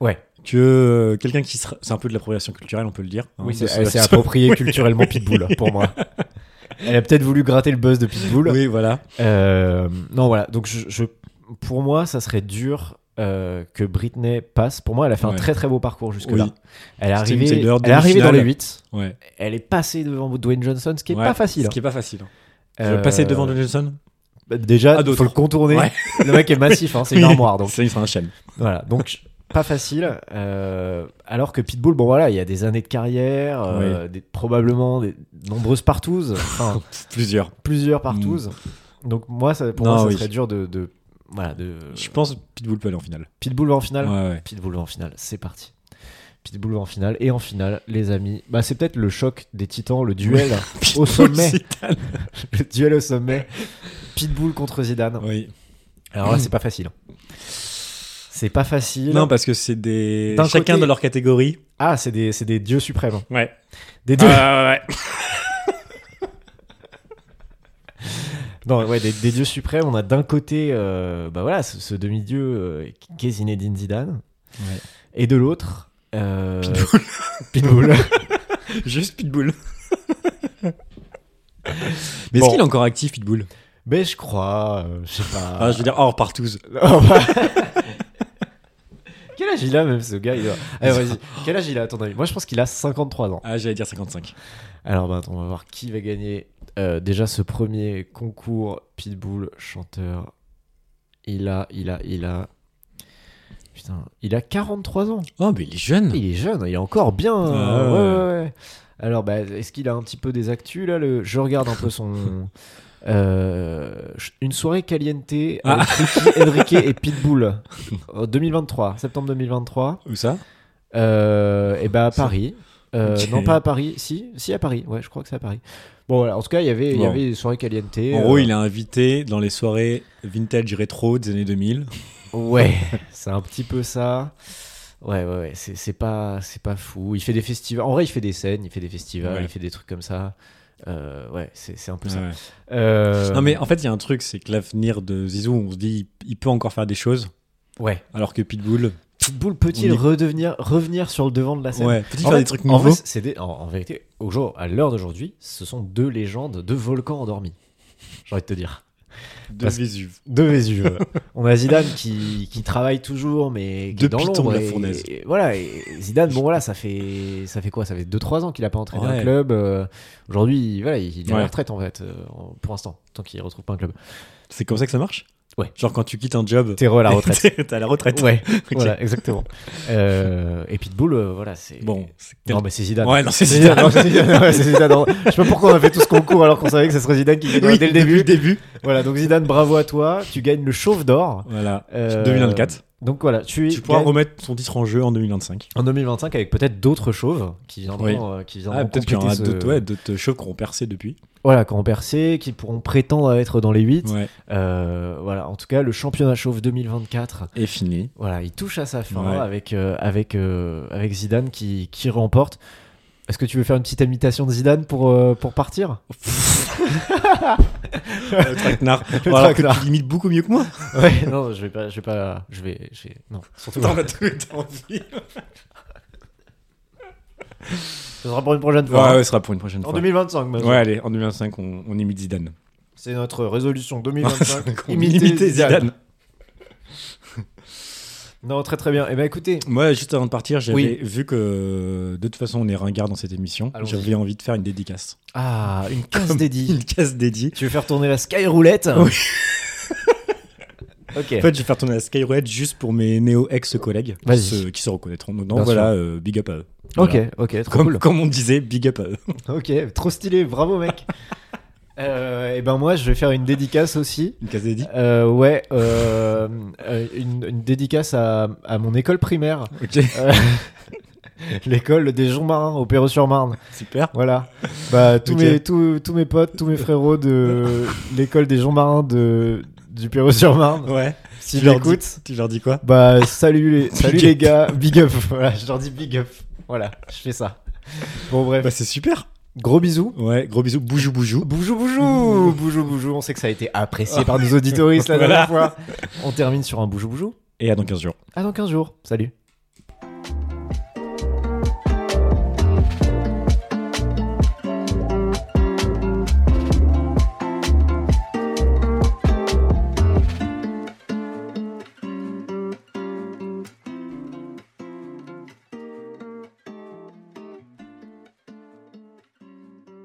S1: Ouais.
S2: que euh, quelqu'un qui sera. C'est un peu de l'appropriation culturelle, on peut le dire. hein,
S1: oui,
S2: de
S1: c'est
S2: ce-
S1: elle s'est approprié culturellement Pitbull, pour moi. Elle a peut-être voulu gratter le buzz de Pitbull.
S2: Oui, voilà.
S1: Euh, non, voilà. Donc, je, je- pour moi, ça serait dur euh, que Britney passe. Pour moi, elle a fait
S2: Ouais.
S1: un très très beau parcours jusque-là.
S2: Oui.
S1: Elle est
S2: Steven
S1: arrivée,
S2: Tyler,
S1: elle est arrivée dans
S2: demi-finale.
S1: les 8.
S2: Ouais.
S1: Elle est passée devant Dwayne Johnson, ce qui est
S2: Ouais,
S1: pas facile.
S2: Ce qui est pas facile.
S1: hein.
S2: Je vais passer
S1: Euh,
S2: devant Johnson.
S1: bah, Déjà,
S2: à
S1: il
S2: d'autres.
S1: faut le contourner.
S2: Ouais.
S1: Le mec est massif, hein, c'est
S2: Oui.
S1: une armoire. Donc,
S2: C'est un chêne.
S1: voilà. Donc, pas facile. euh, alors que Pitbull, bon voilà, il y a des années de carrière, euh, des- probablement des nombreuses partouzes. Enfin,
S2: Plusieurs.
S1: plusieurs partouzes. Donc moi, ça, pour
S2: Mm. Non,
S1: moi, ça
S2: oui.
S1: serait dur de, de- voilà de.
S2: Je pense Pitbull peut aller en finale.
S1: Pitbull va en finale.
S2: Ouais, ouais.
S1: Pitbull va en finale. C'est parti. Pitbull va en finale et en finale, les amis. Bah c'est peut-être le choc des Titans, le duel, Au sommet.
S2: Zidane.
S1: le duel au sommet. Pitbull contre Zidane.
S2: Oui.
S1: Alors là, c'est pas facile. C'est pas facile.
S2: Non, bah- parce que c'est des.
S1: D'un
S2: Chacun
S1: côté-
S2: de leur catégorie.
S1: Ah, c'est des, c'est des dieux suprêmes.
S2: Ouais.
S1: Des
S2: Ah,
S1: dieux.
S2: ouais, ouais.
S1: Non, ouais, des, des dieux suprêmes. On a d'un côté, euh, bah voilà, ce, ce demi-dieu euh, qu'est Zinedine Zidane,
S2: Ouais.
S1: et de l'autre, euh, Pitbull.
S2: Juste Pitbull. Mais est-ce
S1: Bon.
S2: qu'il est encore actif, Pitbull
S1: Mais je crois, euh, je sais pas.
S2: Ah, je veux dire, hors partouze.
S1: Oh, bah. Quel âge il a même ce gars il doit- Allez, vas-y. Quel âge il a à ton avis Moi je pense qu'il a 53 ans.
S2: Ah, j'allais dire 55.
S1: Alors bah, attends, on va voir qui va gagner euh, déjà ce premier concours Pitbull chanteur. Il a, il a, il a... Putain, il a 43 ans.
S2: Oh, mais il est jeune.
S1: Ah, Il est jeune, il est encore bien.
S2: Ah
S1: ouais, ouais, ouais. Alors, bah, est-ce qu'il a un petit peu des actus là le... Je regarde un peu son. Euh, une soirée caliente avec
S2: Ah.
S1: Ricky, Enrique et Pitbull en 2023, septembre 2023.
S2: Où ça
S1: Euh, et bah à Paris. Euh,
S2: Ok.
S1: Non, pas à Paris. Si, si à Paris. Ouais, je crois que c'est à Paris. Bon, voilà. En tout cas, il y avait, il y
S2: Bon.
S1: avait une soirée caliente. euh,
S2: En gros, il est invité dans les soirées vintage rétro des années 2000.
S1: Ouais, c'est un petit peu ça. Ouais, ouais, ouais, c'est c'est pas, c'est pas fou. Il fait des festivals. En vrai, il fait des scènes, il fait des festivals,
S2: Ouais.
S1: il fait des trucs comme ça. Euh, ouais, c'est c'est un peu ça.
S2: Ouais.
S1: Euh,
S2: Non, mais en fait, il y a un truc, c'est que l'avenir de Zizou, on se dit, il peut encore faire des choses,
S1: ouais.
S2: alors que Pitbull,
S1: Pitbull peut-il
S2: On y-
S1: redevenir, revenir sur le devant de la scène
S2: ouais, peut
S1: En
S2: faire
S1: fait-
S2: des trucs
S1: en vrai,
S2: nouveaux
S1: c'est des- en, en vérité, au jour, à l'heure d'aujourd'hui, ce sont deux légendes, deux volcans endormis. J'ai envie de te dire.
S2: de
S1: parce-
S2: Vésuve.
S1: Deux Vésuve. On a Zidane qui, qui travaille toujours, mais qui
S2: Depuis
S1: est dans
S2: le temps de
S1: l'ombre.
S2: la
S1: et-
S2: fournaise.
S1: et voilà, et Zidane, bon voilà, ça fait, ça fait quoi Ça fait 2-3 ans qu'il n'a pas entraîné
S2: Ouais.
S1: un club. euh, Aujourd'hui, voilà, il il est à
S2: Ouais.
S1: la retraite en fait, euh, en- pour l'instant, tant qu'il ne retrouve pas un club.
S2: C'est comme ça que ça marche
S1: Ouais.
S2: Genre, quand tu quittes un job,
S1: T'es à la retraite.
S2: t'es t'es à la retraite.
S1: ouais,
S2: Ok.
S1: voilà, exactement. Euh, et Pitbull, euh, voilà, c'est.
S2: Bon, c'est quel-
S1: Non, mais c'est Zidane.
S2: Ouais, non, c'est
S1: C'est
S2: Zidane.
S1: Zidane, non, c'est Zidane, ouais, c'est Zidane. Non, Je sais pas pourquoi on a fait tout ce concours alors qu'on savait que ce serait Zidane qui gagnerait
S2: Oui,
S1: dès le début.
S2: depuis début.
S1: Voilà, donc Zidane, bravo à toi. Tu gagnes le chauve d'or.
S2: Voilà.
S1: Euh,
S2: 2024.
S1: Donc voilà, tu,
S2: Tu pourras
S1: gagnes-
S2: remettre son titre en jeu en 2025.
S1: En 2025, avec peut-être d'autres chauves qui viendront,
S2: Oui.
S1: euh, qui viendront
S2: Ah, peut-être qu'il y aura
S1: compléter ce-
S2: d'autres ouais, d'autres shows qui auront percé depuis.
S1: Voilà, qui ont percé, qui pourront prétendre à être dans les 8.
S2: Ouais.
S1: voilà, en tout cas, le championnat chauve 2024,
S2: Et fini.
S1: voilà, il touche à sa fin
S2: Ouais.
S1: avec, euh, avec, euh, avec Zidane qui, qui remporte. Est-ce que tu veux faire une petite imitation de Zidane pour, euh, pour partir
S2: Le Euh, traquenard.
S1: Le
S2: Bon, alors que
S1: traquenard.
S2: tu l'imites beaucoup mieux que moi.
S1: Ouais, non, je vais pas, je vais pas, je vais, je vais- non, surtout pas.
S2: T'en as tout envie.
S1: Ce sera pour une prochaine
S2: Ouais,
S1: fois. hein.
S2: ouais, ce sera pour une prochaine
S1: En
S2: fois.
S1: 2025, même.
S2: Ouais, allez, en 2025, on, on imite Zidane.
S1: C'est notre résolution 2025.
S2: On imite Zidane.
S1: Non, très très bien. Et eh ben écoutez,
S2: Moi, juste avant de partir, j'avais
S1: Oui.
S2: vu que euh, de toute façon, on est ringard dans cette émission.
S1: Allons-y.
S2: J'avais envie de faire une dédicace.
S1: ah, une case
S2: Comme-
S1: dédiée.
S2: Une case dédiée.
S1: Tu veux faire tourner la sky roulette
S2: Oui.
S1: ok.
S2: En fait, je vais faire tourner la Skyroid juste pour mes néo-ex-collègues qui,
S1: Vas-y.
S2: se- qui se reconnaîtront. Donc, non,
S1: Bien
S2: voilà, euh, big up à eux.
S1: Ok,
S2: Voilà.
S1: ok, trop
S2: Comme,
S1: cool.
S2: comme on disait, big up à eux.
S1: Ok, trop stylé, bravo mec. et ben moi, je vais faire une dédicace aussi.
S2: Une case dédiée.
S1: Euh, ouais, euh, euh, une, une dédicace à, à mon école primaire,
S2: Ok,
S1: Euh, l'école des Jean Marins au Pérou-sur-Marne.
S2: super.
S1: Voilà. Bah, tous,
S2: Ok.
S1: mes, tous, tous mes potes, tous mes frérots de l'école des Jean Marins de, du Pérou-sur-Marne,
S2: Ouais.
S1: Oh, si
S2: Tu
S1: je
S2: leur dis-
S1: l'écoute,
S2: Tu leur dis quoi
S1: Bah salut les, salut
S2: Big
S1: les
S2: up.
S1: gars, big up, voilà, je leur dis big up. Voilà, je fais ça. Bon bref,
S2: Bah, c'est super.
S1: gros bisous.
S2: Ouais, gros bisous. Boujou, boujou.
S1: Boujou boujou, boujou boujou, on sait que ça a été apprécié par nos auditoristes la dernière fois. On termine sur un boujou boujou.
S2: Et à dans 15 jours.
S1: À dans 15 jours. Salut.